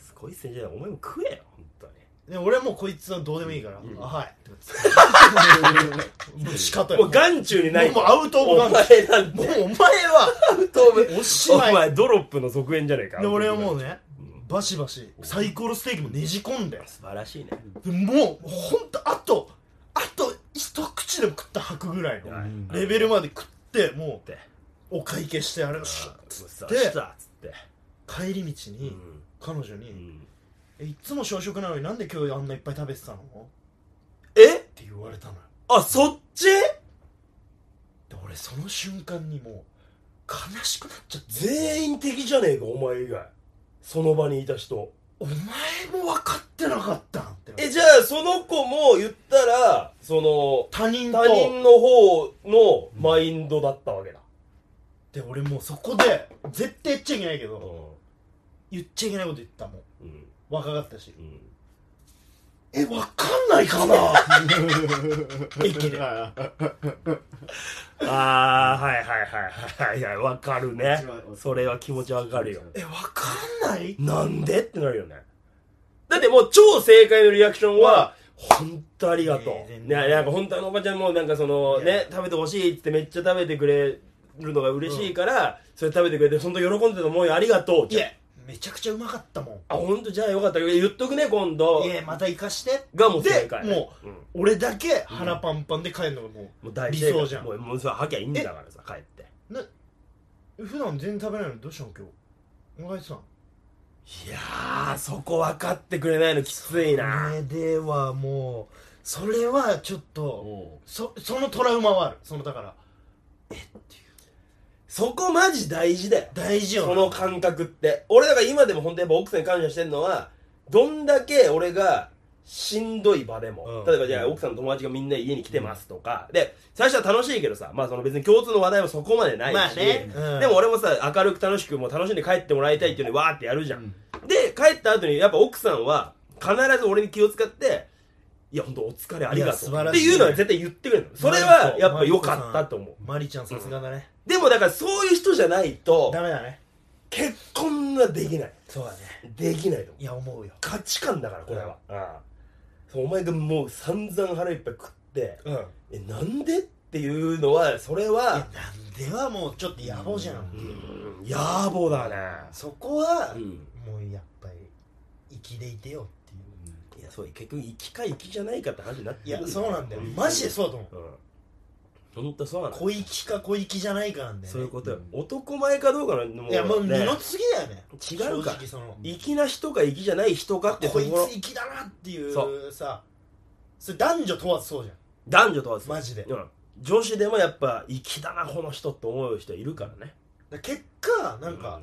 Speaker 2: すごい戦じゃないお前も食えよ本当に
Speaker 3: で俺はもうこいつはどうでもいいから、
Speaker 2: ん
Speaker 3: あ はいとかつってもう仕方よ
Speaker 2: もう眼中にない
Speaker 3: もうアウトオブガン
Speaker 2: お前なん
Speaker 3: もう
Speaker 2: て
Speaker 3: お前はおし
Speaker 2: お
Speaker 3: まい
Speaker 2: 前ドロップの続編じゃねえか
Speaker 3: で俺はもう
Speaker 2: ね
Speaker 3: ねバシバシサイコロステーキもねじ込んで
Speaker 2: 素晴らしいね
Speaker 3: でもうほんとあとあと一口でも食った吐くぐらいの
Speaker 4: ん
Speaker 3: レベルまで食っても
Speaker 2: で
Speaker 3: うお会計してあれをシュッ
Speaker 2: つ
Speaker 3: つ
Speaker 2: っ
Speaker 3: って
Speaker 2: てさつって
Speaker 3: 帰り道
Speaker 2: う
Speaker 3: に
Speaker 2: ん
Speaker 3: 彼女
Speaker 2: う
Speaker 3: に
Speaker 2: ん
Speaker 3: 「えいつも小食なのになんで今日あんないっぱい食べてたの?」
Speaker 2: え
Speaker 3: って言われたのよ
Speaker 2: あそっち
Speaker 3: で俺その瞬間にもう悲しくなっちゃって
Speaker 2: 全員敵じゃねえかお前以外その場にいた人
Speaker 3: お前も分かってなかったんって
Speaker 2: えじゃあその子も言ったらその
Speaker 3: 他人と
Speaker 2: 他人の方のマインドだったわけだ、
Speaker 3: で俺もうそこで絶対言っちゃいけないけ
Speaker 2: う
Speaker 3: ど
Speaker 2: ん
Speaker 3: 言っちゃいけないこと言ったもん
Speaker 2: うん
Speaker 3: 若かったし
Speaker 2: うん
Speaker 3: え分かんないかな
Speaker 4: 駅で
Speaker 2: ああはいはいはいはいはいはいわかるねそれは気持ちわかるよ
Speaker 3: え分かんない
Speaker 2: なんでってなるよねだってもう超正解のリアクションは本当ありがとう、
Speaker 3: えー全
Speaker 2: ね
Speaker 3: 然
Speaker 2: なんか本当あのおばちゃんもなんかその
Speaker 3: いや
Speaker 2: ね食べてほしいってめっちゃ食べてくれるのが嬉しいから、それ食べてくれて本当喜んでたと思うよありがとう
Speaker 3: いやめちゃくちゃうまかったも
Speaker 2: あ本当じゃあよかった言っとくね今度
Speaker 3: んいやまた行かして
Speaker 2: がもう正解
Speaker 3: でも
Speaker 2: うん
Speaker 3: う俺だけ腹パンパンで帰るのがも
Speaker 2: もう大
Speaker 3: 理
Speaker 2: 正解
Speaker 3: 想じゃん
Speaker 2: もうもうそれはきゃいいんだからさ帰って
Speaker 3: う普段全然食べないのにどうしたの今日お前さん
Speaker 2: いやーそこ分かってくれないのきついな
Speaker 3: あれではもうそれはちょっとそそのトラウマはあるそのだから
Speaker 2: そこマジ大事だよ
Speaker 3: 大事よ
Speaker 2: その感覚って俺だから今でも本当やっぱ奥さんに感謝してるのはどんだけ俺がしんどい場でも、
Speaker 3: うん
Speaker 2: 例えばじゃあ奥さんの友達がみんな家に来てますとか、で最初は楽しいけどさまあその別に共通の話題もそこまでないし、
Speaker 3: まあね、うん
Speaker 2: でも俺もさ明るく楽しくもう楽しんで帰ってもらいたいっていうのでわーってやるじゃん、で帰った後にやっぱ奥さんは必ず俺に気を使っていや本当お疲れありが
Speaker 3: いや
Speaker 2: と
Speaker 3: 素
Speaker 2: う
Speaker 3: 晴
Speaker 2: っ
Speaker 3: ら
Speaker 2: て
Speaker 3: しい
Speaker 2: いうのは絶対言ってくれるのそれはやっぱ良かったと思う
Speaker 3: マリちゃんさすがだね、
Speaker 2: でもだからそういう人じゃないと
Speaker 3: ダメだね
Speaker 2: 結婚はできない
Speaker 3: そうだね
Speaker 2: できないと思う
Speaker 3: いや思うよ
Speaker 2: 価値観だからこれは、うんそうお前がもう散々腹いっぱい食って
Speaker 3: うんいや
Speaker 2: えなんでっていうのはそれ
Speaker 3: なん
Speaker 2: は
Speaker 3: ではもうちょっと野望じゃん、
Speaker 2: うん野暮だね
Speaker 3: そこは、
Speaker 2: うん
Speaker 3: もうやっぱり生きでいてよっていう
Speaker 2: いやそう結局生きか生きじゃないかって話になってく
Speaker 3: い
Speaker 2: る
Speaker 3: やそうなんだよマジでそうだと思う
Speaker 2: うん本当そうなんだよ
Speaker 3: 小粋か小粋じゃないかなんだよ、ね、
Speaker 2: そういうことよ男前かどうかのも
Speaker 3: いやもう二
Speaker 2: ね
Speaker 3: の次だよね
Speaker 2: 違うか
Speaker 3: 正直その
Speaker 2: 粋な人か粋じゃない人かってとこ
Speaker 3: こい
Speaker 2: ろ
Speaker 3: つ粋だなってい
Speaker 2: そう
Speaker 3: さそれ男女問わずそうじゃん
Speaker 2: 男女問わず
Speaker 3: マジで
Speaker 2: うん女子でもやっぱ粋だなこの人って思う人いるからね
Speaker 3: だから結果なんか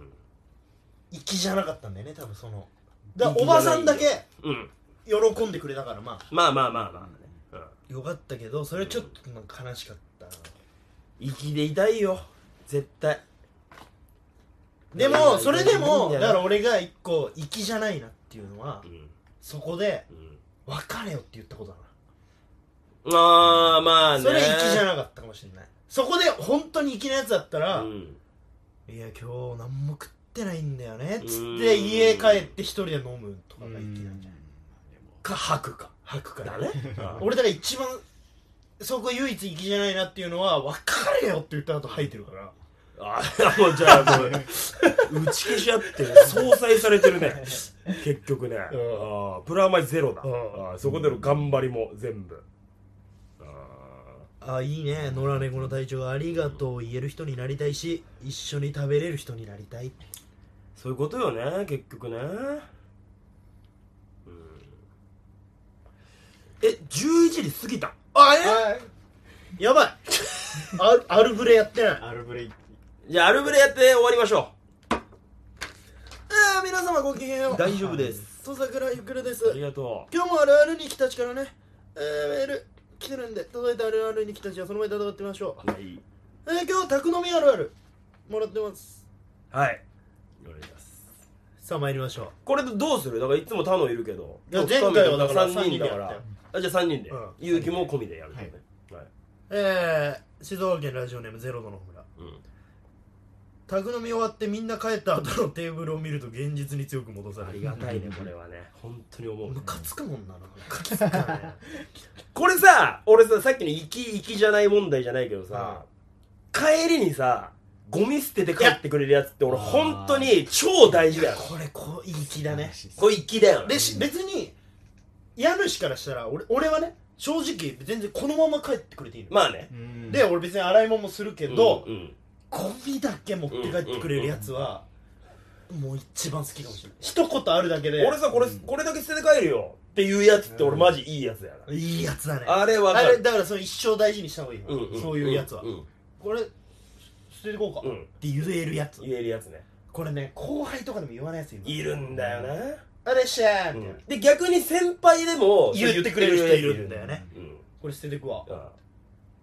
Speaker 3: 粋じゃなかったんだよね多分そのだから
Speaker 2: 粋
Speaker 3: お
Speaker 2: じゃない
Speaker 3: ばさんだけ
Speaker 2: うん、うん
Speaker 3: 喜んでくれたからまあ
Speaker 2: まあまあまあまあね、
Speaker 3: よかったけどそれちょっとなんか悲しかったな
Speaker 2: うん、粋でいたいよ絶対
Speaker 3: で
Speaker 2: いやいや
Speaker 3: もそれで
Speaker 2: い
Speaker 3: もだ
Speaker 2: やいや
Speaker 3: から俺が一個粋じゃないなっていうのは
Speaker 2: ん、
Speaker 3: そこで
Speaker 2: うん、
Speaker 3: 別れよって言ったことだな
Speaker 2: ああまあね
Speaker 3: それ粋じゃな
Speaker 2: な
Speaker 3: かったかもしれないそこで本当に粋なやつだったら、
Speaker 2: うん、
Speaker 3: いや今日何も食ってないんだよねつ
Speaker 2: う
Speaker 3: っ
Speaker 2: ー
Speaker 3: て
Speaker 2: ん
Speaker 3: 家帰って一人で飲むとか
Speaker 4: う
Speaker 3: が粋なんじゃない
Speaker 4: ん
Speaker 3: か吐くか吐くか
Speaker 2: だね
Speaker 3: 俺だから一番そこ唯一粋じゃないなっていうのは別れよって言った後吐いてるから
Speaker 2: ああもうじゃあもう 打ち消し合 ってる相殺されてるね結局ね、
Speaker 3: うん
Speaker 2: ああプラマイゼロだ、
Speaker 3: うん
Speaker 2: ああそこでの頑張りも全部、ああ
Speaker 3: あいいね野良猫の体調がありがとうを言える人になりたいし一緒に食べれる人になりたい
Speaker 2: そういうことよね結局ねうんえ11時過ぎた
Speaker 3: あえやばいあアルブレやってない
Speaker 4: アルブレイ
Speaker 2: じゃあアルブレやって終わりましょ
Speaker 3: あー皆様ごきげんよ
Speaker 2: う
Speaker 3: う
Speaker 2: 大丈夫です
Speaker 3: 戸桜ゆくるです
Speaker 2: ありがと
Speaker 3: 今日もあるあるに来たちからね、えー、メール来てるんで届いたあるあるに来たちはその前に戦ってみましょ
Speaker 2: うはい、
Speaker 3: う、えー、今日宅飲みあるあるもらってます
Speaker 2: はい、お願いします
Speaker 3: さあ参りましょ
Speaker 2: これどうするだからいつも他のいるけど
Speaker 3: いや
Speaker 2: 今日二人
Speaker 3: 前回はだから
Speaker 2: 三人
Speaker 3: 三人で
Speaker 2: だか
Speaker 3: や
Speaker 2: ら
Speaker 3: っ
Speaker 2: あじゃあ3人で
Speaker 3: うん
Speaker 2: 勇気、も込みでやるからねはい、
Speaker 3: うえー、静岡県ラジオネームゼロ度の村
Speaker 2: うん
Speaker 3: 宅飲み終わってみんな帰った後のテーブルを見ると現実に強く戻され
Speaker 2: あ
Speaker 3: る
Speaker 2: りがたい ねこれはね本当に思うね
Speaker 3: ムカつくもんなのムカつくね
Speaker 2: これさ俺ささっきの行き行きじゃない問題じゃないけどさ、帰りにさゴミ捨てて帰ってくれるやつって俺
Speaker 4: いや
Speaker 2: 本当に超 大事だよ
Speaker 3: これこういい気だね
Speaker 2: これ行きだよ
Speaker 3: で
Speaker 2: ね
Speaker 3: し別に家主からしたら俺俺はね正直全然このまま帰ってくれていいの、
Speaker 2: まあね
Speaker 3: で俺別に洗い物もするけど、
Speaker 2: うんうん
Speaker 3: ゴミだけ持って帰ってくれるやつは、もう一番好きかもしれない一言あるだけで
Speaker 2: 俺さこれこれだけ捨てて帰るよっていうやつって俺マジいいやつやな、
Speaker 3: いいやつだね
Speaker 2: あれわ
Speaker 3: あ
Speaker 2: か
Speaker 3: れ
Speaker 2: る
Speaker 3: だからその一生大事にした方がいいわ、
Speaker 2: んん
Speaker 3: そういうやつは、
Speaker 2: んん
Speaker 3: これ捨ててこうか、
Speaker 2: うん
Speaker 3: って言えるやつ
Speaker 2: 言えるやつね
Speaker 3: これね後輩とかでも言わないやついる
Speaker 2: いるんだよな、
Speaker 3: あれっしゃーみたいな、
Speaker 2: で逆に先輩でも
Speaker 3: 言ってくれる人いるんだよね
Speaker 2: うん、うん
Speaker 3: これ捨ててくわ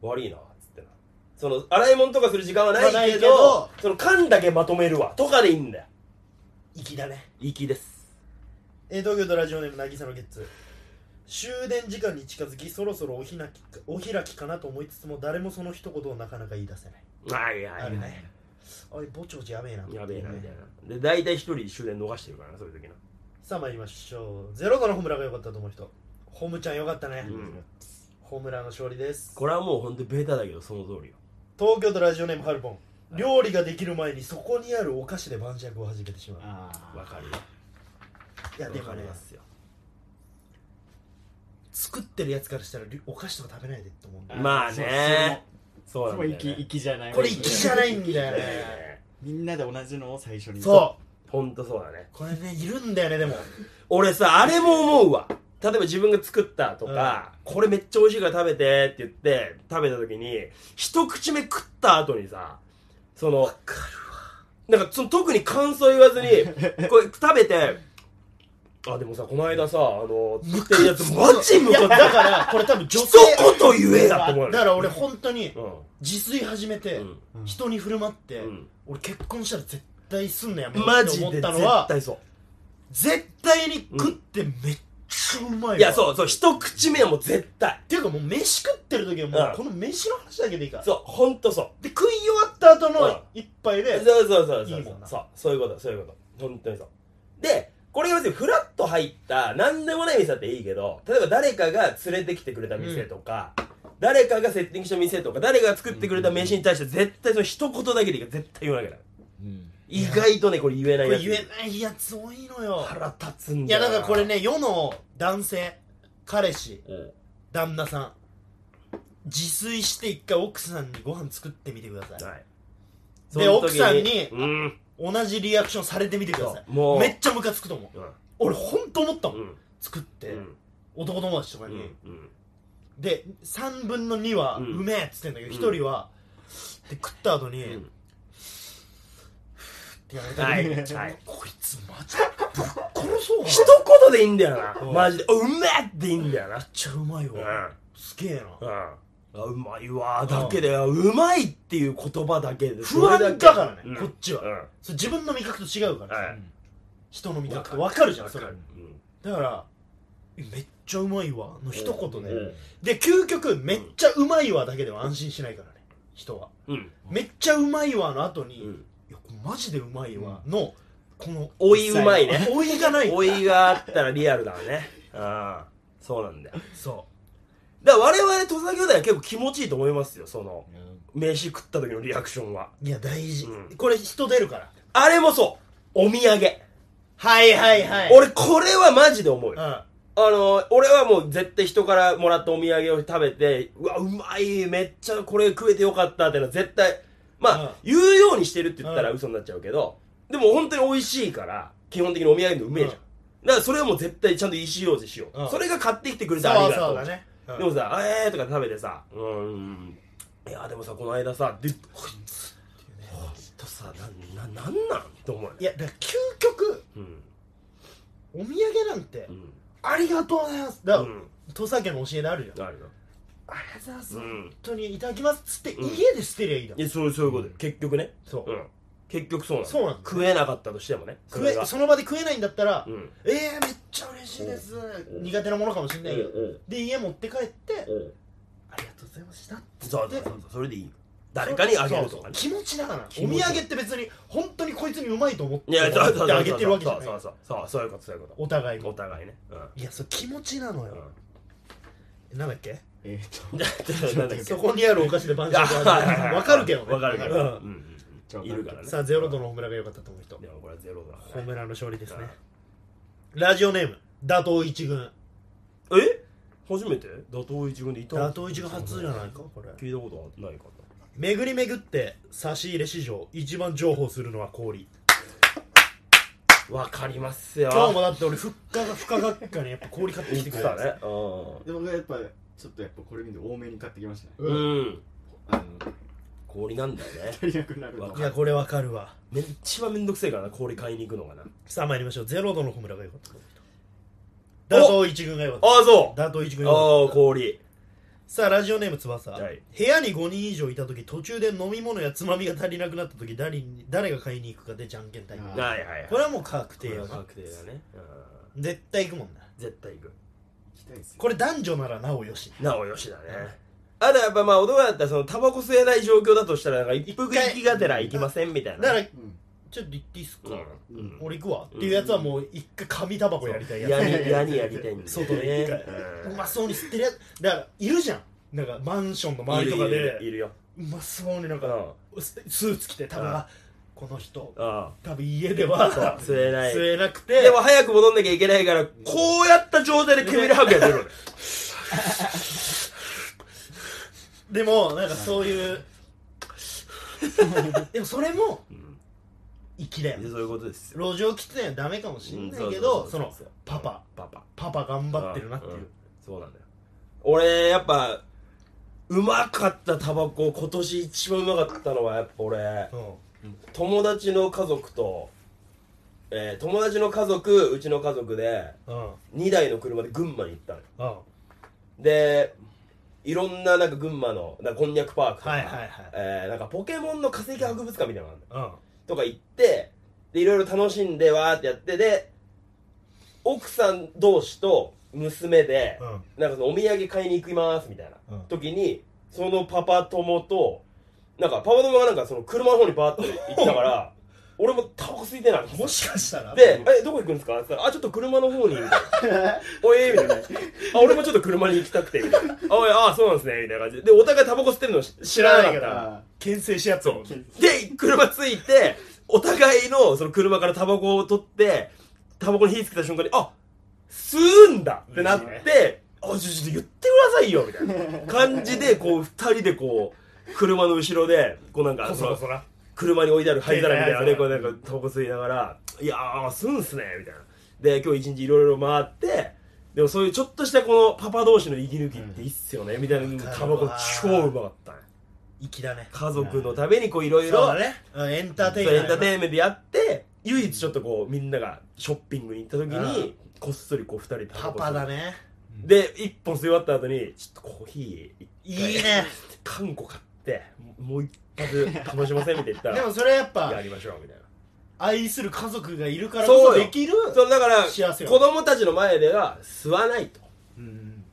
Speaker 2: 悪いなっつってなその洗い物とかする時間はないけど,、
Speaker 3: まあないけど
Speaker 2: その缶だけまとめるわとかでいいんだよ
Speaker 3: 粋だね
Speaker 2: 粋です
Speaker 3: えー東京都ラジオネーム渚のゲッツ終電時間に近づきそろそろおひなきかお開きかなと思いつつも誰もその一言をなかなか言い出せない
Speaker 2: はいはい
Speaker 3: あ
Speaker 2: はい
Speaker 3: るねあれぼちぼちやべえな
Speaker 2: やべえなみたいなで大体一人終電逃してるからなそういう時な
Speaker 3: さあ参りましょうゼロ個のホムラが良かったと思う人ホムちゃん良かったね、
Speaker 2: うん
Speaker 3: ホムラの勝利です
Speaker 2: これはもう本当ベタだけどその通りよ
Speaker 3: 東京都ラジオネームハルポン料理ができる前にそこにあるお菓子で晩酌をはじけてしまう
Speaker 4: あ
Speaker 2: わ
Speaker 4: あ
Speaker 2: かるよ
Speaker 3: いやでも
Speaker 2: わか
Speaker 3: ね
Speaker 2: りますよ
Speaker 3: 作ってるやつからしたらりお菓子とか食べないでって思うんだよ
Speaker 2: まあね
Speaker 4: そ
Speaker 2: そうなん
Speaker 4: こ
Speaker 2: だよ
Speaker 4: 行き
Speaker 2: ね
Speaker 4: 行きじゃない
Speaker 3: これ粋じゃないんだよね
Speaker 2: ね
Speaker 4: みんなで同じのを最初に
Speaker 3: そ
Speaker 2: ほんとそうだね
Speaker 3: これねいるんだよねで も
Speaker 2: 俺さあれも思うわ例えば自分が作ったとか、これめっちゃ美味しいから食べてって言って食べた時に一口目食った後にさそのなんかその特に感想言わずにこれ食べてあでもさこの間さあの作ってるやつマジム
Speaker 3: いや
Speaker 2: カ
Speaker 3: だ
Speaker 2: つく
Speaker 3: からこれ多分女性
Speaker 2: 一言言えやと思うよ
Speaker 3: だから俺本当に
Speaker 2: うん
Speaker 3: 自炊始めて、
Speaker 2: うん
Speaker 3: 人に振る舞って、
Speaker 2: うん
Speaker 3: 俺結婚したら絶対すんのやめよう
Speaker 2: マ
Speaker 3: って
Speaker 2: ジ
Speaker 3: 思っ
Speaker 2: で
Speaker 3: たの
Speaker 2: 絶
Speaker 3: は
Speaker 2: 対そう
Speaker 3: 絶対に食ってめっちゃうまいわ
Speaker 2: いやそう
Speaker 3: っ
Speaker 2: そう一口目はもう絶対
Speaker 3: ていうかもう飯食ってる時はも
Speaker 2: うん
Speaker 3: うこの飯の話だけでいいから
Speaker 2: そうほんとそう
Speaker 3: で食い終わった後
Speaker 2: うん
Speaker 3: の一杯で
Speaker 2: そうそうそうそう
Speaker 3: いいもんな
Speaker 2: そうそういうことそういうこと本当にそうでこれが別にフラッと入った何でもない店だっていいけど例えば誰かが連れてきてくれた店とか、誰かがセッティングした店とか誰が作ってくれた飯に対して絶対その一言だけでいいから絶対言わなきゃダメ意外とねこれ言えな
Speaker 3: こ
Speaker 2: いや
Speaker 3: れ
Speaker 2: つ
Speaker 3: 言えないやつ多いのよ
Speaker 2: 腹立つん
Speaker 3: い
Speaker 2: だ
Speaker 3: や
Speaker 2: よな
Speaker 3: だからこれね世の男性彼氏
Speaker 2: うん
Speaker 3: 旦那さん自炊して一回奥さんにご飯作ってみてください
Speaker 2: はい
Speaker 3: で
Speaker 2: その
Speaker 3: 奥
Speaker 2: 時
Speaker 3: さんに
Speaker 2: うん
Speaker 3: 同じリアクションされてみてください
Speaker 2: そうもう
Speaker 3: めっちゃムカつくと思う
Speaker 2: うん
Speaker 3: 俺ほんと思ったもん、
Speaker 2: うん
Speaker 3: 作って、
Speaker 2: うん
Speaker 3: 男友達とか
Speaker 2: う
Speaker 3: に、
Speaker 2: んうん
Speaker 3: で3分の2は
Speaker 2: う
Speaker 3: うんめえっつってんだけど、
Speaker 2: うん
Speaker 3: 一1人はで食った後に、
Speaker 2: うん
Speaker 3: ってやられた
Speaker 2: はい
Speaker 3: 時に、
Speaker 2: はい
Speaker 3: こいつマジでぶっ殺そうな
Speaker 2: 一言でいいんだよな
Speaker 3: うん
Speaker 2: マジでうめえっていいんだよな
Speaker 3: めっちゃうまいわ、
Speaker 2: うん
Speaker 3: すげえな、
Speaker 2: うんあうまいわーだけで、うまいっていう言葉だけで
Speaker 3: 不安だからね、
Speaker 2: うん
Speaker 3: こっちは、
Speaker 2: うん
Speaker 3: それ自分の味覚と違うからさ、
Speaker 2: はい
Speaker 3: 人の味覚と分かるじゃんそれ
Speaker 2: わかる
Speaker 3: だからえめっちゃうまいわの一言で、
Speaker 2: うん
Speaker 3: で究極めっちゃうまいわだけでは安心しないからね人は
Speaker 2: うん
Speaker 3: めっちゃうまいわの後に、
Speaker 2: う
Speaker 3: い
Speaker 2: ん
Speaker 3: やこれマジでうまいわのこの
Speaker 2: 追いうまいね
Speaker 3: 追いがない
Speaker 2: 追いがあったらリアルだねああそうなんだよ
Speaker 3: そ
Speaker 2: だから我々土佐兄弟は結構気持ちいいと思いますよその飯食った時のリアクションは
Speaker 3: ういや大事、
Speaker 2: うん
Speaker 3: これ人出るから
Speaker 2: あれもそうお土産、
Speaker 3: はいはいは俺
Speaker 2: 俺これはマジで思うよ
Speaker 3: う
Speaker 2: あの、俺はもう絶対人からもらったお土産を食べて、うわ、うまい、めっちゃこれ食えてよかったっていうのは絶対、まあ、
Speaker 3: うん
Speaker 2: 言うようにしてるって言ったら
Speaker 3: う
Speaker 2: 嘘になっちゃうけど、でも本当に美味しいから、基本的にお土産のうめえじゃん。
Speaker 3: うん
Speaker 2: だからそれはもう絶対ちゃんと意思表示しよう。
Speaker 3: うん
Speaker 2: それが買ってきてくれ
Speaker 3: ん
Speaker 2: た
Speaker 3: そう
Speaker 2: らありがとう。
Speaker 3: そうだね、うん
Speaker 2: でもさ、えーとか食べてさ、うーん、いや、でもさ、この間さ、で、こいつ、ほんとさ、な、な、なんなんって思うよ。
Speaker 3: いやだから究極
Speaker 2: うん。
Speaker 3: お土産なんて、
Speaker 2: うん。
Speaker 3: ありがとうございますだから、
Speaker 2: うん
Speaker 3: 土佐家の教えであるじゃん
Speaker 2: あるよ。
Speaker 3: ありがとうございます、
Speaker 2: うん
Speaker 3: 本当にいただきますっつって、
Speaker 2: うん
Speaker 3: 家で捨てりゃいいだ
Speaker 2: いやそうそういうことよ結局ね
Speaker 3: そう、
Speaker 2: うん結局そうなの
Speaker 3: そうなんだ
Speaker 2: 食えなかったとしてもね
Speaker 3: 食え
Speaker 2: それが
Speaker 3: その場で食えないんだったら、
Speaker 2: うん
Speaker 3: えー、めっちゃ嬉しいです、苦手なものかもしれないけど、で家持って帰って、
Speaker 2: うんうん
Speaker 3: ありがとうございましたって
Speaker 2: そうそうそうそれでいい誰かにあげるとか
Speaker 3: そ
Speaker 2: ね
Speaker 3: うそう気持ちだから
Speaker 2: 気
Speaker 3: お
Speaker 2: 持ち
Speaker 3: 土産って別に本当にこいつにうまいと思って
Speaker 2: いやそうそうそうそう
Speaker 3: あげてるわけじゃない
Speaker 2: そうそうそうそうそういうことそういうこ
Speaker 3: お互い
Speaker 2: とお
Speaker 3: も
Speaker 2: 互いねうん
Speaker 3: いやそれ気持ちなの よ、なんだっけ
Speaker 4: えー、っと
Speaker 2: じゃあなんだっけ
Speaker 3: そこにあるお菓子で晩酌
Speaker 2: あ
Speaker 3: が
Speaker 2: はいはいはい
Speaker 3: わかるけどね
Speaker 2: わかるけど
Speaker 3: う
Speaker 2: うんんうんうんいるからね
Speaker 3: さあゼロ度のホームランが良かったと思う人
Speaker 2: でもこれはゼロだ
Speaker 3: ホームランの勝利ですね
Speaker 2: は
Speaker 3: ラジオネーム打倒一軍
Speaker 2: え初めて打倒一軍でいた
Speaker 3: 打倒一軍初じゃないかこれ
Speaker 2: 聞いたことないか
Speaker 3: 巡り巡って差し入れ市場一番重宝するのは氷
Speaker 2: なわかりますよ
Speaker 3: 今日もだって俺ふっかがふかがっかにやっぱ氷買ってきてくれた
Speaker 2: たねう
Speaker 4: で僕はやっぱちょっとやっぱこれ見て多めに買ってきましたね
Speaker 2: ん
Speaker 3: うん
Speaker 2: うん
Speaker 4: あの
Speaker 2: 氷なんだよね
Speaker 4: 足りなくなる
Speaker 2: わ
Speaker 4: と
Speaker 3: いやこれわかるわ
Speaker 2: め一番めんどくせえからな氷買いに行くのがな
Speaker 3: さあ参りましょうゼロ度のホームランが良かったと思う人打倒一軍が良かった
Speaker 2: ああそ
Speaker 3: 打倒一軍
Speaker 2: う
Speaker 3: 良かった
Speaker 2: ああ氷
Speaker 3: さあラジオネーム翼、
Speaker 2: はい
Speaker 3: 部屋に5人以上いた時途中で飲み物やつまみが足りなくなった時誰に誰が買いに行くかでじゃんけん大
Speaker 4: あ
Speaker 3: 会
Speaker 4: ー
Speaker 2: はいはいはい
Speaker 3: これはもう確
Speaker 2: こ
Speaker 3: 定
Speaker 2: れ
Speaker 3: よ
Speaker 2: は
Speaker 3: な
Speaker 2: 確定だねうん
Speaker 3: 絶対行くもんな
Speaker 2: 絶対行く
Speaker 4: 行きたいですよ
Speaker 3: これ男女ならなおよし
Speaker 2: なおよしだねあとやっぱまあ男だったらそのタバコ吸えない状況だとしたらなんか一服
Speaker 3: 一回
Speaker 2: 行きがてら行きませんみた
Speaker 3: だ
Speaker 2: いな
Speaker 3: か
Speaker 2: ね
Speaker 3: ら
Speaker 4: うん
Speaker 3: ちょっと言っていいっすか、
Speaker 2: うんうん
Speaker 3: 俺行くわっていうやつはもう一回紙タバコやりたいやつ
Speaker 2: やにやにやりたいんだよね
Speaker 3: 外でいいからう
Speaker 2: うん
Speaker 3: まそうに吸ってるやつだからいるじゃんなんかマンションの周りとか
Speaker 2: いるいるい
Speaker 3: で
Speaker 2: るよ
Speaker 3: うまそうになん
Speaker 2: う
Speaker 3: か
Speaker 2: ん
Speaker 3: ススーツ着て多分
Speaker 2: うん
Speaker 3: あこの人
Speaker 2: あ
Speaker 3: 多分家では
Speaker 2: あ 吸えない
Speaker 3: 吸えなくて
Speaker 2: でも早く戻んなきゃいけないからこうやった状態で煙吐くやついるよね
Speaker 3: で もなんかそういうでもそれも
Speaker 2: ん
Speaker 3: い粋だよね
Speaker 2: そういうことですよ
Speaker 3: 路上喫煙はダメかもしんないけ
Speaker 2: う
Speaker 3: ど
Speaker 2: ん
Speaker 3: その
Speaker 2: うううう
Speaker 3: パパ
Speaker 2: パパ
Speaker 3: パパ頑張ってるなってい
Speaker 2: ん
Speaker 3: うん
Speaker 2: そうなんだよ俺やっぱうまかったタバコ今年一番うまかったのはやっぱ俺
Speaker 3: うん
Speaker 2: 友達の家族と、えー友達の家族うちの家族で
Speaker 3: うんうん
Speaker 2: 2台の車で群馬に行ったのよ
Speaker 3: は
Speaker 2: でいろんななんか群馬のなんかこんにゃくパーク
Speaker 3: い
Speaker 2: とか、
Speaker 3: はいはい
Speaker 2: えーなんかポケモンの化石博物館みたいなのがあるのよ
Speaker 3: うん
Speaker 2: とか行ってでいろいろ楽しんでわーってやってで奥さん同士と娘で、
Speaker 3: うん
Speaker 2: なんかそのお土産買いに行きますみたいな、
Speaker 3: うん
Speaker 2: 時にそのパパ友となんかパパ友がなんかその車の方にバーって行ったから 俺もタバコ吸いてない
Speaker 3: もしかしたら
Speaker 2: で、え、どこ行くんですかって言ったら、あ、ちょっと車の 方に、みたいな。おい、みたいな。あ、俺もちょっと車に行きたくて、みたいな。あ、おい、あ、そうなんですね、みたいな感じで。で、お互いタバコ吸ってるの知知らなかったから。
Speaker 4: あ
Speaker 3: 牽制し合ってるもんね
Speaker 2: で、車ついて、お互いの、その車からタバコを取って、タバコに火つけた瞬間に、あ、吸うんだってなっ
Speaker 3: いい
Speaker 2: て、あ、ちょ、ちょっと言ってくださいよ、みたいな感じで、こう、二人でこう、車の後ろで、こうなんか、
Speaker 3: こそこそな
Speaker 2: 車に置いてある灰皿みたいなね
Speaker 3: 携
Speaker 2: こう
Speaker 3: 帯
Speaker 2: なんかタバコ吸いながら「いやーすんすね」みたいなで今日一日いろいろ回ってでもそういうちょっとしたこのパパ同士の息抜きっていいっすよね、みたいなタバコ超うまかったね
Speaker 3: 粋だね
Speaker 2: 家族のためにこういろい
Speaker 3: そう
Speaker 2: ろ
Speaker 3: だねうんエンターテイナー
Speaker 2: エ
Speaker 3: や
Speaker 2: ン
Speaker 3: な
Speaker 2: ターテインメントやって唯一ちょっとこうみんながショッピングに行った時にこっそりこう二人で
Speaker 3: パ
Speaker 2: タバコ吸う
Speaker 3: パだね
Speaker 2: で一本吸い終わった後にちょっとコーヒー
Speaker 3: いいね
Speaker 2: 缶個買ってもう一発かましませんみたいな言った
Speaker 3: で
Speaker 2: ら
Speaker 3: もそれはやっぱ
Speaker 2: やりましょうみたいな
Speaker 3: 愛する家族がいるから
Speaker 2: そ
Speaker 3: こ
Speaker 2: う
Speaker 3: そ
Speaker 2: よ
Speaker 3: できる
Speaker 2: そうだから
Speaker 3: 幸せよ
Speaker 2: 子供たちの前では吸わないとっ
Speaker 3: うん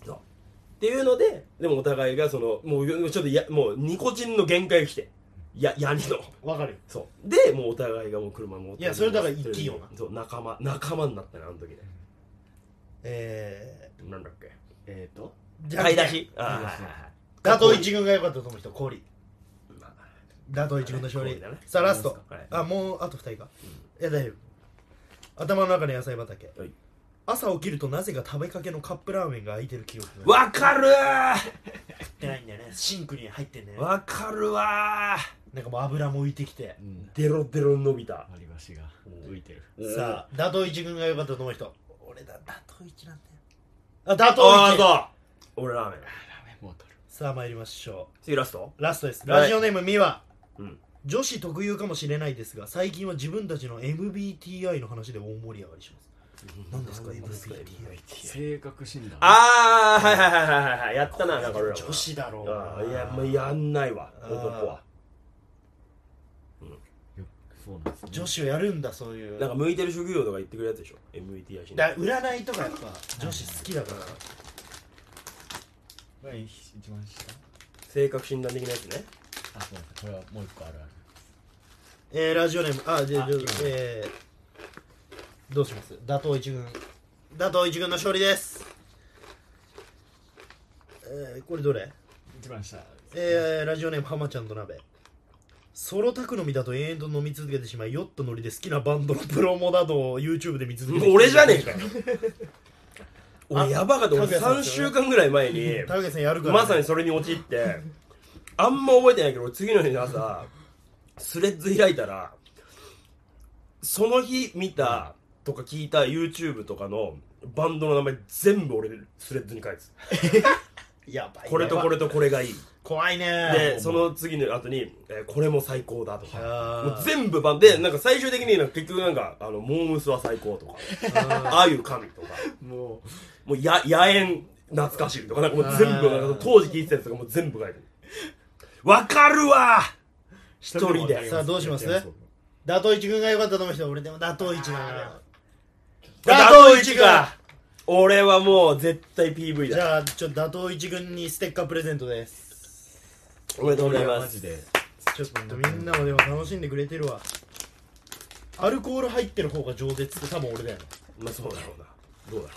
Speaker 2: ていうのででもお互いがそのもうちょっとやもうニコチンの限界が来てややりの
Speaker 3: わかるよ
Speaker 2: そうでもうお互いがもう車も
Speaker 3: いやそれだから一気よな
Speaker 2: そう仲間仲間になったねあの時で
Speaker 3: え
Speaker 2: なんだっけ
Speaker 4: えっと
Speaker 3: ー
Speaker 2: 買い出しあー
Speaker 4: 買
Speaker 2: はい
Speaker 4: い
Speaker 2: は
Speaker 4: 出し
Speaker 3: じゃんけん打倒一軍が良かったと思う人氷
Speaker 2: いはいまあ
Speaker 3: 打倒一軍の勝利
Speaker 2: 氷だね
Speaker 3: さあラスト
Speaker 2: はい
Speaker 3: あもうあと二人かいや大丈夫頭の中の野菜畑
Speaker 2: はい
Speaker 3: 朝起きるとなぜか食べかけのカップラーメンが空いてる記憶が
Speaker 2: わかるー
Speaker 3: 食ってないんだよねシンクに入ってんだよね
Speaker 2: わかるわ
Speaker 3: なんかもう油も浮いてきて
Speaker 4: うん
Speaker 2: ーデロデロに伸びた
Speaker 4: 割り箸が浮いてる
Speaker 3: さあ打倒一軍が良かったと思う人俺だ打倒一なんだよあ
Speaker 2: あ
Speaker 3: 打
Speaker 2: と
Speaker 3: 倒
Speaker 2: あ
Speaker 3: 一
Speaker 2: と俺ラーメン
Speaker 4: もう取る
Speaker 3: さあ参りましょ
Speaker 2: 次ラスト
Speaker 3: うラストです
Speaker 2: はい
Speaker 3: ラジオネームミワ
Speaker 2: うん
Speaker 3: 女子特有かもしれないですが最近は自分たちの MBTI の話で大盛り上がりします何ですか MBTI
Speaker 4: 性格診断
Speaker 2: ああはいはいはいはいはいやったななんか俺らも
Speaker 3: 女子だろう
Speaker 2: ああ
Speaker 3: ない
Speaker 2: やもうやんないわ
Speaker 3: あー
Speaker 2: 男は
Speaker 4: よそうなんですね
Speaker 3: 女子はやるんだそういう
Speaker 2: なんか向いてる職業とか言ってくるやつでしょ MVT やし
Speaker 3: だ占いとかやっぱ女子好きだから
Speaker 4: が一番下
Speaker 2: 性格診断的なやつね
Speaker 4: あそうなんですこれはもう一個あるある
Speaker 3: えー、ラジオネームあじゃあ
Speaker 4: あ
Speaker 3: じゃあえー、どうします打倒一軍打倒一軍の勝利ですえー、これどれ
Speaker 4: 一番下
Speaker 3: えー、ラジオネーム浜ちゃんと鍋ソロ宅飲みだと延々と飲み続けてしまいヨット乗りで好きなバンドのプロモなどを YouTube で見続けて
Speaker 2: 俺じゃねえかよ俺
Speaker 3: あ
Speaker 2: やばかった 俺
Speaker 3: 拓也さん
Speaker 2: 3
Speaker 3: ですよね
Speaker 2: 週間ぐらい前に
Speaker 3: 田口さんやるから、
Speaker 2: まさにそれに陥ってあんま覚えてないけど俺次の日の朝スレッズ開いたらその日見たとか聞いた YouTube とかのバンドの名前全部俺スレッズに書いてた
Speaker 3: やばい
Speaker 2: これとこ
Speaker 3: れ
Speaker 2: れとこれがいい
Speaker 3: 怖いね
Speaker 2: でその次の後に、えーこれも最高だとかも
Speaker 3: あ
Speaker 2: う
Speaker 3: ー
Speaker 2: 全部版でなんか最終的になんか結局なんかあのモームスは最高とかああいう神とか
Speaker 4: も
Speaker 2: もうや野猿懐かしいとかなんかもう全部
Speaker 3: あー
Speaker 2: なんか当時聞いてたやつとかもう全部書いてるわかるわ
Speaker 4: う
Speaker 2: 一人で
Speaker 3: さあどうします
Speaker 4: やってや
Speaker 3: 打倒一軍が良かったと思う人は俺でも打倒一だな
Speaker 2: 打
Speaker 3: 打
Speaker 2: 倒
Speaker 3: 倒
Speaker 2: 一
Speaker 3: 一
Speaker 2: が
Speaker 3: が
Speaker 2: 俺はもう絶対 PV
Speaker 3: じ
Speaker 2: だ
Speaker 3: ゃあちょっと打倒一軍にステッカープレゼントです
Speaker 2: おめでとうござい
Speaker 4: そう
Speaker 2: ま
Speaker 4: マジ
Speaker 2: す
Speaker 4: で
Speaker 3: ちょっとみんなもでも楽しんでくれてるわアルコール入ってる方が饒舌って多分俺だよね
Speaker 2: まあそうだろうなどうだ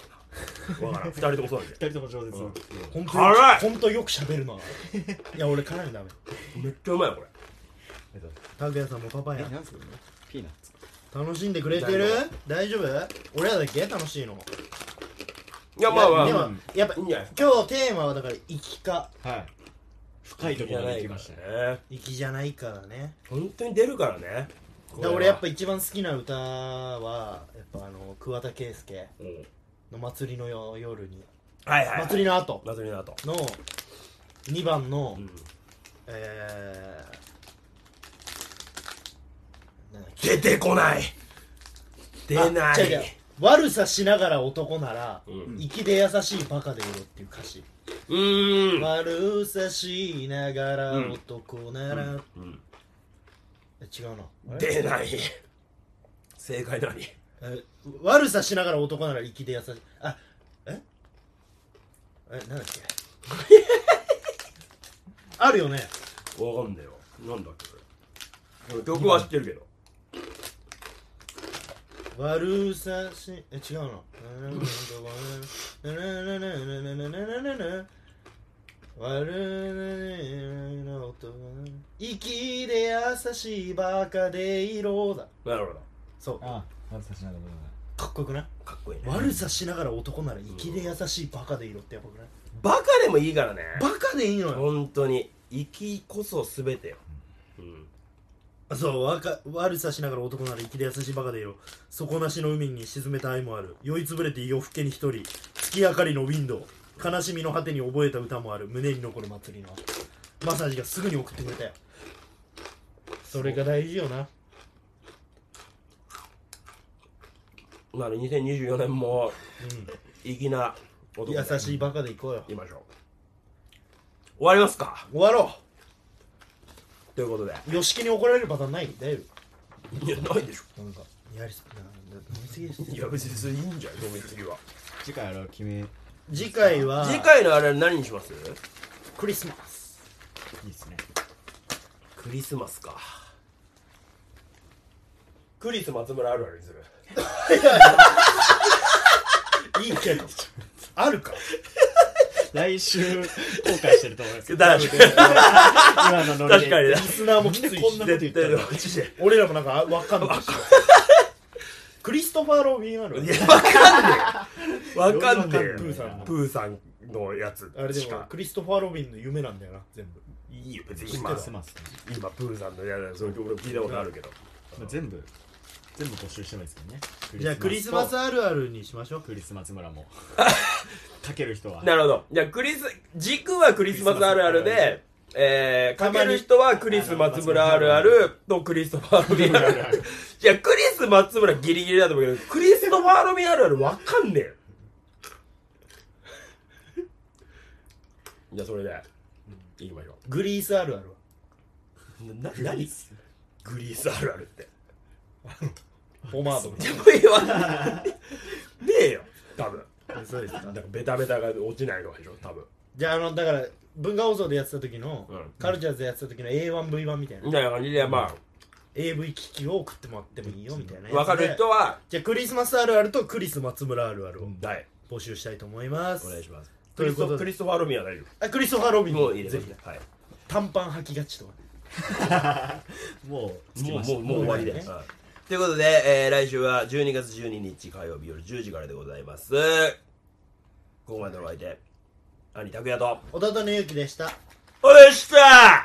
Speaker 2: ろうなわからん二人ともそうなんで
Speaker 4: 二人とも上手そう
Speaker 3: 本当よ
Speaker 2: 辛い
Speaker 3: く本当よく喋るな いや俺辛いのダメ
Speaker 2: めっちゃうまいよこれ
Speaker 3: 拓哉さんもパパ
Speaker 4: え
Speaker 3: や
Speaker 4: なんすかピーナッツ
Speaker 3: 楽しんでくれてる大丈夫俺らだけ楽しいの
Speaker 2: いやまあまあ
Speaker 3: いや
Speaker 2: まあ
Speaker 3: でもやっぱ
Speaker 2: いいんじゃない
Speaker 3: 今日テーマはだから生きか
Speaker 4: はい深いところまで行きましたね
Speaker 2: ね
Speaker 3: 生きじゃないからね
Speaker 2: 本当に出るからねこ
Speaker 3: だか
Speaker 2: れ
Speaker 3: ら
Speaker 2: は
Speaker 3: 俺やっぱ一番好きな歌はやっぱあの桑田佳祐
Speaker 2: うん
Speaker 3: の祭りのよ夜に
Speaker 2: はいはい、はい、
Speaker 3: 祭りの後
Speaker 2: 祭りの後
Speaker 3: の2番の、
Speaker 2: うん
Speaker 3: えーなんだっけ
Speaker 2: 出てこない出な
Speaker 3: あ違う違う
Speaker 2: い
Speaker 3: 悪さしながら男なら、
Speaker 2: うん
Speaker 3: 粋で優しいバカでいろっていう歌詞、
Speaker 2: うーん
Speaker 3: 悪さしながら
Speaker 2: うん
Speaker 3: 男なら、
Speaker 2: うん
Speaker 3: え違うなあれ
Speaker 2: 出ない正解何
Speaker 3: え悪さしながら男なら粋で優しいあええなんだっけ あるよね
Speaker 2: わかんねえよなんだっけこれ曲は知ってるけど
Speaker 3: 悪さしえ違うの悪いな男息で優しいバカで色だ
Speaker 2: なるほど
Speaker 3: そうか
Speaker 5: ああ、恥ずかしながら。
Speaker 3: っこよくない
Speaker 2: かっこいいね
Speaker 3: 悪さしながら男なら息で優しいバカで色ってやばくない
Speaker 2: バカでもいいからね
Speaker 3: バカでいいのよ
Speaker 2: 本当に生きこそ全てよ、うん、
Speaker 3: そうわか悪さしながら男なら息で優しいバカで色底なしの海に沈めた愛もある酔いつぶれて夜更けに一人月明かりのウィンドウ悲しみの果てに覚えた歌もある胸に残る祭りのマサージがすぐに送ってくれたよそれが大事よな
Speaker 2: なので2024年も粋な
Speaker 3: うん
Speaker 2: 男で
Speaker 3: 優しいバカでいこうよ
Speaker 2: いきましょう終わりますか
Speaker 3: 終わろ
Speaker 2: ということで
Speaker 3: う吉木に怒られるパターンない大丈
Speaker 2: いやないでしょ
Speaker 3: 夫なんかやりすぎな飲みすぎです
Speaker 2: いや別にいいんじゃん飲みすぎは
Speaker 4: 次回やろう決めいい
Speaker 3: 次回は
Speaker 2: 次回のあれ何にします
Speaker 3: クリスマス
Speaker 4: っすね
Speaker 2: クリスマスかクリス松村あるあるにする。
Speaker 3: いいけどあるか
Speaker 5: 来週、後悔してると思います
Speaker 2: 確か
Speaker 5: 今のノリで。
Speaker 2: に
Speaker 3: リスナーもきついし
Speaker 5: こんなこと言ったら。
Speaker 3: 俺らもなんかわかんないしクリストファー・ロビンある
Speaker 2: いやわかんねえわかんねえ
Speaker 3: プーさんの
Speaker 2: プーさんのやつ
Speaker 3: あれで
Speaker 2: し
Speaker 3: も
Speaker 2: か
Speaker 3: クリストファー・ロビンの夢なんだよな全部
Speaker 2: いいよ別に
Speaker 4: 今
Speaker 2: 今
Speaker 4: クリスマスね
Speaker 2: 今プーさんのやつそれ俺聞いたことあるけど
Speaker 4: まあ全部全部募集してもいいですけどね
Speaker 3: じゃあクリスマス
Speaker 4: と
Speaker 3: あるあるにしましょう
Speaker 4: クリスマス村もかける人は
Speaker 2: なるほどじゃあクリス軸はクリスマスあるあるでえー、かける人はクリス松村あるあるとクリストファーロビンあるあるいやクリス松村ギリギリだと思うけどクリストファーロビンあるあるわかんねえよじゃあそれでいきましょ
Speaker 3: グリースあるあるは
Speaker 2: うな何グリースあるあるって
Speaker 3: ポマードの
Speaker 2: でも言わない。ねえよ、多分。
Speaker 3: そうです
Speaker 2: な
Speaker 3: か
Speaker 2: んかベタベタが落ちないのでしょ、多分。
Speaker 3: じゃああのだから文化放送でやってた時の、
Speaker 2: うん
Speaker 3: カルチャーズでやってた時の A1V1 みたいな、
Speaker 2: みたいな感じで、ま
Speaker 3: AV 機器を送ってもらってもいいよみたいな
Speaker 2: あ、わかる人は、
Speaker 3: じゃあクリスマスあるあるとクリス松村あるあるを
Speaker 2: はい、
Speaker 3: 募集したいと思います、
Speaker 2: お願いします。
Speaker 3: と
Speaker 2: ク
Speaker 3: い
Speaker 2: リ
Speaker 3: う
Speaker 2: ス
Speaker 3: こ
Speaker 2: ト
Speaker 3: と
Speaker 2: クリ
Speaker 3: で
Speaker 2: ストファーロミンは大丈
Speaker 3: あクリストファー・ロビン
Speaker 2: 夫。もういいです
Speaker 3: ぜ
Speaker 2: ね
Speaker 3: ひ。
Speaker 2: はい。
Speaker 3: 短パン履きがちとか
Speaker 4: もう
Speaker 2: もう、もう、もう終わりです。
Speaker 3: も
Speaker 2: はいということで、えー来週は12月12日火曜日夜10時からでございます。ここまでのお相手、兄拓也と、
Speaker 3: 弟のゆうきでした
Speaker 2: おでした